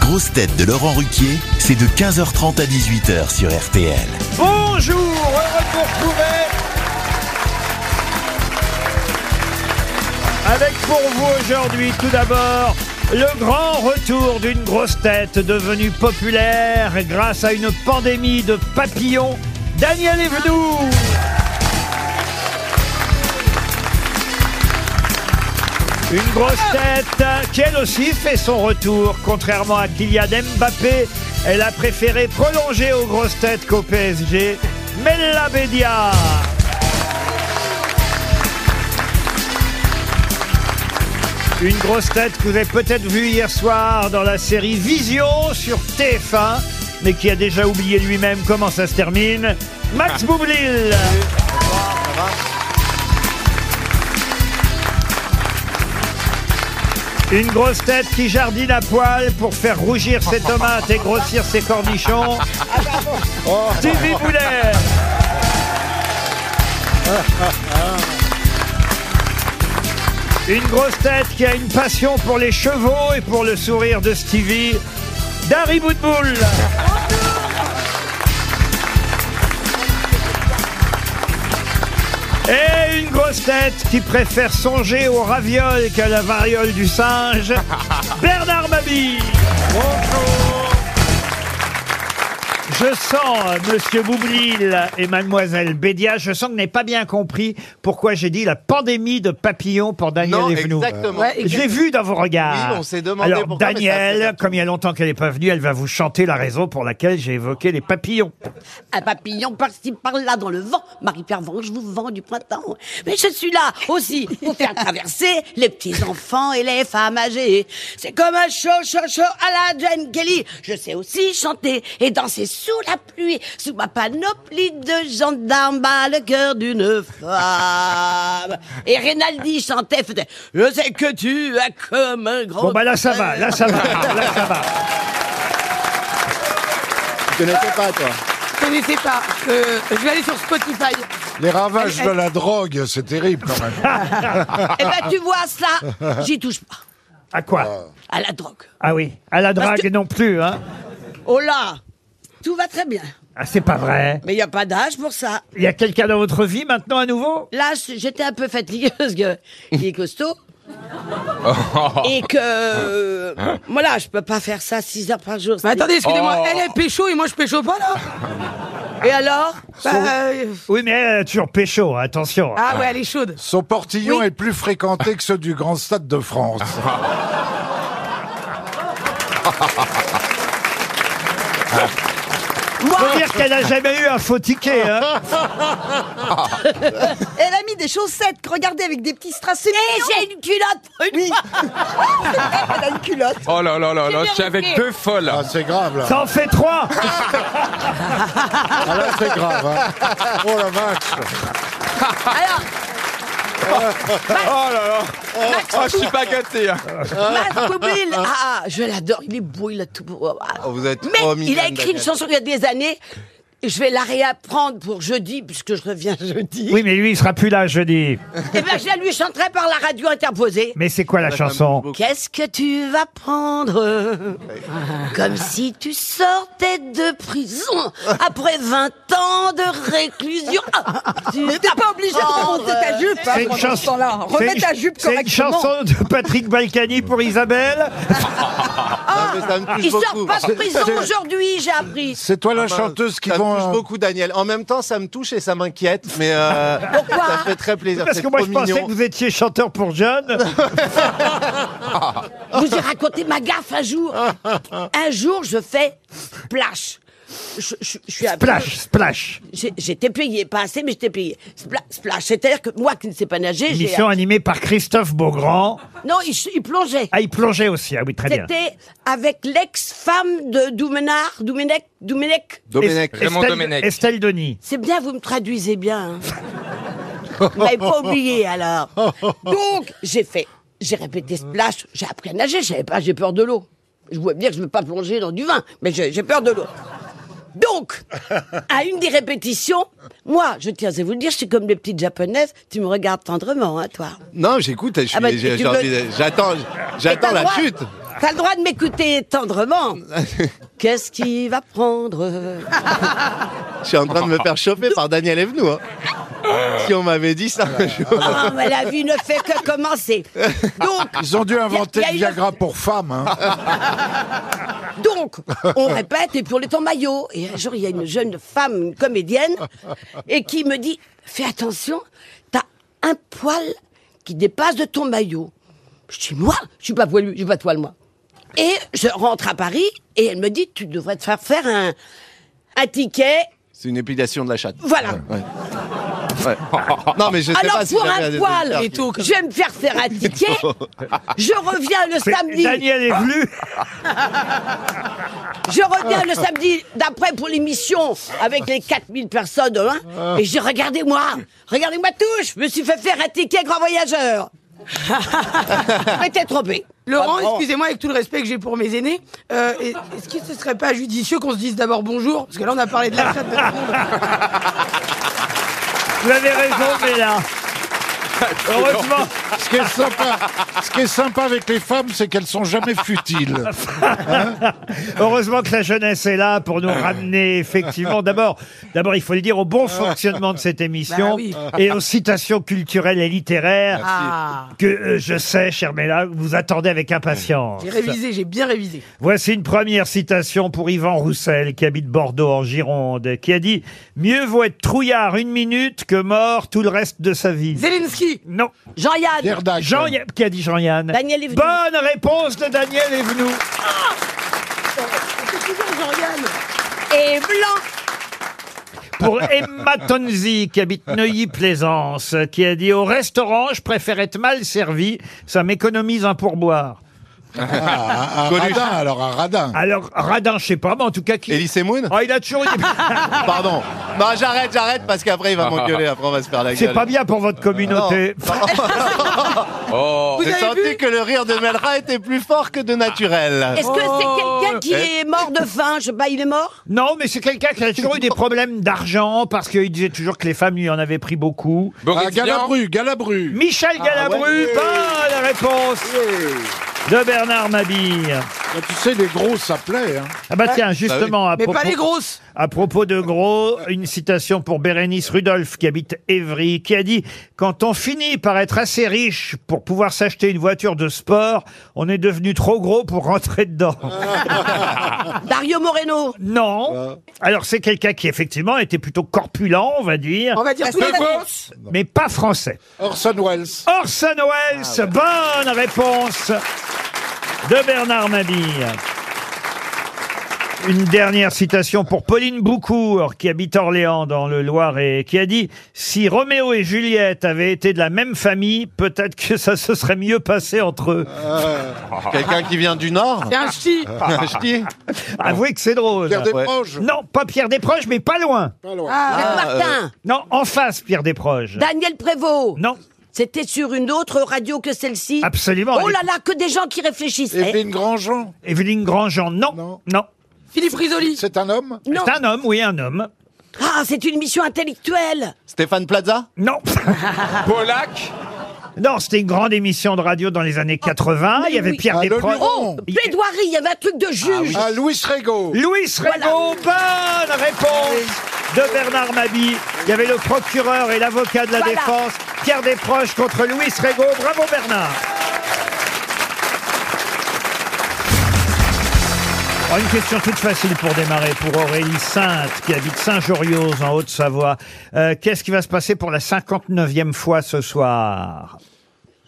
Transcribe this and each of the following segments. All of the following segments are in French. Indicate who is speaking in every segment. Speaker 1: grosses têtes de Laurent Ruquier, c'est de 15h30 à 18h sur RTL.
Speaker 2: Bonjour, heureux de vous retrouver Avec pour vous aujourd'hui tout d'abord le grand retour d'une grosse tête devenue populaire grâce à une pandémie de papillons, Daniel Evenou Une grosse tête qui elle aussi fait son retour. Contrairement à Kylian Mbappé, elle a préféré prolonger aux grosses têtes qu'au PSG. Mella Bédia Une grosse tête que vous avez peut-être vue hier soir dans la série Vision sur TF1, mais qui a déjà oublié lui-même comment ça se termine. Max Boublil Une grosse tête qui jardine à poil pour faire rougir ses tomates et grossir ses cornichons. Stevie Boulet Une grosse tête qui a une passion pour les chevaux et pour le sourire de Stevie. Dari Boudboul Et une grosse tête qui préfère songer aux ravioles qu'à la variole du singe. Bernard Mabille Je sens, euh, monsieur Boublil et mademoiselle Bédia, je sens que je n'ai pas bien compris pourquoi j'ai dit la pandémie de papillons pour Daniel
Speaker 3: Non,
Speaker 2: Evnou.
Speaker 3: exactement.
Speaker 4: Ouais,
Speaker 2: J'ai vu dans vos regards.
Speaker 3: Oui, on s'est demandé
Speaker 2: Alors,
Speaker 3: pourquoi, mais ça, c'est
Speaker 2: Daniel,
Speaker 3: la-
Speaker 2: comme il y a longtemps qu'elle n'est pas venue, elle va vous chanter la raison pour laquelle j'ai évoqué les papillons.
Speaker 4: Un papillon par-ci par-là dans le vent. Marie-Pierre Vange vous vend du printemps. Mais je suis là aussi pour faire traverser les petits enfants et les femmes âgées. C'est comme un show, show, show à la Jane Kelly. Je sais aussi chanter et danser sous la pluie, sous ma panoplie de gendarmes à le cœur d'une femme. Et Reynaldi chantait, faisait, je sais que tu as comme un grand...
Speaker 2: Bon, bah là, ça va, là, ça va, là, ça va.
Speaker 5: Je connaissais pas, toi.
Speaker 6: Je connaissais pas. Euh, je vais aller sur Spotify.
Speaker 7: Les ravages de la drogue, c'est terrible quand même.
Speaker 4: Eh ben, tu vois ça, j'y touche pas.
Speaker 2: À
Speaker 7: Bah,
Speaker 2: quoi
Speaker 4: À la drogue.
Speaker 2: Ah oui, à la
Speaker 4: Parce
Speaker 2: drague
Speaker 4: que-
Speaker 2: non plus, hein
Speaker 4: Oh là Tout va très bien.
Speaker 2: Ah, c'est pas vrai.
Speaker 4: Mais il n'y a pas d'âge pour ça.
Speaker 2: Il y a quelqu'un dans votre vie maintenant à nouveau
Speaker 4: Là, c- j'étais un peu fatiguée parce que il est costaud. et que euh,
Speaker 2: Hein
Speaker 8: Hein
Speaker 4: voilà, je peux pas faire ça 6 heures par jour. Oh.
Speaker 6: Mais attendez, excusez-moi, elle est pécho et moi je pécho pas là
Speaker 4: Et alors
Speaker 6: Bah, euh,
Speaker 2: Oui, mais elle a toujours pécho, hein, attention.
Speaker 6: Ah ouais, elle est chaude.
Speaker 7: Son portillon
Speaker 6: Oui.
Speaker 7: est plus fréquenté que ceux du Grand Stade de France.
Speaker 2: Faut dire qu'elle n'a jamais eu un faux ticket, hein
Speaker 9: Elle a mis des chaussettes, regardez, avec des petits strassés.
Speaker 4: Et j'ai une culotte pour une
Speaker 9: Oui. Ah,
Speaker 4: fois.
Speaker 9: Elle a une culotte.
Speaker 8: Oh là là là là,
Speaker 4: J'ai
Speaker 8: je suis avec
Speaker 4: vérifié.
Speaker 8: deux folles.
Speaker 7: Ah, c'est grave, là.
Speaker 2: Ça en fait trois
Speaker 7: Ah, là, c'est grave, hein. Oh, la vache.
Speaker 4: Alors,
Speaker 8: Oh là là. Oh, je suis pas gâté. hein.
Speaker 4: Max Boublil, Bah, ah, je l'adore, il est beau, il a tout beau. Ah.
Speaker 3: Oh, vous êtes trop
Speaker 4: Mais il a
Speaker 3: mignonne,
Speaker 4: écrit une
Speaker 3: Daniel.
Speaker 4: chanson il y a des années. Je vais la réapprendre pour jeudi, puisque je reviens jeudi.
Speaker 2: Oui, mais lui, il sera plus là jeudi.
Speaker 4: Et bien, Eh ben, je la lui chanterai par la radio interposée.
Speaker 2: Mais c'est quoi la chanson
Speaker 4: Qu'est-ce que tu vas prendre Comme si tu sortais de prison après 20 ans de réclusion. Ah, tu
Speaker 9: Mais t'es
Speaker 4: vas
Speaker 9: pas obligé de
Speaker 4: prendre-
Speaker 9: remonter ta jupe. hein,
Speaker 2: C'est une
Speaker 9: pendant ce
Speaker 2: chanson.
Speaker 9: temps-là.
Speaker 2: c'est
Speaker 9: Remets
Speaker 2: une-
Speaker 9: ta jupe
Speaker 2: C'est une
Speaker 9: correctement.
Speaker 2: chanson de Patrick Balkany pour Isabelle.
Speaker 3: Ah, mais ça me touche
Speaker 4: Il
Speaker 3: beaucoup.
Speaker 4: sort pas de prison
Speaker 7: c'est-
Speaker 4: aujourd'hui, j'ai appris.
Speaker 7: C'est toi la
Speaker 9: bah,
Speaker 3: Ah,
Speaker 7: chanteuse qui
Speaker 3: ça me touche
Speaker 7: vend...
Speaker 3: beaucoup, Daniel. En même temps, ça me touche et ça m'inquiète, mais euh, ça fait très plaisir.
Speaker 2: Parce
Speaker 3: c'est
Speaker 2: que moi,
Speaker 3: trop
Speaker 2: je pensais
Speaker 3: mignon.
Speaker 2: que vous étiez chanteur pour jeunes.
Speaker 4: Vous ai raconté ma gaffe un jour. Un jour, je fais splash. Je, je- je suis un peu-
Speaker 2: Splash, splash.
Speaker 4: j'ai- J'étais payé, pas assez, mais j'étais payé. Spla- Splash, c'est-à-dire que moi qui ne sais pas nager, j'ai.
Speaker 2: Émission animée par Christophe Beaugrand.
Speaker 4: Non, il, il plongeait.
Speaker 2: Ah, il plongeait aussi. Ah oui, très bien.
Speaker 4: C'était avec l'ex-femme de Doumenard, Doumenec, Doumenec.
Speaker 3: Domenech.
Speaker 2: Est-
Speaker 8: Raymond
Speaker 2: Estelle-
Speaker 8: Domenech.
Speaker 2: Estelle Denis.
Speaker 4: C'est bien, vous me traduisez bien. hein. Vous m'avez pas oublié alors. Donc, j'ai fait, j'ai répété ce splash, j'ai appris à nager, je savais pas, j'ai peur de l'eau. Je vois bien que je ne veux pas plonger dans du vin, mais j'ai j'ai peur de l'eau. Donc, à une des répétitions, moi, je tiens à vous le dire, je suis comme les petites japonaises, tu me regardes tendrement, hein, toi.
Speaker 3: Non, j'écoute, je suis-
Speaker 4: Ah bah,
Speaker 3: j'ai-
Speaker 4: tu
Speaker 3: j'ai
Speaker 4: peux-
Speaker 3: envie de- j'attends,
Speaker 4: Mais t'as
Speaker 3: j'attends
Speaker 4: le
Speaker 3: la
Speaker 4: droit-
Speaker 3: chute.
Speaker 4: T'as le droit de m'écouter tendrement. Qu'est-ce qui va prendre
Speaker 3: Je suis en train de me faire choper par Daniel Evenou. hein. Si on m'avait dit ça un jour.
Speaker 4: Ah, mais la vie ne fait que commencer. Donc,
Speaker 7: Ils ont dû inventer
Speaker 4: y a
Speaker 7: le
Speaker 4: une-
Speaker 7: Viagra pour femmes. hein.
Speaker 4: Donc, on répète, et puis on est en maillot. Et un jour, il y a une jeune femme, une comédienne, et qui me dit Fais attention, t'as un poil qui dépasse de ton maillot. Je dis Moi, je suis pas poilu, j'ai pas de poil, moi. Et je rentre à Paris, et elle me dit Tu devrais te faire faire un, un ticket.
Speaker 3: C'est une épilation de la chatte.
Speaker 4: Voilà.
Speaker 3: Ouais. Non, mais je sais
Speaker 4: Alors,
Speaker 3: pas si
Speaker 4: pour
Speaker 3: j'avais
Speaker 4: un
Speaker 3: des Oh.
Speaker 4: poil,
Speaker 3: auditeurs
Speaker 6: et tout, comme-
Speaker 4: je vais me faire faire un ticket. Je reviens le
Speaker 2: C'est-
Speaker 4: samedi.
Speaker 2: Daniel est venu.
Speaker 4: Je reviens le samedi d'après pour l'émission avec les 4000 personnes, hein, et j'ai regardé moi, regardez-moi tout, je me suis fait faire un ticket grand voyageur. je m'étais trompé.
Speaker 6: Laurent, excusez-moi, avec tout le respect que j'ai pour mes aînés, euh, est- est-ce que ce serait pas judicieux qu'on se dise d'abord bonjour Parce que là, on a parlé de la chatte de tout le monde.
Speaker 2: Vous avez raison, mais là. Heureusement.
Speaker 7: Ce qui est sympa, ce qui est sympa avec les femmes, c'est qu'elles sont jamais futiles.
Speaker 2: Hein Heureusement que la jeunesse est là pour nous ramener effectivement d'abord, d'abord il faut le dire au bon fonctionnement de cette émission
Speaker 6: Bah oui.
Speaker 2: et aux citations culturelles et littéraires
Speaker 6: Ah,
Speaker 2: que euh, je sais, cher Mella, vous attendez avec impatience.
Speaker 6: j'ai révisé, j'ai bien révisé.
Speaker 2: Voici une première citation pour Yvan Roussel qui habite Bordeaux en Gironde, qui a dit mieux vaut être trouillard une minute que mort tout le reste de sa vie.
Speaker 6: Zelensky
Speaker 2: Non,
Speaker 4: Jean-Yann,
Speaker 7: Derdac.
Speaker 2: Jean qui a dit Jean-Yann.
Speaker 4: Daniel Evenou.
Speaker 2: Bonne réponse de Daniel Evenou.
Speaker 4: et Blanc,
Speaker 2: pour Emma Tonzi, qui habite Neuilly-Plaisance, qui a dit au restaurant, je préfère être mal servi, ça m'économise un pourboire.
Speaker 7: Ah, un
Speaker 3: Coluche.
Speaker 7: radin, alors un radin.
Speaker 2: Alors, Radin, je sais pas, mais en tout cas, qui.
Speaker 3: Elise Moon
Speaker 2: Ah, il a toujours une-
Speaker 3: Pardon. Non, j'arrête, j'arrête, parce qu'après, il va m'engueuler. Après, on va se faire la gueule.
Speaker 2: C'est pas bien pour votre communauté.
Speaker 6: Vous
Speaker 8: Oh.
Speaker 3: J'ai
Speaker 6: avez vu
Speaker 3: senti que le rire de Melra était plus fort que de naturel.
Speaker 4: est-ce que c'est quelqu'un qui
Speaker 2: Euh.
Speaker 4: est mort de faim Je sais pas, il est mort
Speaker 2: Non, mais c'est quelqu'un qui a toujours eu des problèmes d'argent parce qu'il disait toujours que les femmes lui en avaient pris beaucoup.
Speaker 8: Boris
Speaker 7: Ah,
Speaker 8: Vian.
Speaker 7: Galabru, Galabru. Ah,
Speaker 2: Michel Galabru, pas la réponse de Bernard Mabille.
Speaker 7: Ah, Tu sais, les gros, ça plaît. hein.
Speaker 2: Ah bah tiens, justement, à
Speaker 6: Mais pas
Speaker 2: propos-
Speaker 6: les grosses
Speaker 2: À propos de gros, une citation pour Bérénice Rudolph qui habite Évry, qui a dit Quand on finit par être assez riche pour pouvoir s'acheter une voiture de sport, on est devenu trop gros pour rentrer dedans.
Speaker 4: Dario Moreno,
Speaker 6: Ah.
Speaker 2: Non. Alors c'est quelqu'un qui effectivement était plutôt corpulent, on va dire,
Speaker 6: On va dire
Speaker 9: Est-ce
Speaker 6: tous les
Speaker 9: que-
Speaker 6: grosses
Speaker 2: mais pas français.
Speaker 7: Orson Welles. Ah
Speaker 2: Orson Welles, bonne réponse de Bernard Mabille. Une dernière citation pour Pauline Boucourt, qui habite Orléans dans le Loiret, qui a dit « Si Roméo et Juliette avaient été de la même famille, peut-être que ça se serait mieux passé entre eux.
Speaker 3: Ah. Quelqu'un qui vient du Nord
Speaker 6: C'est un ch'ti
Speaker 3: Je dis.
Speaker 2: Avouez que c'est drôle.
Speaker 7: Pierre
Speaker 3: Ouais.
Speaker 7: Desproges.
Speaker 2: Non, pas Pierre Desproges, mais pas loin.
Speaker 7: Pas loin.
Speaker 4: Jacques
Speaker 3: Ah,
Speaker 4: Martin,
Speaker 2: Non, en face Pierre Desproges.
Speaker 4: Daniel Prévost.
Speaker 2: euh, Non,
Speaker 4: C'était sur une autre radio que celle-ci.
Speaker 2: absolument.
Speaker 4: Oh là là, que des gens qui réfléchissent. Eh,
Speaker 7: Evelyne Grandjean,
Speaker 2: Evelyne Grandjean, non, non.
Speaker 7: Non.
Speaker 6: Philippe Risoli
Speaker 7: c'est un homme
Speaker 4: non.
Speaker 2: C'est un homme, oui, un homme.
Speaker 4: Ah, c'est une mission intellectuelle.
Speaker 3: Stéphane Plaza
Speaker 2: Non.
Speaker 8: Polak.
Speaker 2: Non, c'était une grande émission de radio dans les années 80. Il y avait
Speaker 4: oui. Oh,
Speaker 2: Pierre
Speaker 7: Ah, le
Speaker 2: Desproges.
Speaker 7: Luron.
Speaker 2: Il y a-
Speaker 4: Plaidoirie, il y avait un truc de juge.
Speaker 7: Ah, Louis Rego.
Speaker 2: Louis Rego, bonne réponse de Bernard Mabie. Il y avait le procureur et l'avocat de la
Speaker 4: Voilà.
Speaker 2: défense, Pierre Desproges contre Louis Rego. Bravo Bernard. Oh, une question toute facile pour démarrer pour Aurélie Sainte qui habite Saint-Joriose en Haute-Savoie. Euh, Qu'est-ce qui va se passer pour la 59e fois ce soir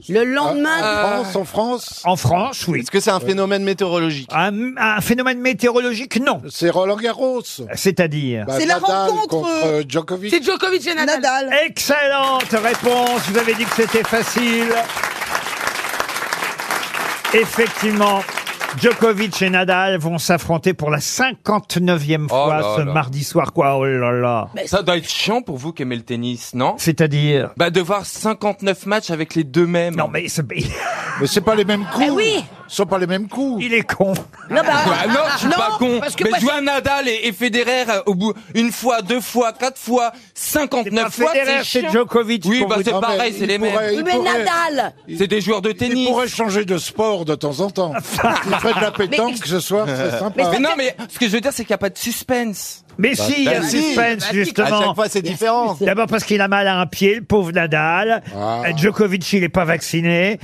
Speaker 4: Le lendemain,
Speaker 7: Ah, France, en France,
Speaker 2: En France, oui.
Speaker 3: Est-ce que c'est un phénomène météorologique
Speaker 2: Un, un phénomène météorologique, non.
Speaker 7: c'est Roland Garros.
Speaker 2: C'est-à-dire.
Speaker 7: Bah,
Speaker 9: C'est la
Speaker 7: Nadal
Speaker 9: rencontre,
Speaker 7: contre
Speaker 9: euh,
Speaker 7: euh, Djokovic.
Speaker 6: C'est Djokovic et Nadal.
Speaker 9: Nadal.
Speaker 2: Excellente réponse. Vous avez dit que c'était facile. Effectivement. Djokovic et Nadal vont s'affronter pour la 59e
Speaker 8: Oh
Speaker 2: fois
Speaker 8: là
Speaker 2: ce
Speaker 8: là.
Speaker 2: mardi soir. Quoi Oh là là
Speaker 8: Ça doit être chiant pour vous qui aimez le tennis, non
Speaker 2: C'est-à-dire
Speaker 8: Bah de voir 59 matchs avec les deux mêmes.
Speaker 2: Non mais... c'est-
Speaker 7: Mais c'est pas les mêmes coups.
Speaker 4: Eh oui.
Speaker 7: sont pas les mêmes coups.
Speaker 2: Il est con.
Speaker 4: Non, bah,
Speaker 8: Bah non, je suis
Speaker 4: non,
Speaker 8: pas con.
Speaker 4: Parce que
Speaker 8: mais
Speaker 4: parce-
Speaker 8: je vois Nadal et, et Federer euh, au bout une fois, deux fois, quatre fois,
Speaker 2: C'est pas
Speaker 8: 59 fois.
Speaker 2: Federer, c'est
Speaker 8: chiant.
Speaker 2: Djokovic.
Speaker 8: Oui,
Speaker 2: qu'on
Speaker 8: bah
Speaker 2: vous
Speaker 8: c'est
Speaker 7: Non, mais
Speaker 8: pareil, c'est
Speaker 7: il
Speaker 8: les mêmes.
Speaker 7: pourrait-
Speaker 4: Oui,
Speaker 7: il
Speaker 4: mais
Speaker 7: pourrait-
Speaker 4: Nadal
Speaker 8: C'est des joueurs de
Speaker 7: Il
Speaker 8: tennis.
Speaker 7: pourrait changer de sport de temps en temps. Il ferait de la pétanque ce soir, c'est sympa.
Speaker 8: Mais non, mais ce que je veux dire, c'est qu'il n'y a pas de suspense.
Speaker 2: Mais si, il y a
Speaker 3: bah,
Speaker 2: le
Speaker 3: si.
Speaker 2: suspense,
Speaker 3: À
Speaker 2: justement.
Speaker 3: chaque fois, c'est différent.
Speaker 2: D'abord parce qu'il a mal à un pied, le pauvre Nadal.
Speaker 7: Ah.
Speaker 2: Euh, Djokovic, il n'est pas vacciné.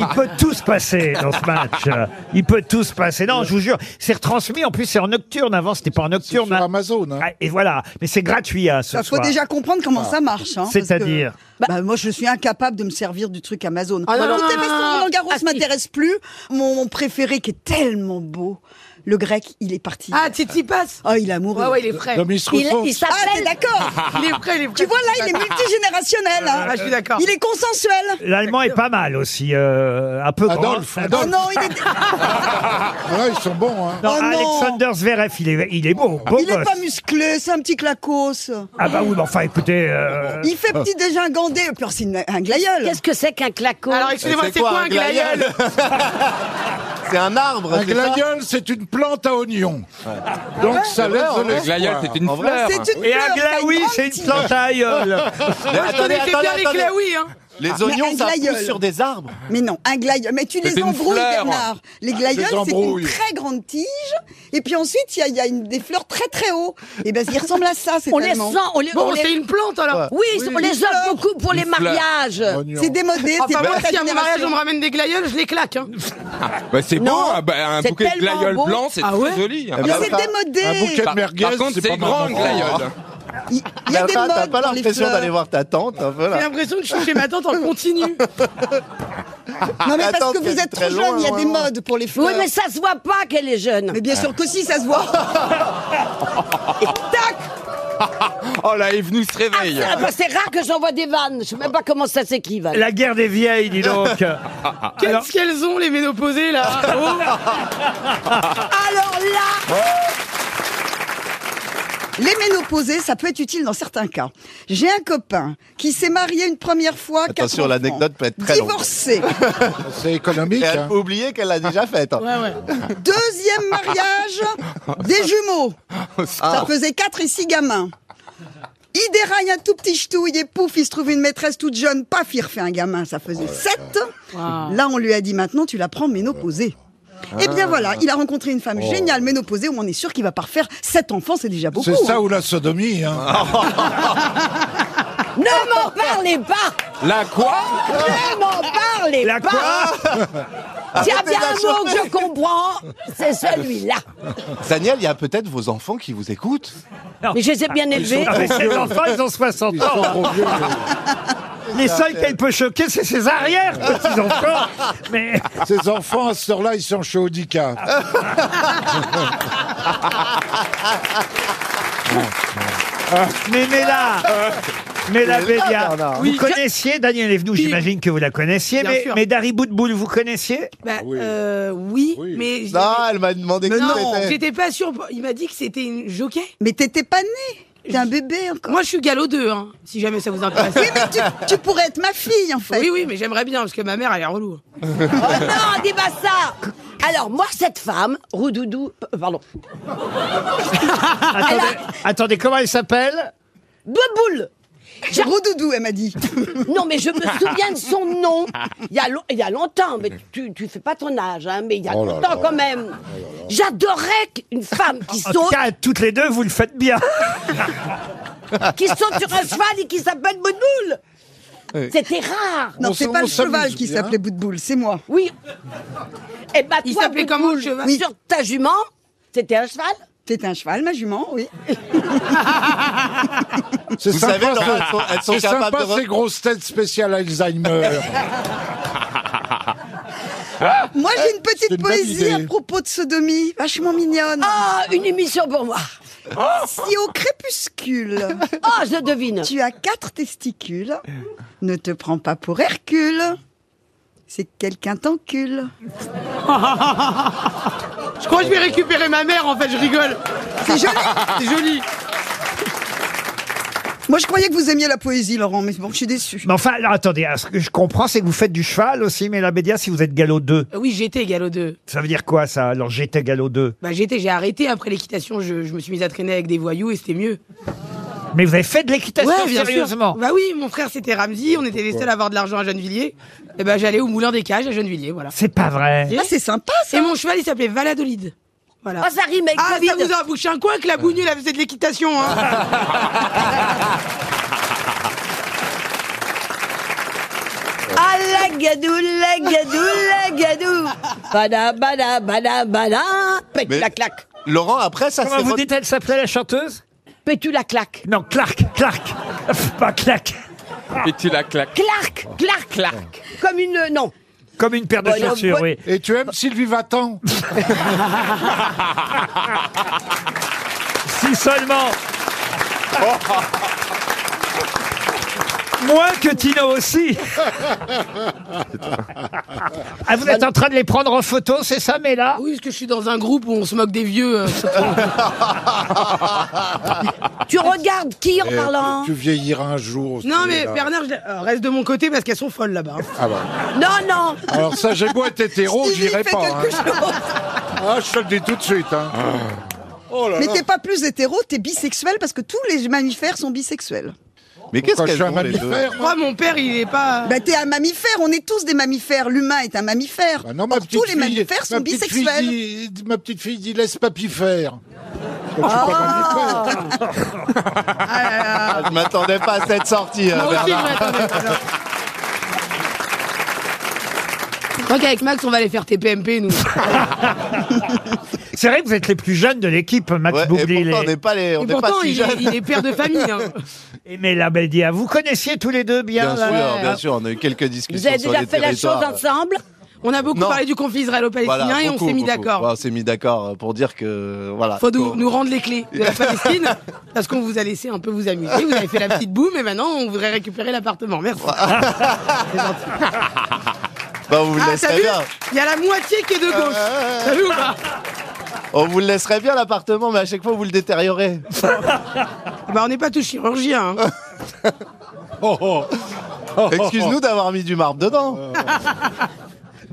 Speaker 2: Il peut tout se passer dans ce match. Euh, Il peut tout se passer. Non, je vous jure, c'est retransmis. En plus, c'est en nocturne. Avant, c'était pas en
Speaker 7: C'est sur
Speaker 2: nocturne. hein.
Speaker 7: Amazon. hein. Ah.
Speaker 2: Ah, Et voilà. Mais c'est gratuit à
Speaker 9: Il
Speaker 2: ce
Speaker 9: Bah, faut
Speaker 2: soir. Ah.
Speaker 9: déjà comprendre comment ça marche. hein, parce que-
Speaker 2: C'est-à-dire
Speaker 9: bah, Moi, je suis incapable de me servir du truc Amazon.
Speaker 6: Ah, non, non,
Speaker 9: Tout est
Speaker 6: non,
Speaker 9: parce
Speaker 6: non,
Speaker 9: que Roland Garros
Speaker 4: Ah, si.
Speaker 9: m'intéresse plus. Mon, mon préféré qui est tellement beau, le grec, il est parti.
Speaker 6: Ah, Titi passe
Speaker 9: Oh, il a mouru.
Speaker 6: Ouais, ouais, il est frais.
Speaker 7: Domis
Speaker 4: Il,
Speaker 7: Rousseau.
Speaker 4: il
Speaker 9: Ah, t'es
Speaker 4: s'appelle.
Speaker 9: d'accord
Speaker 6: Il est frais, il est frais.
Speaker 9: Tu vois, là, il est multigénérationnel. hein.
Speaker 6: Ah, je suis d'accord.
Speaker 9: Il est consensuel.
Speaker 2: L'allemand est pas mal aussi. euh, un peu
Speaker 7: Adolphe,
Speaker 2: grand.
Speaker 9: Oh non, il est,
Speaker 7: Ouais, ils sont bons. Hein.
Speaker 2: Non,
Speaker 9: Oh non.
Speaker 2: Alexander Zverev, il est, il est beau. beau
Speaker 9: il est
Speaker 2: Ah, gosse.
Speaker 9: pas musclé, c'est un petit clacos.
Speaker 2: Ah bah oui, mais enfin, écoutez... euh,
Speaker 9: Il
Speaker 7: Ah.
Speaker 9: fait petit dégingandé. Et Puis alors, c'est une- un glaïeul.
Speaker 4: Qu'est-ce que c'est qu'un claco
Speaker 6: Alors, Ah,
Speaker 7: Euh,
Speaker 6: excusez-moi, c'est quoi un glaïeul
Speaker 3: C'est un arbre.
Speaker 7: Un
Speaker 3: c'est ça
Speaker 7: glaïeul, c'est une plante à oignons. Donc
Speaker 6: Ah
Speaker 7: ça laisse de
Speaker 8: Le
Speaker 7: l'espoir.
Speaker 8: glaïeul, c'est une
Speaker 3: En vrai,
Speaker 8: fleur.
Speaker 9: C'est une
Speaker 2: Et un
Speaker 9: fleur, t'as
Speaker 2: glaoui,
Speaker 9: grande
Speaker 2: c'est une
Speaker 9: tige.
Speaker 2: plante à aïeul.
Speaker 3: Mais
Speaker 6: Moi, je
Speaker 3: attendez,
Speaker 6: connaissais bien
Speaker 3: attendez,
Speaker 6: les
Speaker 3: attendez.
Speaker 6: glaouis, hein.
Speaker 3: Les
Speaker 9: Ah, Mais
Speaker 3: oignons,
Speaker 9: un
Speaker 3: ça pousse
Speaker 9: glaïeul.
Speaker 3: sur des arbres.
Speaker 9: Mais non, un glaïeul. Mais tu
Speaker 8: C'était
Speaker 9: les
Speaker 8: une
Speaker 9: embrouilles,
Speaker 8: fleur.
Speaker 9: Bernard. Les glaïeuls, c'est une
Speaker 7: embrouilles.
Speaker 9: très grande tige. Et puis ensuite, il y a, il y a une- des fleurs très très haut. Et ben, il ressemble à ça, c'est
Speaker 4: On les sent,
Speaker 9: tellement.
Speaker 4: on les. on
Speaker 6: Bon,
Speaker 4: les-
Speaker 6: c'est une plante, alors.
Speaker 4: Oui, on les offre beaucoup pour les
Speaker 8: Une fleur.
Speaker 4: mariages.
Speaker 7: Oignon.
Speaker 9: C'est démodé. c'est
Speaker 6: Enfin,
Speaker 9: pas
Speaker 6: moi,
Speaker 9: ta
Speaker 6: si à mon mariage, on
Speaker 9: génération.
Speaker 6: me ramène des glaïeuls, je les claque. Hein.
Speaker 8: Bah, c'est beau,
Speaker 4: Non,
Speaker 8: ah bah, un
Speaker 4: c'est
Speaker 8: bouquet de
Speaker 4: tellement
Speaker 8: glaïeul
Speaker 4: beau.
Speaker 8: blanc, c'est
Speaker 6: Ah
Speaker 8: très
Speaker 6: ouais
Speaker 8: joli.
Speaker 9: Mais
Speaker 8: hein.
Speaker 3: Ah, bah,
Speaker 7: Un
Speaker 9: c'est
Speaker 7: bouquet
Speaker 9: démodé.
Speaker 7: de
Speaker 8: Par, par
Speaker 7: merguez,
Speaker 8: contre, c'est
Speaker 7: pas
Speaker 8: grand, le
Speaker 7: mal.
Speaker 8: glaïeul.
Speaker 9: Il il y a
Speaker 3: T'as
Speaker 9: des
Speaker 3: pas- t'as
Speaker 9: modes
Speaker 3: pas
Speaker 9: dans les
Speaker 3: l'impression d'aller
Speaker 9: fleurs.
Speaker 3: voir ta tante, un peu
Speaker 6: J'ai
Speaker 3: là.
Speaker 6: l'impression que je suis chez ma tante en continu.
Speaker 9: Non, mais
Speaker 3: Ah, Attends,
Speaker 9: parce que vous
Speaker 3: c'est
Speaker 9: êtes
Speaker 3: très
Speaker 9: trop
Speaker 3: loin,
Speaker 9: jeune, il y a
Speaker 3: loin,
Speaker 9: des
Speaker 3: loin.
Speaker 9: modes pour les fleurs.
Speaker 4: Oui, mais ça se voit pas qu'elle est jeune.
Speaker 9: Mais bien sûr qu'aussi, ça se voit. Et tac
Speaker 8: Oh là, Yves se réveille.
Speaker 4: Ah, bah, c'est rare que j'envoie des vannes. Je sais même pas comment ça s'écrit, vannes.
Speaker 2: La guerre des vieilles, dis donc. Alors,
Speaker 6: Qu'est-ce qu'elles ont, les ménopausées, là Oh.
Speaker 9: Alors là Les ménopausées, ça peut être utile dans certains cas. J'ai un copain qui s'est marié une première fois. quatre
Speaker 3: Attention,
Speaker 9: enfants,
Speaker 3: l'anecdote peut être très longue.
Speaker 9: Divorcé.
Speaker 7: C'est économique.
Speaker 3: Et elle
Speaker 7: hein.
Speaker 3: a oublié qu'elle l'a déjà faite.
Speaker 6: Ouais, ouais.
Speaker 9: Deuxième mariage,
Speaker 3: Ah.
Speaker 9: des jumeaux. Ça faisait quatre et six gamins. Il déraille un tout petit ch'touille et pouf, il se trouve une maîtresse toute jeune. Paf, il refait un gamin, ça
Speaker 3: Oh
Speaker 9: faisait sept.
Speaker 10: Ah.
Speaker 9: Là, on lui a dit maintenant, tu la prends ménopausée. Et
Speaker 3: Ah.
Speaker 9: bien voilà, il a rencontré une femme
Speaker 3: Oh.
Speaker 9: géniale ménopausée où on est sûr qu'il va pas refaire sept enfants, c'est déjà beaucoup.
Speaker 7: C'est ça
Speaker 9: hein.
Speaker 7: ou la sodomie. Hein.
Speaker 4: Ne m'en parlez pas
Speaker 8: La quoi
Speaker 4: Ne m'en parlez
Speaker 2: la
Speaker 4: pas
Speaker 2: quoi
Speaker 4: S'il y a
Speaker 3: Arrêtez
Speaker 4: bien un mot
Speaker 3: d'assurer.
Speaker 4: que je comprends, c'est celui-là.
Speaker 3: Daniel, il y a peut-être vos enfants qui vous écoutent.
Speaker 4: Mais je les ai bien élevés.
Speaker 2: Ah, mais Ses enfants, ils ont 60 ans.
Speaker 6: Ah.
Speaker 2: Les seuls qu'elle peut choquer, c'est ses arrières, petits-enfants. Mais
Speaker 7: Ces enfants, à ce heure-là, ils sont chez Audica.
Speaker 2: Mais Mela Mela Bédia,
Speaker 3: Bernard.
Speaker 2: vous connaissiez Daniel Evenou, j'imagine que vous la connaissiez,
Speaker 6: Bien
Speaker 2: mais,
Speaker 6: sûr.
Speaker 2: mais Dari Boudboul, vous connaissiez
Speaker 6: Bah,
Speaker 7: oui.
Speaker 6: euh, oui,
Speaker 7: Oui.
Speaker 6: mais...
Speaker 3: Non, Ah, elle m'a demandé qui
Speaker 6: non,
Speaker 3: c'était.
Speaker 6: j'étais pas sûr. Il m'a dit que c'était une jockey.
Speaker 9: Mais t'étais pas né, t'es un bébé encore.
Speaker 6: Moi, je suis galop 2, hein, si jamais ça vous intéresse.
Speaker 9: Oui, mais tu, tu pourrais être ma fille en fait.
Speaker 6: Oui, oui, mais j'aimerais bien, parce que ma mère, elle est relou.
Speaker 4: Oh non, dis pas ça Alors, moi, cette femme, Roudoudou... euh, Pardon.
Speaker 2: attendez, attendez, comment elle s'appelle
Speaker 4: Beboule
Speaker 9: Rodoudou, elle m'a dit.
Speaker 4: Non, mais je me souviens de son nom. Il y a, lo- il y a longtemps, mais tu, tu fais pas ton âge, hein, mais il y a
Speaker 7: Oh là
Speaker 4: longtemps
Speaker 7: là.
Speaker 4: quand même. J'adorais une femme qui
Speaker 2: En tout
Speaker 4: saute,
Speaker 2: cas, toutes les deux, vous le faites bien.
Speaker 4: qui saute sur un cheval et qui s'appelle Beboule C'était rare
Speaker 9: Ah, Non,
Speaker 7: On
Speaker 9: c'est
Speaker 7: s'en-
Speaker 9: pas
Speaker 7: on
Speaker 9: le cheval
Speaker 7: s'amuse
Speaker 9: qui
Speaker 7: bien.
Speaker 9: s'appelait Boutboul, c'est moi.
Speaker 4: Oui. Et bah,
Speaker 6: Il
Speaker 4: toi,
Speaker 6: s'appelait
Speaker 4: Bouboule,
Speaker 6: comment, le cheval
Speaker 9: Oui.
Speaker 4: Sur ta jument, c'était un cheval
Speaker 9: T'étais un cheval, ma jument, oui.
Speaker 7: C'est
Speaker 3: Vous
Speaker 7: sympa,
Speaker 3: savez, Laurent,
Speaker 7: ça-
Speaker 3: elles sont- elles sont
Speaker 7: c'est
Speaker 3: capables
Speaker 7: sympa,
Speaker 3: de re-
Speaker 7: ces grosses têtes spéciales Alzheimer.
Speaker 9: Moi, j'ai une petite
Speaker 7: Ah, eh, une bonne
Speaker 9: poésie à
Speaker 7: idée.
Speaker 9: propos de sodomie, vachement mignonne.
Speaker 4: Ah, une émission pour moi
Speaker 7: Ah.
Speaker 9: Si au crépuscule,
Speaker 4: Ah, je devine
Speaker 9: tu as quatre testicules, ne te prends pas pour Hercule. C'est que quelqu'un t'encule.
Speaker 6: Je crois que je vais récupérer ma mère, en fait, je rigole.
Speaker 9: C'est joli.
Speaker 6: C'est joli.
Speaker 9: Moi, je croyais que vous aimiez la poésie, Laurent, mais bon, je suis déçu.
Speaker 2: Mais enfin, alors, attendez, alors, ce que je comprends, c'est que vous faites du cheval aussi, mais la média, si vous êtes galop 2.
Speaker 6: Oui, j'étais galop 2.
Speaker 2: Ça veut dire quoi, ça Alors, j'étais galop 2.
Speaker 6: Bah, j'étais, j'ai arrêté après l'équitation, je, je me suis mise à traîner avec des voyous et c'était mieux.
Speaker 2: Mais vous avez fait de l'équitation, sérieusement
Speaker 6: Bah oui, mon frère c'était Ramsey, on était les seuls à avoir de l'argent à Gennevilliers. Et bah j'allais au Moulin des Cages à Gennevilliers, voilà.
Speaker 2: C'est pas vrai.
Speaker 9: Ah, c'est sympa, ça.
Speaker 6: Et mon cheval il s'appelait Valadolid. Voilà.
Speaker 4: Ah, ça rime avec
Speaker 6: Ah,
Speaker 4: Covid.
Speaker 6: ça vous a bouché un coin que la bougnule, elle faisait de l'équitation. Hein.
Speaker 4: Ah, la gadou, la gadou, la gadou. Bada, bada, bada, bada. Pète
Speaker 3: Mais-
Speaker 4: la claque.
Speaker 3: Laurent, après, ça
Speaker 2: Comment
Speaker 3: c'est
Speaker 2: vous
Speaker 3: votre-
Speaker 2: dites, elle s'appelait la chanteuse
Speaker 4: Pétu la claque.
Speaker 2: Non, Clark, Clark. pas Clark.
Speaker 8: Et tu la claques.
Speaker 4: Clark, Clark, Clark. Comme une. Non.
Speaker 2: Comme une paire de
Speaker 4: Bon, non,
Speaker 2: chaussures,
Speaker 4: bon-
Speaker 2: oui.
Speaker 7: Et tu aimes Sylvie Vatan
Speaker 2: Si seulement. Moins que Tino aussi. ah, vous êtes en train de les prendre en photo, c'est ça, mais là
Speaker 6: Oui, parce que je suis dans un groupe où on se moque des vieux. euh,
Speaker 4: Tu regardes qui en parlant
Speaker 7: Eh, Tu vieilliras un jour.
Speaker 6: Non,
Speaker 7: tu es
Speaker 6: mais
Speaker 7: là.
Speaker 6: Bernard, je l'ai- euh, reste de mon côté parce qu'elles sont folles là-bas. hein.
Speaker 7: Ah bah.
Speaker 4: Non, non.
Speaker 7: Alors ça, j'ai beau être hétéro,
Speaker 9: Stevie,
Speaker 7: j'irai
Speaker 9: fais
Speaker 7: pas.
Speaker 9: quelque
Speaker 7: hein. Ah, je te le dis tout de suite. hein.
Speaker 3: Ah.
Speaker 7: Oh
Speaker 9: Mais t'es pas plus hétéro, t'es bisexuel parce que tous les mammifères sont bisexuels.
Speaker 3: Mais qu'est-ce
Speaker 7: Quand je suis
Speaker 3: qu'elles
Speaker 7: un
Speaker 3: ont, les deux
Speaker 7: mammifère, moi.
Speaker 6: Moi, mon père, il est pas.
Speaker 9: Bah, t'es un mammifère, on est tous des mammifères. L'humain est un mammifère.
Speaker 7: Bah non, ma
Speaker 9: Or,
Speaker 7: petite
Speaker 9: tous les
Speaker 7: fille-
Speaker 9: mammifères sont
Speaker 7: ma petite fille
Speaker 9: bisexuels.
Speaker 7: dit- ma petite fille dit laisse papy faire. Quand je suis pas mammifère.
Speaker 3: Ah, Je m'attendais pas à cette sortie, euh,
Speaker 6: Moi aussi, je
Speaker 3: Bernard.
Speaker 6: m'attendais pas à ça. Je crois qu'avec Max, on va aller faire TPMP, nous.
Speaker 2: C'est vrai que vous êtes les plus jeunes de l'équipe, Max
Speaker 3: Ouais, et
Speaker 2: Boublil
Speaker 3: pourtant, on
Speaker 2: et,
Speaker 3: n'est pas, les... on
Speaker 6: Et
Speaker 3: n'est pas
Speaker 6: pourtant,
Speaker 3: si
Speaker 6: il, est-
Speaker 3: jeunes.
Speaker 6: il est père de famille. hein.
Speaker 2: et Mela Beldia. Vous connaissiez tous les deux bien, là
Speaker 3: Bien sûr, bien sûr, on a eu quelques discussions
Speaker 4: Vous avez
Speaker 3: sur
Speaker 4: déjà
Speaker 3: les
Speaker 4: fait la chose
Speaker 3: territoires.
Speaker 4: ensemble
Speaker 6: On a beaucoup
Speaker 3: Non.
Speaker 6: parlé du conflit israélo-palestinien
Speaker 3: Voilà,
Speaker 6: et
Speaker 3: beaucoup,
Speaker 6: on s'est mis
Speaker 3: beaucoup.
Speaker 6: d'accord.
Speaker 3: Ouais, on s'est mis d'accord pour dire que voilà.
Speaker 6: Faut nous,
Speaker 3: qu'on-
Speaker 6: nous rendre les clés de la Palestine parce qu'on vous a laissé un peu vous amuser. Vous avez fait la petite boum et maintenant on voudrait récupérer l'appartement. Merci.
Speaker 3: Bah, on vous le
Speaker 6: Ah, t'as
Speaker 3: laisserait
Speaker 6: vu
Speaker 3: bien.
Speaker 6: Il y a la moitié qui est de gauche.
Speaker 3: Euh,
Speaker 6: T'as vu ou pas
Speaker 3: On vous le laisserait bien l'appartement, mais à chaque fois vous le détériorez.
Speaker 6: Bah, on n'est pas tous chirurgiens. hein.
Speaker 3: Oh, Excuse-nous d'avoir mis du marbre dedans.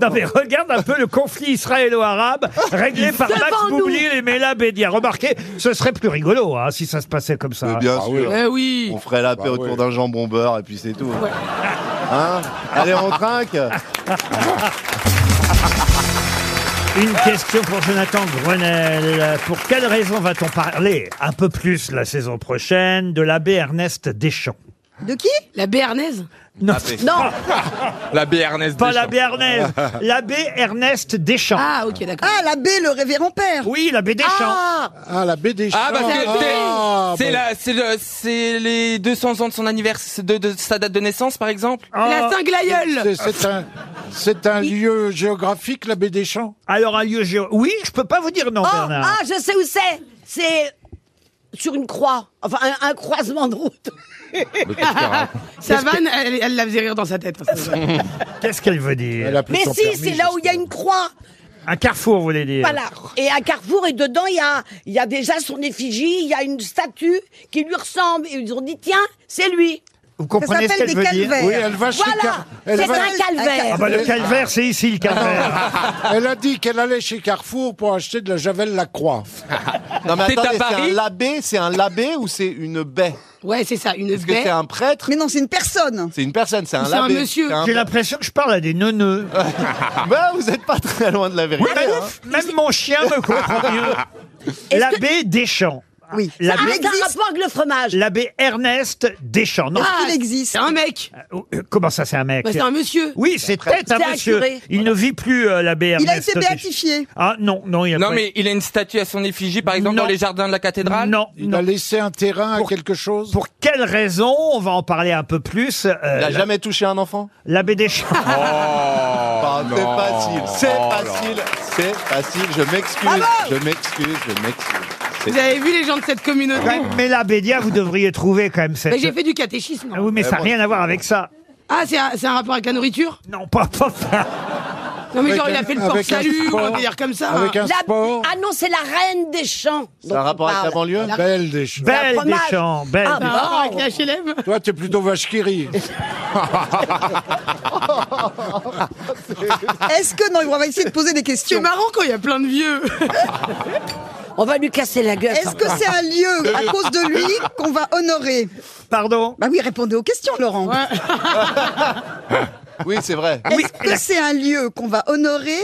Speaker 2: Non mais regarde un peu le conflit israélo-arabe réglé par Max
Speaker 4: Devant nous.
Speaker 2: Boublil et Mela Beldia. Remarquez, ce serait plus rigolo hein, si ça se passait comme ça.
Speaker 3: Mais bien
Speaker 7: Ah
Speaker 3: sûr.
Speaker 7: oui.
Speaker 6: Eh oui.
Speaker 3: On ferait la paix
Speaker 7: Bah
Speaker 3: autour
Speaker 7: ouais.
Speaker 3: d'un jambon beurre et puis c'est tout. Hein Allez, on trinque.
Speaker 2: Une question pour Jonathan Grenel. Pour quelle raison va-t-on parler un peu plus la saison prochaine de l'abbé Ernest Deschamps
Speaker 9: De qui
Speaker 6: La béarnaise
Speaker 2: Non,
Speaker 4: Non.
Speaker 8: La béarnaise
Speaker 2: pas
Speaker 8: des
Speaker 2: l'abbé Ernest.
Speaker 8: Ah, bah,
Speaker 2: L'abbé Ernest Deschamps.
Speaker 6: Ah, ok, d'accord.
Speaker 9: Ah, l'abbé, le révérend père.
Speaker 2: Oui, l'abbé Deschamps.
Speaker 7: Ah, la BD
Speaker 8: Ah
Speaker 7: Champs.
Speaker 8: parce que t'es-
Speaker 7: Ah,
Speaker 8: c'est
Speaker 7: bah,
Speaker 8: la- c'est le- c'est les 200 ans de son anniversaire de, de sa date de naissance par exemple.
Speaker 2: Ah.
Speaker 6: La Saint-Glaïeul
Speaker 7: c'est- C'est un, c'est un lieu géographique, la BD Champs.
Speaker 2: Alors un lieu géo. Oui, je peux pas vous dire non,
Speaker 4: Oh,
Speaker 2: Bernard.
Speaker 4: ah, je sais où c'est. C'est sur une croix. Enfin, un, un croisement de route.
Speaker 6: Sa vanne, elle, elle la faisait rire dans sa tête. hein, ça.
Speaker 2: Qu'est-ce qu'elle veut
Speaker 7: Elle
Speaker 2: dire
Speaker 7: a plus
Speaker 4: Mais
Speaker 7: son
Speaker 4: si,
Speaker 7: permis,
Speaker 4: c'est là où il y a une croix.
Speaker 2: Un carrefour, vous voulez dire
Speaker 4: Voilà. Et à Carrefour, et dedans, il y a, il y a déjà son effigie, il y a une statue qui lui ressemble. Et ils ont dit, tiens, c'est lui.
Speaker 2: Vous comprenez ce
Speaker 9: s'appelle
Speaker 2: qu'elle
Speaker 9: des
Speaker 2: veut dire
Speaker 9: calvaires.
Speaker 7: Oui, elle va chez
Speaker 4: Voilà,
Speaker 7: Car- elle
Speaker 4: c'est
Speaker 7: va-
Speaker 4: un calvaire.
Speaker 2: Ah bah le calvaire, c'est ici le calvaire.
Speaker 7: Elle a dit qu'elle allait chez Carrefour pour acheter de la Javel Lacroix.
Speaker 3: Non mais
Speaker 8: T'es
Speaker 3: attendez,
Speaker 8: à
Speaker 3: c'est un
Speaker 8: Paris
Speaker 3: labé, c'est un labé ou c'est une baie
Speaker 6: Ouais, c'est ça, une
Speaker 3: Est-ce que
Speaker 6: baie.
Speaker 3: c'est un prêtre
Speaker 9: Mais non, c'est une personne.
Speaker 3: C'est une personne, c'est un
Speaker 6: C'est un
Speaker 3: labé.
Speaker 6: monsieur.
Speaker 3: C'est un-
Speaker 2: J'ai l'impression que je parle à des neuneux.
Speaker 3: Bah, vous n'êtes pas très loin de la vérité. hein.
Speaker 2: Même mon chien me comprend mieux. L'abbé Deschamps.
Speaker 9: Oui.
Speaker 4: Ah,
Speaker 2: L'abbé
Speaker 4: c'est un rapport avec le fromage.
Speaker 2: L'abbé Ernest Deschamps. Non.
Speaker 9: Ah, il existe.
Speaker 6: C'est un mec.
Speaker 2: Euh, euh, Comment ça, c'est un mec
Speaker 6: Bah, c'est un monsieur.
Speaker 2: Oui, c'est peut-être
Speaker 4: C'est
Speaker 2: un
Speaker 4: un
Speaker 2: monsieur.
Speaker 4: curé.
Speaker 2: Il ne vit plus, euh, l'abbé
Speaker 9: Il
Speaker 2: Ernest.
Speaker 9: a été
Speaker 2: Deschamps.
Speaker 9: béatifié.
Speaker 2: Ah non, non, il a
Speaker 8: Non
Speaker 2: pas-
Speaker 8: mais il a une statue à son effigie par exemple
Speaker 2: Non.
Speaker 8: dans les jardins de la cathédrale.
Speaker 2: Non,
Speaker 7: Il
Speaker 2: non.
Speaker 7: a laissé un terrain
Speaker 2: Pour-
Speaker 7: à quelque chose.
Speaker 2: Pour quelle raison On va en parler un peu plus. euh,
Speaker 3: Il a
Speaker 2: la-
Speaker 3: jamais touché un enfant
Speaker 2: L'abbé Deschamps.
Speaker 7: Oh,
Speaker 3: Ah, C'est
Speaker 8: non.
Speaker 3: facile, c'est
Speaker 8: Oh là.
Speaker 3: facile, c'est facile. Je m'excuse,
Speaker 6: Ah
Speaker 3: je m'excuse, je m'excuse.
Speaker 6: Vous avez vu les gens de cette communauté
Speaker 2: Quand même, mais l'abbé Dia, vous devriez trouver quand même cette.
Speaker 6: Bah, J'ai fait du catéchisme. moi.
Speaker 7: Eh,
Speaker 3: Eh,
Speaker 2: Ah oui, mais ça n'a rien à voir avec ça.
Speaker 6: Ah, c'est un, c'est un rapport avec la nourriture
Speaker 2: Non, pas, pas ça.
Speaker 6: Non, mais
Speaker 7: Avec
Speaker 6: genre, il
Speaker 7: un-
Speaker 6: a fait le fort
Speaker 7: avec un
Speaker 6: salut,
Speaker 7: sport,
Speaker 6: on va dire comme ça.
Speaker 7: avec
Speaker 6: hein.
Speaker 7: un
Speaker 4: La-
Speaker 7: sport,
Speaker 4: Ah non, c'est la reine des champs.
Speaker 3: C'est un rapport avec la banlieue
Speaker 7: belle des choses.
Speaker 2: Belle
Speaker 4: fromage.
Speaker 2: des champs, belle.
Speaker 4: Ah,
Speaker 2: des-
Speaker 4: bah.
Speaker 6: Ah, avec la HLM.
Speaker 7: Toi, t'es plutôt vache qui rit.
Speaker 9: Est-ce que. Non, on va essayer de poser des
Speaker 6: C'est
Speaker 9: questions.
Speaker 6: marrant quand il y a plein de vieux.
Speaker 4: On va lui casser la gueule.
Speaker 9: Est-ce que c'est un lieu, à cause de lui, qu'on va honorer
Speaker 2: Pardon
Speaker 9: Bah oui, répondez aux questions, Laurent.
Speaker 3: Oui, c'est vrai.
Speaker 9: Est-ce que c'est un lieu qu'on va honorer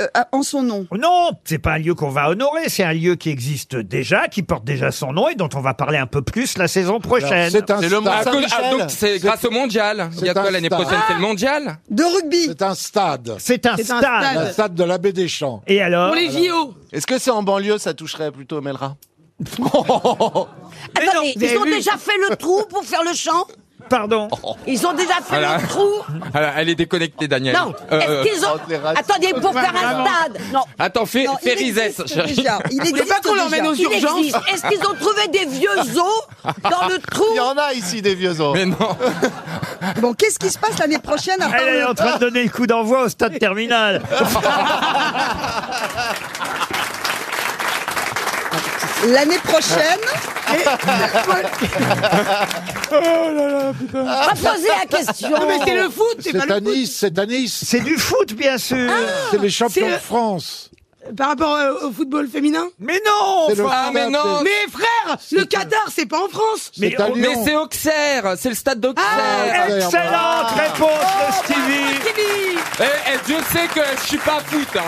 Speaker 9: euh, à- en son nom
Speaker 2: Non, c'est pas un lieu qu'on va honorer, c'est un lieu qui existe déjà, qui porte déjà son nom et dont on va parler un peu plus la saison prochaine.
Speaker 7: C'est un
Speaker 8: C'est le
Speaker 7: stade.
Speaker 8: Ah, cause- ah, donc c'est grâce au mondial. Il y a
Speaker 7: c'est
Speaker 8: quoi
Speaker 7: un
Speaker 8: l'année
Speaker 7: star.
Speaker 8: prochaine C'est
Speaker 2: Ah.
Speaker 8: le mondial
Speaker 9: De rugby
Speaker 7: C'est un stade.
Speaker 2: C'est un,
Speaker 6: C'est un
Speaker 2: stade.
Speaker 6: stade.
Speaker 7: Un stade de l'abbé des Champs.
Speaker 2: Et alors
Speaker 6: Pour les JO.
Speaker 3: Est-ce que c'est en banlieue, ça toucherait plutôt Melra
Speaker 2: Mais non,
Speaker 4: Attendez,
Speaker 2: vous
Speaker 4: ils
Speaker 2: avez
Speaker 4: ont
Speaker 2: vu
Speaker 4: déjà fait le trou pour faire le chant
Speaker 2: Pardon.
Speaker 4: Ils ont déjà fait
Speaker 8: Voilà.
Speaker 4: le trou
Speaker 8: Ah, Elle est déconnectée, Daniel.
Speaker 4: Non.
Speaker 8: Euh, euh,
Speaker 4: Est-ce qu'ils ont...
Speaker 3: entre les races.
Speaker 4: Attendez, pour faire un stade Non.
Speaker 8: Attends, fais,
Speaker 9: Non,
Speaker 8: fais
Speaker 9: il
Speaker 8: Rizès,
Speaker 9: existe
Speaker 8: chérie.
Speaker 9: déjà. Il
Speaker 6: voulez
Speaker 9: existe
Speaker 6: pas qu'on
Speaker 9: déjà.
Speaker 6: l'emmène aux
Speaker 4: Il
Speaker 6: urgences
Speaker 4: existe. Est-ce qu'ils ont trouvé des vieux os dans le trou
Speaker 3: Il y en a ici des vieux os.
Speaker 8: Mais non.
Speaker 9: Bon, qu'est-ce qui se passe l'année prochaine à part
Speaker 2: Elle est
Speaker 9: le-
Speaker 2: en train de donner le coup d'envoi au stade terminal.
Speaker 9: l'année prochaine
Speaker 2: Oh
Speaker 4: Pas poser la question.
Speaker 6: Non, Ah, mais c'est le foot, c'est
Speaker 7: C'est
Speaker 6: pas le
Speaker 7: à
Speaker 6: foot. Ah,
Speaker 7: Nice, c'est à Nice.
Speaker 2: C'est du foot, bien sûr.
Speaker 7: C'est les champions
Speaker 6: c'est-
Speaker 7: de France.
Speaker 6: Par rapport euh, au football féminin.
Speaker 2: Mais non
Speaker 7: C'est le
Speaker 8: Ah, mais
Speaker 7: stade.
Speaker 8: non.
Speaker 6: Mais frère, le Qatar, c'est pas en France.
Speaker 2: Mais
Speaker 7: C'est à
Speaker 2: on-
Speaker 7: Lyon.
Speaker 8: Mais c'est Auxerre, c'est le stade d'Auxerre. Ah.
Speaker 2: Excellente réponse de
Speaker 6: Ah,
Speaker 2: Stevie
Speaker 6: Stevie.
Speaker 8: Eh, eh, Dieu sait que je suis pas foot. Hein.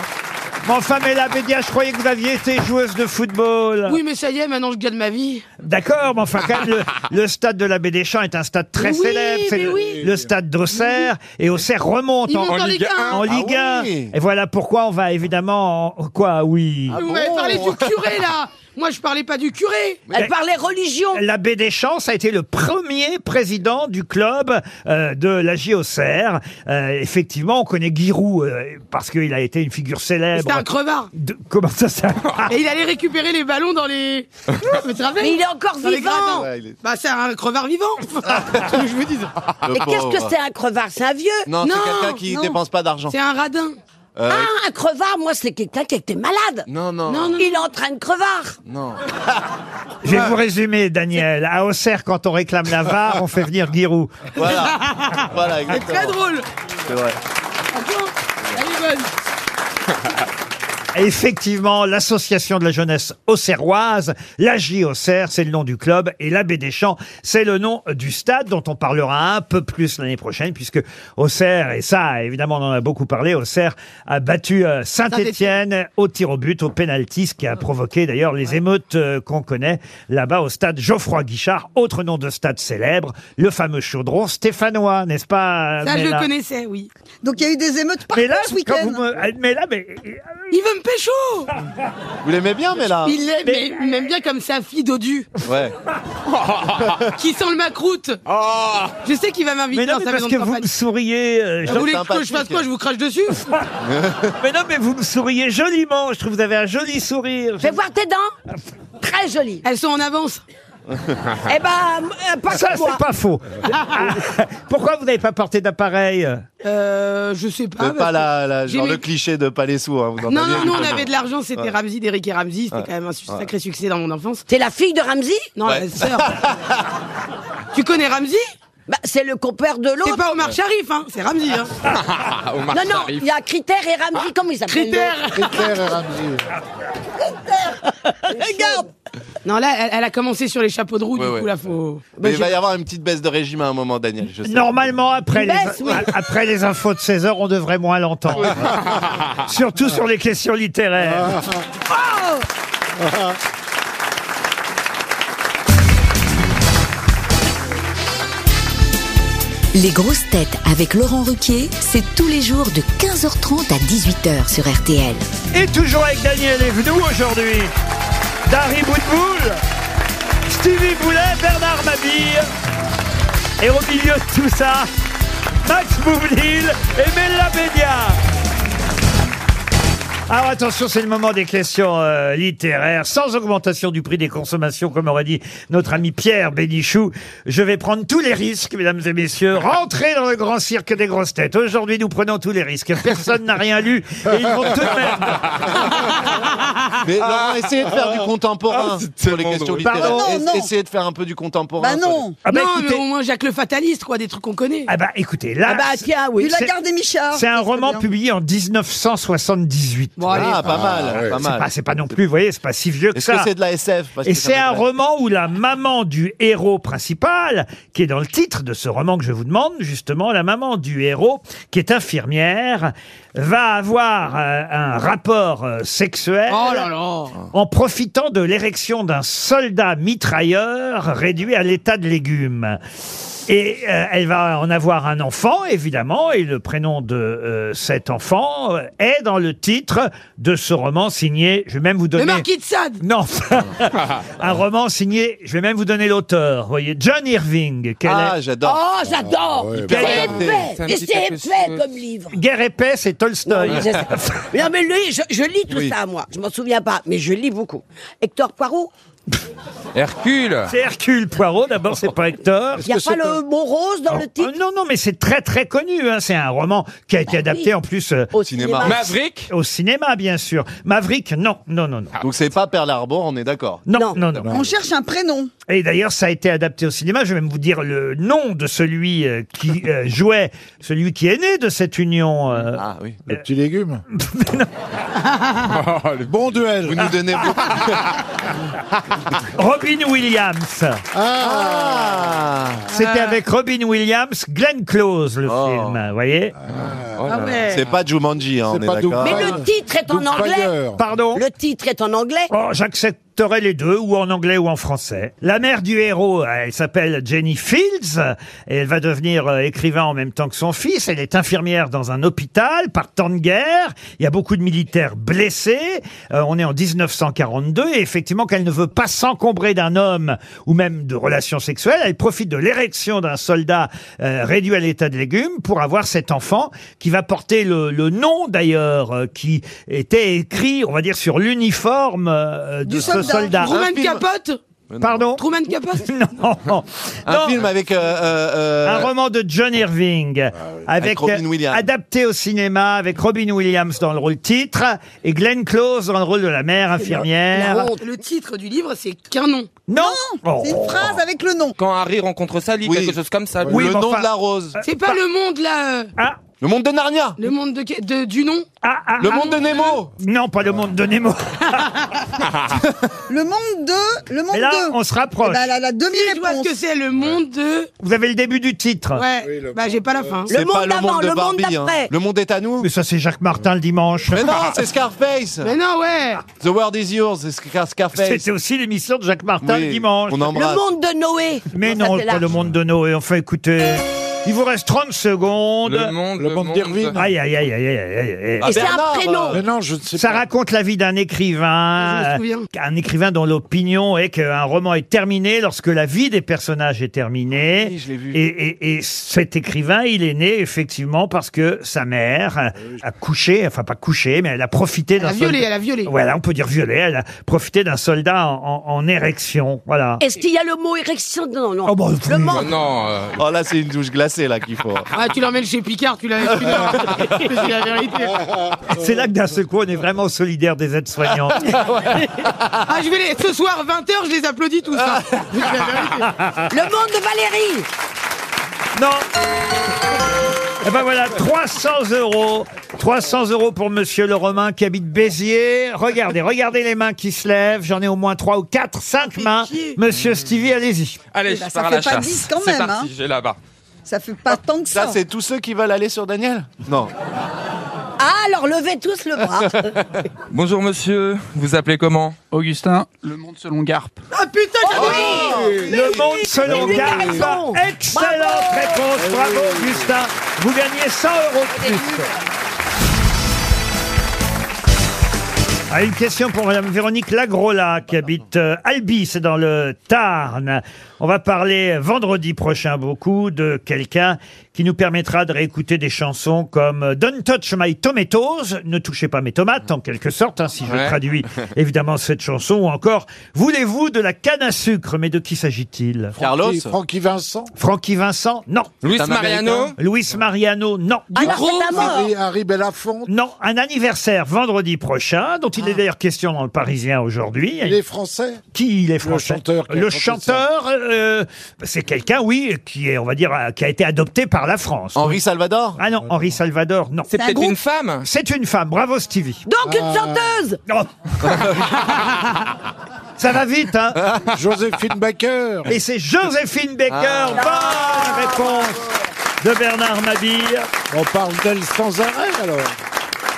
Speaker 2: Mais enfin, Mella Bédia, je croyais que vous aviez été joueuse de football.
Speaker 6: Oui, mais ça y est, maintenant je gagne ma vie.
Speaker 2: D'accord, mais enfin, quand même, le, le stade de l'Abbé des Champs est un stade très
Speaker 6: Mais oui,
Speaker 2: célèbre. C'est
Speaker 6: mais
Speaker 2: le,
Speaker 6: oui.
Speaker 2: le stade d'Auxerre. Et Auxerre remonte
Speaker 6: Ils
Speaker 2: en,
Speaker 6: montent dans les
Speaker 8: Ligue
Speaker 6: gains.
Speaker 2: en Ligue 1.
Speaker 3: Ah oui. Ah
Speaker 2: Et voilà pourquoi on va évidemment. en- Quoi, ah oui.
Speaker 6: Vous m'avez parlé du curé, là. Moi, je parlais pas du curé.
Speaker 4: Elle parlait religion.
Speaker 2: L'abbé Deschamps ça a été le premier président du club euh, de la JOCR. Euh, effectivement, on connaît Giroud euh, parce qu'il a été une figure célèbre.
Speaker 6: C'était un crevard.
Speaker 2: De- Comment ça, ça
Speaker 6: Et il allait récupérer les ballons dans les. Mais tu te rappelles
Speaker 4: Mais il est encore
Speaker 6: Dans les
Speaker 4: vivant.
Speaker 6: gradins.
Speaker 3: Ouais, il est-
Speaker 6: Bah, c'est un crevard vivant. C'est ce que je me dis.
Speaker 3: Le
Speaker 4: Mais qu'est-ce que
Speaker 3: pauvre.
Speaker 4: c'est un crevard C'est un vieux
Speaker 3: Non,
Speaker 6: Non,
Speaker 3: c'est quelqu'un qui
Speaker 6: non.
Speaker 3: dépense pas d'argent.
Speaker 6: C'est un radin.
Speaker 3: Euh,
Speaker 4: Ah, un crevard, moi, c'est quelqu'un qui était malade.
Speaker 3: Non, non,
Speaker 6: Non,
Speaker 3: non.
Speaker 6: non.
Speaker 4: Il est en train de crevard.
Speaker 2: Je vais vous résumer, Daniel. À Auxerre, quand on réclame la VAR, on fait venir Giroud.
Speaker 3: Voilà, voilà, exactement.
Speaker 6: Très drôle.
Speaker 3: C'est vrai.
Speaker 6: Attends, elle est bonne.
Speaker 2: Effectivement, l'association de la jeunesse auxerroise, la Auxerre, c'est le nom du club, et l'abbé Deschamps, c'est le nom du stade dont on parlera un peu plus l'année prochaine, puisque Auxerre, et ça, évidemment, on en a beaucoup parlé, Auxerre a battu euh, Saint-Étienne au tir au but, au pénalty, ce qui a provoqué d'ailleurs les émeutes euh, qu'on connaît là-bas au stade Geoffroy Guichard, autre nom de stade célèbre, le fameux chaudron stéphanois, n'est-ce pas
Speaker 6: Ça, je
Speaker 2: Mella
Speaker 6: le connaissais, oui.
Speaker 9: Donc il y a eu des émeutes partout
Speaker 2: Mais là,
Speaker 9: ce
Speaker 2: quand vous
Speaker 9: week-end.
Speaker 2: me- mais là, mais
Speaker 6: Il veut me pécho
Speaker 3: Vous l'aimez bien, mais là.
Speaker 6: Il l'aime, mais il m'aime bien comme sa fille Dodu,
Speaker 3: Ouais.
Speaker 6: qui sent le macroute. Je sais qu'il va m'inviter
Speaker 2: Mais non,
Speaker 6: dans
Speaker 2: mais
Speaker 6: sa
Speaker 2: parce
Speaker 6: maison de
Speaker 2: que vous
Speaker 6: campagne. Ah,
Speaker 2: me souriez. euh,
Speaker 6: Vous
Speaker 2: jo-
Speaker 6: voulez que je
Speaker 3: sympathique.
Speaker 6: fasse quoi Je vous crache dessus
Speaker 2: mais non, mais vous me souriez joliment. Oh, Je trouve que vous avez un joli sourire.
Speaker 4: Fais voir tes dents. Très joli.
Speaker 6: Elles sont en avance.
Speaker 4: Eh ben, euh, pas
Speaker 2: Ça,
Speaker 4: que moi.
Speaker 2: c'est pas faux. Ah, Pourquoi vous n'avez pas porté d'appareil
Speaker 6: Euh, je sais
Speaker 3: C'est
Speaker 6: pas.
Speaker 3: pas
Speaker 6: parce
Speaker 3: la, la-
Speaker 6: j'ai
Speaker 3: genre
Speaker 6: mis-
Speaker 3: le cliché de pas les sous. Hein, vous
Speaker 6: que-
Speaker 3: en
Speaker 6: Non,
Speaker 3: aviez
Speaker 6: non, nous
Speaker 3: vu
Speaker 6: on
Speaker 3: que
Speaker 6: avait de l'argent, c'était Ramsey d'Eric et Ramsey, c'était quand même un su- sacré succès dans mon enfance.
Speaker 4: T'es la fille de Ramsey
Speaker 6: Non, la sœur. tu connais Ramsey
Speaker 4: bah, C'est le compère de
Speaker 6: C'est
Speaker 4: l'autre.
Speaker 6: pas Omar Sharif, hein, c'est Ramsey. Hein. Ah.
Speaker 8: Ah, Omar
Speaker 4: Non, non,
Speaker 8: Sharif.
Speaker 4: il y a Critère et Ramsey. Comment ils s'appellent
Speaker 6: Critère
Speaker 7: Hitler et Ramsey.
Speaker 4: l'autre Regarde.
Speaker 6: Non, là, elle, elle a commencé sur les chapeaux de roue,
Speaker 8: Ouais,
Speaker 6: du coup,
Speaker 8: ouais.
Speaker 6: là, faut.
Speaker 3: Mais il va y avoir une petite baisse de régime à un moment, Daniel. Je sais.
Speaker 2: Normalement, après
Speaker 4: Une
Speaker 2: les,
Speaker 4: baisse, oui.
Speaker 2: après les infos de 16 heures, on devrait moins l'entendre. Surtout sur les questions littéraires.
Speaker 6: Ah.
Speaker 5: Les grosses têtes avec Laurent Ruquier, c'est tous les jours de 15h30 à 18h sur RTL.
Speaker 2: Et toujours avec Daniel Evenou aujourd'hui. Dari Boudboul, Stevie Boulet, Bernard Mabille. Et au milieu de tout ça, Max Boublil et Mella Bédia. Alors attention, c'est le moment des questions euh, littéraires. Sans augmentation du prix des consommations, comme aurait dit notre ami Pierre Bénichou, je vais prendre tous les risques, mesdames et messieurs. Rentrez dans le grand cirque des grosses têtes. Aujourd'hui, nous prenons tous les risques. Personne n'a rien lu et ils vont tout de même
Speaker 3: Mais non, essayez de faire du
Speaker 2: Ah,
Speaker 3: contemporain sur les questions littéraires.
Speaker 9: Pardon,
Speaker 4: Bah
Speaker 3: Es-
Speaker 9: non.
Speaker 3: Essayez de faire un peu du
Speaker 9: Bah
Speaker 3: contemporain. sur
Speaker 9: non
Speaker 2: Ah bah
Speaker 6: non, mais
Speaker 2: écoutez,
Speaker 6: au moins Jacques le Fataliste, quoi, des trucs qu'on connaît.
Speaker 2: ah bah écoutez, là,
Speaker 4: Ah bah tiens,
Speaker 9: Du
Speaker 4: oui.
Speaker 2: C'est-
Speaker 9: Lagarde et Michard
Speaker 2: c'est un
Speaker 9: ça serait
Speaker 2: roman
Speaker 9: bien.
Speaker 2: publié en 1978.
Speaker 6: Bon,
Speaker 3: les-
Speaker 6: allez.
Speaker 3: Ah, pas mal, pas
Speaker 2: C'est
Speaker 3: mal.
Speaker 2: pas, c'est pas non plus, vous voyez, c'est pas si vieux que
Speaker 3: Est-ce que
Speaker 2: ça.
Speaker 3: c'est de la SF Parce
Speaker 2: Et
Speaker 3: que ça
Speaker 2: c'est un
Speaker 3: m'intéresse.
Speaker 2: roman où la maman du héros principal, qui est dans le titre de ce roman que je vous demande, justement, la maman du héros, qui est infirmière, va avoir euh, un rapport euh, sexuel
Speaker 6: Oh là là
Speaker 2: en profitant de l'érection d'un soldat mitrailleur réduit à l'état de légume. Et euh, elle va en avoir un enfant, évidemment, et le prénom de euh, cet enfant euh, est dans le titre de ce roman signé, je vais même vous donner...
Speaker 6: Le Marquis de Sade
Speaker 2: Non, un roman signé, je vais même vous donner l'auteur, vous voyez, John Irving. Quelle
Speaker 3: Ah, j'adore.
Speaker 4: Oh, j'adore
Speaker 7: ouais,
Speaker 4: C'est
Speaker 3: bah,
Speaker 4: épais
Speaker 8: c'est un
Speaker 4: Mais
Speaker 8: petit
Speaker 4: c'est
Speaker 8: tapis-
Speaker 4: épais comme livre
Speaker 2: Guerre épaisse et Tolstoï.
Speaker 4: Non, mais je sais. Mais non, mais lui, je, je lis tout
Speaker 3: Oui.
Speaker 4: ça, moi. Je m'en souviens pas, mais je lis beaucoup. Hector Poirot,
Speaker 8: Hercule
Speaker 2: C'est Hercule Poirot, d'abord, c'est pas Hector.
Speaker 4: il n'y a pas le mot rose dans le titre
Speaker 2: Euh, non, non, mais c'est très très connu. hein. C'est un roman qui a été adapté en plus euh,
Speaker 4: Bah au
Speaker 3: cinéma.
Speaker 4: cinéma.
Speaker 8: Maverick
Speaker 2: au cinéma, bien sûr. Maverick, non, non, non, non.
Speaker 3: Donc c'est pas Pearl Harbor, on est d'accord.
Speaker 2: Non, non,
Speaker 4: Non.
Speaker 2: non.
Speaker 9: On cherche un prénom.
Speaker 2: Et d'ailleurs, ça a été adapté au cinéma. Je vais même vous dire le nom de celui euh, qui euh, jouait, celui qui est né de cette union. euh,
Speaker 3: Ah oui.
Speaker 7: Le petit légume. Ah, bon
Speaker 3: Vous
Speaker 7: duel.
Speaker 3: nous donnez beaucoup.
Speaker 2: Robin Williams.
Speaker 3: Ah
Speaker 2: C'était avec Robin Williams, Glenn Close, le
Speaker 3: Oh.
Speaker 2: film. Vous voyez
Speaker 6: Ah ouais.
Speaker 3: C'est pas Jumanji, hein, on
Speaker 7: C'est
Speaker 3: est
Speaker 7: pas
Speaker 3: d'accord.
Speaker 4: Mais
Speaker 7: Dubaï.
Speaker 4: le titre est en
Speaker 7: Doom
Speaker 4: anglais.
Speaker 7: Fire.
Speaker 2: Pardon
Speaker 4: Le titre est en anglais.
Speaker 2: Oh, j'accepterai les deux, ou en anglais ou en français. La mère du héros, euh, elle s'appelle Jenny Fields. et Elle va devenir euh, écrivain en même temps que son fils. Elle est infirmière dans un hôpital par temps de guerre. Il y a beaucoup de militaires blessés. Euh, on est en 1942 et effectivement qu'elle ne veut pas s'encombrer d'un homme ou même de relations sexuelles. Elle profite de l'érection d'un soldat euh, réduit à l'état de légumes pour avoir cet enfant qui va porter le, le nom d'ailleurs euh, qui était écrit, on va dire, sur l'uniforme euh, de
Speaker 9: Du
Speaker 2: ce
Speaker 9: soldat.
Speaker 2: soldat.
Speaker 6: Truman
Speaker 3: Un film.
Speaker 6: Capote
Speaker 2: Pardon
Speaker 6: Truman Capote
Speaker 2: Non, non.
Speaker 3: Un film avec. euh, euh, euh,
Speaker 2: Un
Speaker 3: Ah
Speaker 2: roman de John Irving, avec,
Speaker 3: Avec Robin
Speaker 2: euh,
Speaker 3: Williams.
Speaker 2: adapté au cinéma, avec Robin Williams dans le rôle titre et Glenn Close dans le rôle de la mère
Speaker 6: Eh
Speaker 2: infirmière.
Speaker 6: Le titre du livre, c'est qu'un nom.
Speaker 2: Non,
Speaker 9: C'est une
Speaker 2: Oh.
Speaker 9: phrase avec le nom.
Speaker 8: Quand Harry rencontre Sally,
Speaker 3: Oui.
Speaker 8: quelque chose comme ça.
Speaker 2: Oui,
Speaker 3: le
Speaker 2: mais
Speaker 3: nom
Speaker 2: enfin-
Speaker 3: de la rose.
Speaker 6: C'est pas le monde, là, euh,
Speaker 2: Euh, bah. Ah,
Speaker 3: Le monde de Narnia.
Speaker 6: le monde de, de- du nom
Speaker 2: ah, ah,
Speaker 3: Le
Speaker 2: ah.
Speaker 3: monde de Nemo.
Speaker 2: Non, pas le monde de Nemo.
Speaker 9: Le monde de... Le monde
Speaker 2: Mais là,
Speaker 9: de...
Speaker 2: on se rapproche.
Speaker 9: Eh ben, la, la
Speaker 6: Je vois
Speaker 9: demi-réponse.
Speaker 6: ce que c'est, le monde de...
Speaker 2: Vous avez le début du titre.
Speaker 6: Ouais,
Speaker 7: le
Speaker 6: bah j'ai pas la fin.
Speaker 4: Le
Speaker 3: C'est
Speaker 4: monde
Speaker 3: pas le
Speaker 4: d'avant,
Speaker 3: monde de
Speaker 4: le monde
Speaker 3: Barbie. hein.
Speaker 4: d'après.
Speaker 3: Le monde est à nous.
Speaker 2: Mais ça, c'est Jacques Martin le dimanche.
Speaker 3: Mais non, c'est Scarface.
Speaker 6: Mais non, ouais
Speaker 3: The world is yours, c'est Scar- Scarface.
Speaker 2: C'était aussi l'émission de Jacques Martin
Speaker 3: Oui,
Speaker 2: le dimanche.
Speaker 3: On
Speaker 4: Le
Speaker 3: embrasse.
Speaker 4: monde de Noé.
Speaker 2: Mais
Speaker 4: Ça,
Speaker 2: non,
Speaker 4: c'est
Speaker 2: pas
Speaker 4: là.
Speaker 2: le monde de Noé. Enfin, écoutez, il vous reste 30 secondes.
Speaker 8: Le monde,
Speaker 7: Le monde d'Irving.
Speaker 2: Aïe, aïe, aïe, aïe, aïe, aïe, aïe.
Speaker 3: Ah,
Speaker 4: Et c'est un
Speaker 3: Bernard,
Speaker 4: prénom.
Speaker 10: euh,
Speaker 2: euh,
Speaker 7: Mais non, je ne sais
Speaker 2: Ça
Speaker 7: pas.
Speaker 2: raconte la vie d'un
Speaker 6: Je me
Speaker 2: écrivain,
Speaker 6: souviens.
Speaker 2: euh, un écrivain dont l'opinion est qu'un roman est terminé lorsque la vie des personnages est terminée.
Speaker 3: Oui, je l'ai vu.
Speaker 2: Et, et- et cet écrivain, il est né effectivement parce que sa mère euh, a couché, enfin pas couché, mais elle a profité
Speaker 6: Elle
Speaker 2: d'un
Speaker 6: a violé,
Speaker 2: soldat.
Speaker 6: elle a violé.
Speaker 2: Voilà, on peut dire violée. Elle a profité d'un soldat en, en- en érection. Voilà.
Speaker 4: Est-ce qu'il y a le mot érection Non, non.
Speaker 2: Oh, bah,
Speaker 4: le
Speaker 2: oui.
Speaker 8: Oh
Speaker 4: monde.
Speaker 8: non, euh,
Speaker 3: Oh là, c'est une douche glacée là qu'il faut.
Speaker 6: Ah, tu l'emmènes chez Picard, tu l'as... tu l'as- C'est la vérité.
Speaker 2: C'est là que d'un seul coup, on est vraiment solidaire des aides-soignants.
Speaker 6: Ah, je vais les... Ce soir, 20h, je les applaudis tous. hein. C'est la vérité.
Speaker 4: Le monde de Valérie.
Speaker 2: Non. Eh ben voilà, 300 euros. 300 euros pour Monsieur le Romain qui habite Béziers. Regardez, regardez les mains qui se lèvent. J'en ai au moins trois ou quatre, cinq mains. Monsieur Stevie, allez-y.
Speaker 8: allez,
Speaker 9: Eh ben,
Speaker 8: je
Speaker 9: ça
Speaker 8: pars à
Speaker 9: fait
Speaker 8: la
Speaker 9: pas
Speaker 8: chasse.
Speaker 9: 10 quand
Speaker 8: C'est
Speaker 9: même,
Speaker 8: parti,
Speaker 9: hein.
Speaker 8: j'ai là-bas.
Speaker 9: Ça fait pas tant que ça.
Speaker 3: Ça, c'est tous ceux qui veulent aller sur Daniel Non.
Speaker 4: Ah, alors levez tous le bras.
Speaker 8: Bonjour monsieur, vous appelez comment
Speaker 11: Augustin, le monde selon Garp.
Speaker 6: Ah putain, j'avais
Speaker 2: Le monde selon
Speaker 4: Oh, oui,
Speaker 2: Garp.
Speaker 4: raison.
Speaker 2: Excellente
Speaker 4: Bravo.
Speaker 2: réponse. Bravo, Augustin. Vous gagnez 100 euros de plus. Ah, une question pour Madame Véronique Lagrola qui habite euh, Albi, c'est dans le Tarn. On va parler vendredi prochain beaucoup de quelqu'un qui nous permettra de réécouter des chansons comme euh, Don't Touch My Tomatoes, Ne touchez pas mes tomates, en quelque sorte, hein, si je
Speaker 8: Ouais.
Speaker 2: traduis évidemment cette chanson, ou encore Voulez-vous de la canne à sucre Mais de qui s'agit-il
Speaker 8: Carlos Francky-
Speaker 2: Francky Vincent Francky Vincent Non.
Speaker 8: Luis C'est un Mariano Américain
Speaker 2: Luis Mariano, non.
Speaker 8: Du Alors, Croc c'est un mort.
Speaker 2: Harry, Belafonte Non, un anniversaire vendredi prochain, dont il est d'ailleurs question dans le Parisien aujourd'hui.
Speaker 7: Il est français
Speaker 2: Qui il est français
Speaker 7: chanteur qui a
Speaker 2: Le
Speaker 7: chanté ça.
Speaker 2: chanteur, euh, c'est quelqu'un, oui, qui est, on va dire, euh, qui a été adopté par la France. Henri Salvador Ah non, Henri Salvador, non.
Speaker 8: C'est peut-être une femme
Speaker 2: C'est une femme, bravo Stevie.
Speaker 4: Donc une chanteuse
Speaker 2: Oh. Ça va vite, hein
Speaker 7: Joséphine Baker. Ah.
Speaker 2: Et c'est Joséphine Baker, bonne réponse de Bernard Mabille.
Speaker 7: On parle d'elle sans arrêt alors.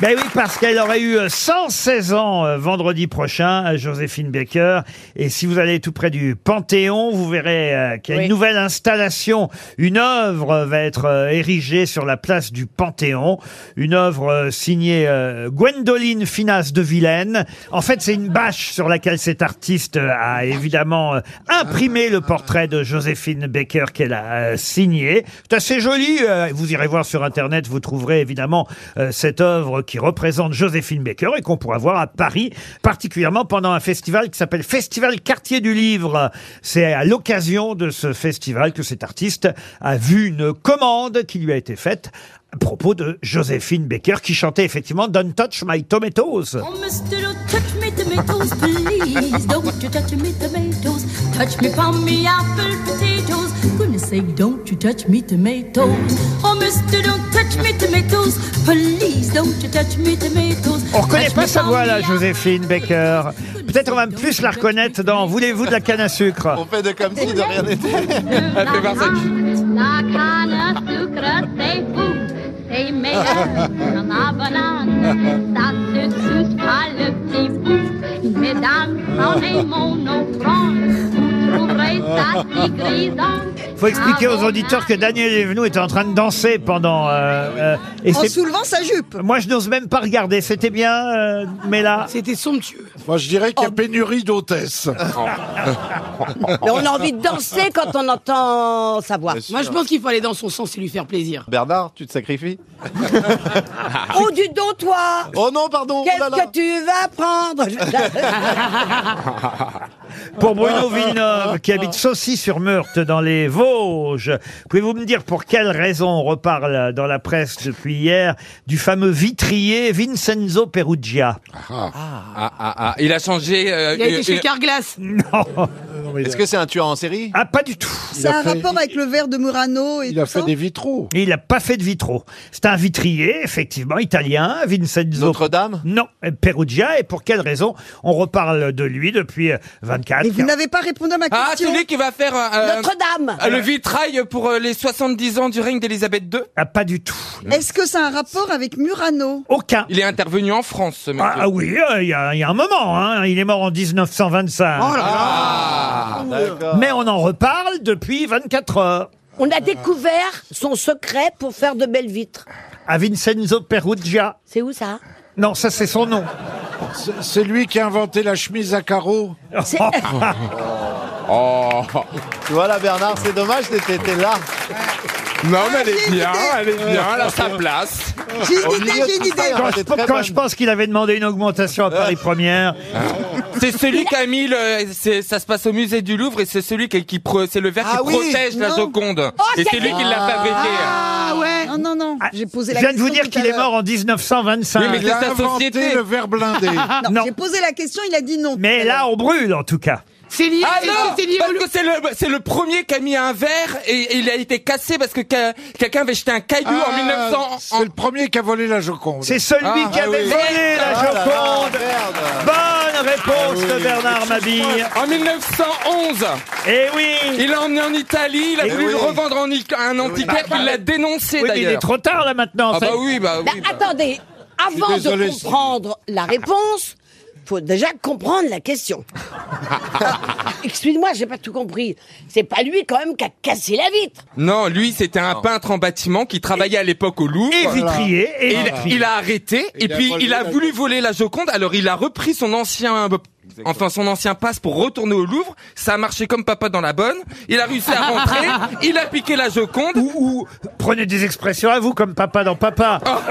Speaker 2: Ben oui, parce qu'elle aurait eu euh, 116 ans euh, vendredi prochain, euh, Joséphine Baker. Et si vous allez tout près du Panthéon, vous verrez euh, qu'il y a une nouvelle installation. Une œuvre euh, va être euh, érigée sur la place du Panthéon. Une œuvre euh, signée euh, Gwendoline Finas de Vilaine. En fait, c'est une bâche sur laquelle cet artiste euh, a évidemment euh, imprimé le portrait de Joséphine Baker qu'elle a euh, signé. C'est assez joli. euh, Vous irez voir sur Internet, vous trouverez évidemment euh, cette œuvre qui représente Joséphine Baker et qu'on pourra voir à Paris, particulièrement pendant un festival qui s'appelle Festival Quartier du Livre. C'est à l'occasion de ce festival que cet artiste a vu une commande qui lui a été faite à propos de Joséphine Baker qui chantait effectivement Don't Touch My Tomatoes.
Speaker 12: Oh, mister, don't touch me tomatoes, please. Don't you touch me tomatoes. Touch me pommy, apple, potatoes. Goodness sake, don't you touch me tomatoes. Oh, mister, don't touch me tomatoes, please. Don't you touch me tomatoes.
Speaker 2: On reconnaît
Speaker 12: Touch
Speaker 2: pas
Speaker 12: me
Speaker 2: sa voix là,
Speaker 12: pommy,
Speaker 2: Joséphine Baker. Peut-être on va plus la reconnaître dans Voulez-vous de la canne à sucre Ah,
Speaker 3: On fait de comme si de rien n'était.
Speaker 2: Elle fait par ça.
Speaker 13: La canne à sucre, c'est fou, c'est meilleur qu'un banane. Ça se suce pas le petit bout. Mesdames, en est mon offrande. Vous trouverez ça si grisant.
Speaker 2: Faut expliquer aux auditeurs que Daniel Evenou était en train de danser pendant.
Speaker 7: Ah
Speaker 2: euh, euh,
Speaker 9: En
Speaker 2: c'est-
Speaker 9: soulevant sa jupe.
Speaker 2: Moi, je n'ose même pas regarder. C'était bien, euh, mais là. C'était somptueux.
Speaker 7: Moi, je dirais qu'il
Speaker 9: Oh.
Speaker 7: y a pénurie d'hôtesses.
Speaker 4: Mais on a envie de danser quand on entend sa voix.
Speaker 6: Moi, je pense qu'il faut aller dans son sens et lui faire plaisir.
Speaker 3: Bernard, tu te sacrifies
Speaker 4: Oh, du don, toi
Speaker 3: Oh non, pardon
Speaker 4: Qu'est-ce que tu vas prendre
Speaker 2: Pour Bruno Villeneuve, qui habite Saucy-sur-Meurthe, dans les Vosges, pouvez-vous me dire pour quelle raison on reparle dans la presse depuis hier du fameux vitrier Vincenzo Perugia
Speaker 8: Ah, ah, ah. Il a changé. euh, euh, euh,
Speaker 2: Carglass Non
Speaker 3: Est-ce que c'est un tueur en série
Speaker 2: Ah, pas du tout
Speaker 9: Ça a un rapport avec le verre de Murano et tout ça
Speaker 2: vitraux. Il n'a pas fait de vitraux. C'est un vitrier, effectivement, italien, Vincenzo. Notre-Dame Non, Perugia. Et pour quelle raison on reparle de lui depuis euh, 24
Speaker 9: Et vous n'avez pas répondu à ma
Speaker 8: Ah,
Speaker 9: question.
Speaker 8: celui qui va faire euh,
Speaker 9: Notre-Dame.
Speaker 8: euh, le vitrail pour euh, les 70 ans du règne d'Élisabeth II
Speaker 2: Ah, pas du tout.
Speaker 9: Est-ce que ça a un rapport avec Murano
Speaker 2: Aucun.
Speaker 8: Il est intervenu en France, ce mec.
Speaker 2: Ah, ah oui, euh, il y, a il y a un moment, hein. il est mort en 1925.
Speaker 9: Oh
Speaker 8: Ah,
Speaker 9: Ah,
Speaker 2: Mais on en reparle depuis 24 heures.
Speaker 4: On a découvert son secret pour faire de belles vitres.
Speaker 2: À Vincenzo Perugia.
Speaker 4: C'est où ça
Speaker 2: Non, ça c'est son nom.
Speaker 7: C'est- C'est lui qui a inventé la chemise à carreaux.
Speaker 4: C'est-
Speaker 8: Oh.
Speaker 3: Tu vois là, Bernard, c'est dommage, t'étais t'étais là.
Speaker 8: Non, mais elle est bien, elle est bien, elle a sa place.
Speaker 9: J'ai une idée, j'ai une
Speaker 2: Quand je, quand je pense qu'il avait demandé une augmentation à
Speaker 8: Euh.
Speaker 2: Paris Première,
Speaker 8: C'est celui qui a mis le. c'est- Ça se passe au musée du Louvre et c'est celui qui, qui pro- c'est le verre qui
Speaker 9: Ah oui,
Speaker 8: protège la
Speaker 9: non. Oh,
Speaker 8: Joconde. et c'est lui qui l'a fabriqué.
Speaker 9: Ah ouais Non, non, non. J'ai posé
Speaker 2: je
Speaker 9: la
Speaker 2: viens de
Speaker 9: question.
Speaker 2: vous dire
Speaker 9: tout
Speaker 2: qu'il
Speaker 9: à
Speaker 2: est
Speaker 9: l'heure.
Speaker 2: mort en 1925.
Speaker 8: Oui, mais Il a c'est sa inventé société. le
Speaker 2: verre
Speaker 7: blindé.
Speaker 9: Non,
Speaker 2: non.
Speaker 9: j'ai posé la question, il a dit non.
Speaker 2: Mais là, on brûle en tout cas.
Speaker 6: C'est lié,
Speaker 8: Ah
Speaker 6: c'est-
Speaker 8: non,
Speaker 6: c'est lié
Speaker 8: parce que c'est le, c'est le premier qui a mis un verre et, et il a été cassé parce que ca- quelqu'un avait jeté un caillou
Speaker 7: Ah,
Speaker 8: en 1900.
Speaker 7: C'est le premier qui a volé la Joconde.
Speaker 2: C'est celui
Speaker 8: Ah,
Speaker 2: qui
Speaker 8: ah
Speaker 2: avait
Speaker 8: oui.
Speaker 2: volé la
Speaker 8: Ah là là,
Speaker 2: Joconde. Bonne réponse de Bernard Mabille.
Speaker 8: En 1911
Speaker 2: Eh oui
Speaker 8: Il l'a emmené en Italie, il a
Speaker 2: Eh
Speaker 8: voulu
Speaker 2: oui.
Speaker 8: le revendre en Ica- un antiquaire, il l'a dénoncé
Speaker 2: Oui, mais il est
Speaker 8: d'ailleurs.
Speaker 2: trop tard là maintenant.
Speaker 8: Ah
Speaker 2: ça-
Speaker 8: bah oui, bah
Speaker 4: Bah,
Speaker 8: oui.
Speaker 4: attendez, avant
Speaker 8: Je suis désolé,
Speaker 4: de comprendre la réponse, faut déjà comprendre la question. Ah, Excuse-moi, j'ai pas tout compris. C'est pas lui quand même qui a cassé la vitre.
Speaker 8: Non, lui, c'était un peintre en bâtiment qui travaillait à l'époque au Louvre.
Speaker 2: Et vitrier, et
Speaker 8: Et il,
Speaker 2: vitrier.
Speaker 8: il a arrêté, et
Speaker 7: a
Speaker 8: puis
Speaker 7: volé
Speaker 8: il a
Speaker 7: la
Speaker 8: voulu voler la Joconde, alors il a repris son ancien euh, Enfin, son ancien passe pour retourner au Louvre, ça a marché comme papa dans la bonne. Il a réussi à rentrer, il a piqué la Joconde.
Speaker 2: Ou, prenez des expressions à vous, comme papa dans papa.
Speaker 8: bah.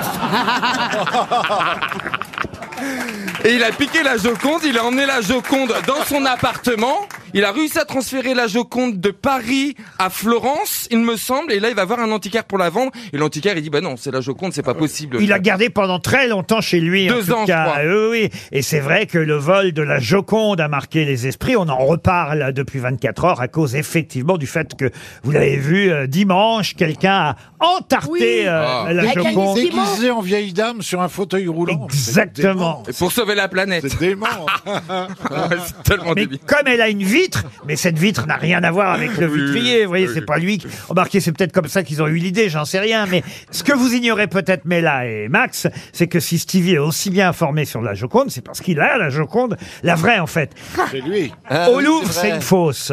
Speaker 8: Et il a piqué la Joconde, il a emmené la Joconde dans son appartement. Il a réussi à transférer la Joconde de Paris à Florence, il me semble. Et là, il va voir un antiquaire pour la vendre. Et l'antiquaire, il dit, bah non, c'est la Joconde, c'est pas possible.
Speaker 2: Il a gardé pendant très longtemps chez lui.
Speaker 8: Deux
Speaker 2: en tout
Speaker 8: ans, je
Speaker 2: cas.
Speaker 8: crois.
Speaker 2: Euh, Oui, oui. Et c'est vrai que le vol de la Joconde a marqué les esprits. On en reparle depuis 24 heures à cause effectivement du fait que, vous l'avez vu, euh, dimanche, quelqu'un a entarté euh,
Speaker 8: Ah.
Speaker 2: la Joconde.
Speaker 7: Déguisé en vieille dame sur un fauteuil roulant.
Speaker 2: Exactement.
Speaker 8: Et pour sauver la planète. C'est
Speaker 7: dément.
Speaker 8: c'est tellement
Speaker 2: Mais
Speaker 8: débile.
Speaker 2: comme elle a une vitre, mais cette vitre n'a rien à voir avec le
Speaker 8: Oui,
Speaker 2: vitrier, vous voyez,
Speaker 8: oui.
Speaker 2: c'est pas lui. qui- Remarquez, c'est peut-être comme ça qu'ils ont eu l'idée, j'en sais rien, mais ce que vous ignorez peut-être, Mela et Max, c'est que si Stevie est aussi bien informé sur la Joconde, c'est parce qu'il a la Joconde, la vraie en fait.
Speaker 7: C'est lui.
Speaker 8: Ah
Speaker 2: Au Louvre, Ah, c'est une fausse.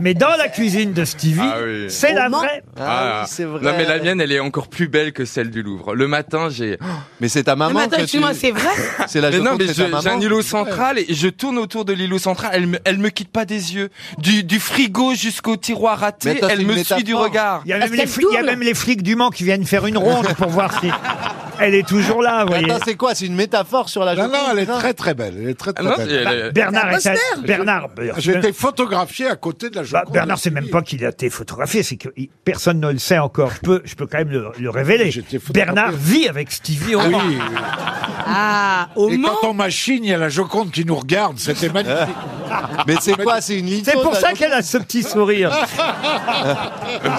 Speaker 2: Mais dans la cuisine de Stevie,
Speaker 8: Ah oui.
Speaker 2: c'est la vraie.
Speaker 8: Ah, Non, mais la mienne, elle est encore plus belle que celle du Louvre. Le matin, j'ai. Mais c'est ta
Speaker 6: maman matin, que tu- excuse-moi, c'est vrai
Speaker 8: C'est
Speaker 6: C'est
Speaker 8: la
Speaker 6: la
Speaker 8: mais non,
Speaker 6: Joconde,
Speaker 8: mais
Speaker 6: c'est
Speaker 8: je-
Speaker 6: ta maman
Speaker 8: j'ai un îlot central et je tourne autour de l'îlot central. Elle me, elle me quitte pas des yeux. Du, du frigo jusqu'au tiroir à thé, elle me suit du regard.
Speaker 2: Il y, a même les flics, il y a même les flics du Mans qui viennent faire une ronde pour voir si elle est toujours là. Vous voyez.
Speaker 3: Attends, c'est quoi C'est une métaphore sur la
Speaker 7: Non, non, elle est
Speaker 3: putain.
Speaker 7: très très belle. Elle est très très
Speaker 2: Ah non,
Speaker 7: belle.
Speaker 2: elle est- Bah, Bernard est- Poster. Bernard-
Speaker 7: J'ai été photographié à côté de la
Speaker 2: Bah,
Speaker 7: Joconde.
Speaker 2: Bernard, c'est même pas qu'il a été photographié, c'est que il- personne ne le sait encore. Je peux, je peux quand même le, le révéler. Bernard vit avec Stevie au
Speaker 7: Ah oui,
Speaker 2: Mans.
Speaker 7: oui.
Speaker 6: Ah, au
Speaker 7: Et quand on machine, il y a la Joconde qui nous regarde. C'était magnifique. Ah,
Speaker 3: Mais c'est quoi C'est une
Speaker 2: C'est pour ça qu'elle a ce petit sourire.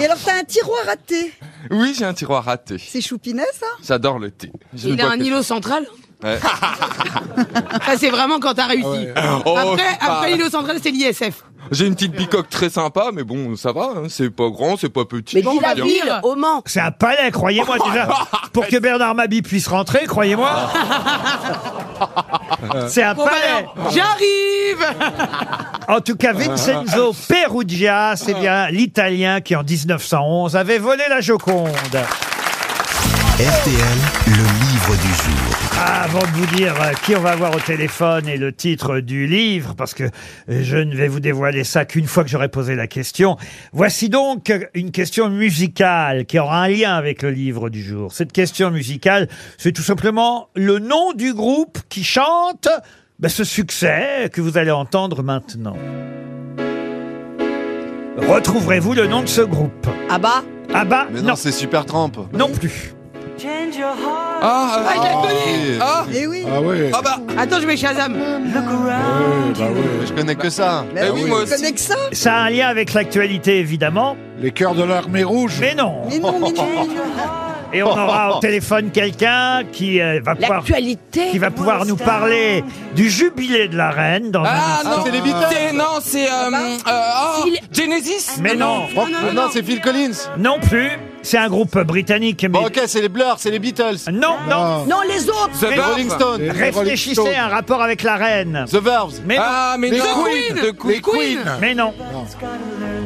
Speaker 9: Et alors, t'as un tiroir à thé.
Speaker 8: Oui, j'ai un tiroir à thé.
Speaker 9: C'est choupinet, ça
Speaker 8: J'adore le thé. Je ne
Speaker 6: Il a
Speaker 8: bois
Speaker 6: un
Speaker 8: que
Speaker 6: îlot central.
Speaker 8: ça. Ouais.
Speaker 6: Ça, c'est vraiment quand t'as réussi.
Speaker 8: Oh,
Speaker 6: Après,
Speaker 8: c'est pas-
Speaker 6: après l'îlot central, c'est l'ISF.
Speaker 8: J'ai une petite bicoque très sympa, mais bon, ça va. hein. C'est pas grand, c'est pas
Speaker 6: dis
Speaker 8: petit.
Speaker 6: la
Speaker 8: Bien.
Speaker 6: ville,
Speaker 4: au Mans.
Speaker 2: C'est un palais, croyez-moi déjà. Pour que Bernard Mabi puisse rentrer, croyez-moi. C'est un
Speaker 6: Bon, bah,
Speaker 2: palais.
Speaker 6: alors, J'arrive
Speaker 2: En tout cas, Vincenzo Perugia, c'est bien l'Italien qui en 1911 avait volé la Joconde.
Speaker 1: RTL, le livre du jour.
Speaker 2: Ah, Avant de vous dire euh, qui on va voir au téléphone et le titre du livre, parce que je ne vais vous dévoiler ça qu'une fois que j'aurai posé la question, voici donc une question musicale qui aura un lien avec le livre du jour. Cette question musicale, c'est tout simplement le nom du groupe qui chante bah, ce succès que vous allez entendre maintenant. Retrouverez-vous le nom de ce groupe
Speaker 8: bah.
Speaker 4: Abba
Speaker 2: Abba
Speaker 3: Mais non, c'est super trempe.
Speaker 2: Ah bah, Non plus.
Speaker 8: Ah,
Speaker 6: Ah, je la
Speaker 3: oui.
Speaker 6: connais Ah
Speaker 9: Eh oui.
Speaker 7: Ah ouais.
Speaker 8: Ah bah
Speaker 6: Attends, je mets Shazam
Speaker 3: Eh Je connais que ça.
Speaker 8: Eh oui, moi
Speaker 9: Tu
Speaker 8: aussi.
Speaker 9: connais que ça
Speaker 2: Ça a un lien avec l'actualité, évidemment.
Speaker 7: Les cœurs de l'armée rouge.
Speaker 2: Mais non
Speaker 9: Mais non, mais non.
Speaker 2: Et on aura au téléphone quelqu'un qui euh, va pouvoir,
Speaker 4: L'actualité
Speaker 2: qui va pouvoir nous parler du jubilé de la reine dans un
Speaker 8: Ah
Speaker 2: instant.
Speaker 8: non,
Speaker 3: c'est les Beatles.
Speaker 8: c'est- Non, c'est euh, euh, oh, Genesis.
Speaker 2: Mais non,
Speaker 3: Oh, non, c'est Phil Collins.
Speaker 2: non plus. C'est un groupe britannique, mais...
Speaker 3: Bon, ok, c'est les Blurs, c'est les Beatles. Ah.
Speaker 2: Non, non.
Speaker 4: Non, les autres
Speaker 8: The
Speaker 2: Mais-
Speaker 8: Verve.
Speaker 3: Rolling Stone,
Speaker 2: Réfléchissez à un rapport avec la reine.
Speaker 3: The Verbs.
Speaker 2: Mais non.
Speaker 8: Ah mais
Speaker 7: Les
Speaker 8: non.
Speaker 7: Queen.
Speaker 8: The Queen.
Speaker 7: Les Queen.
Speaker 2: Mais non.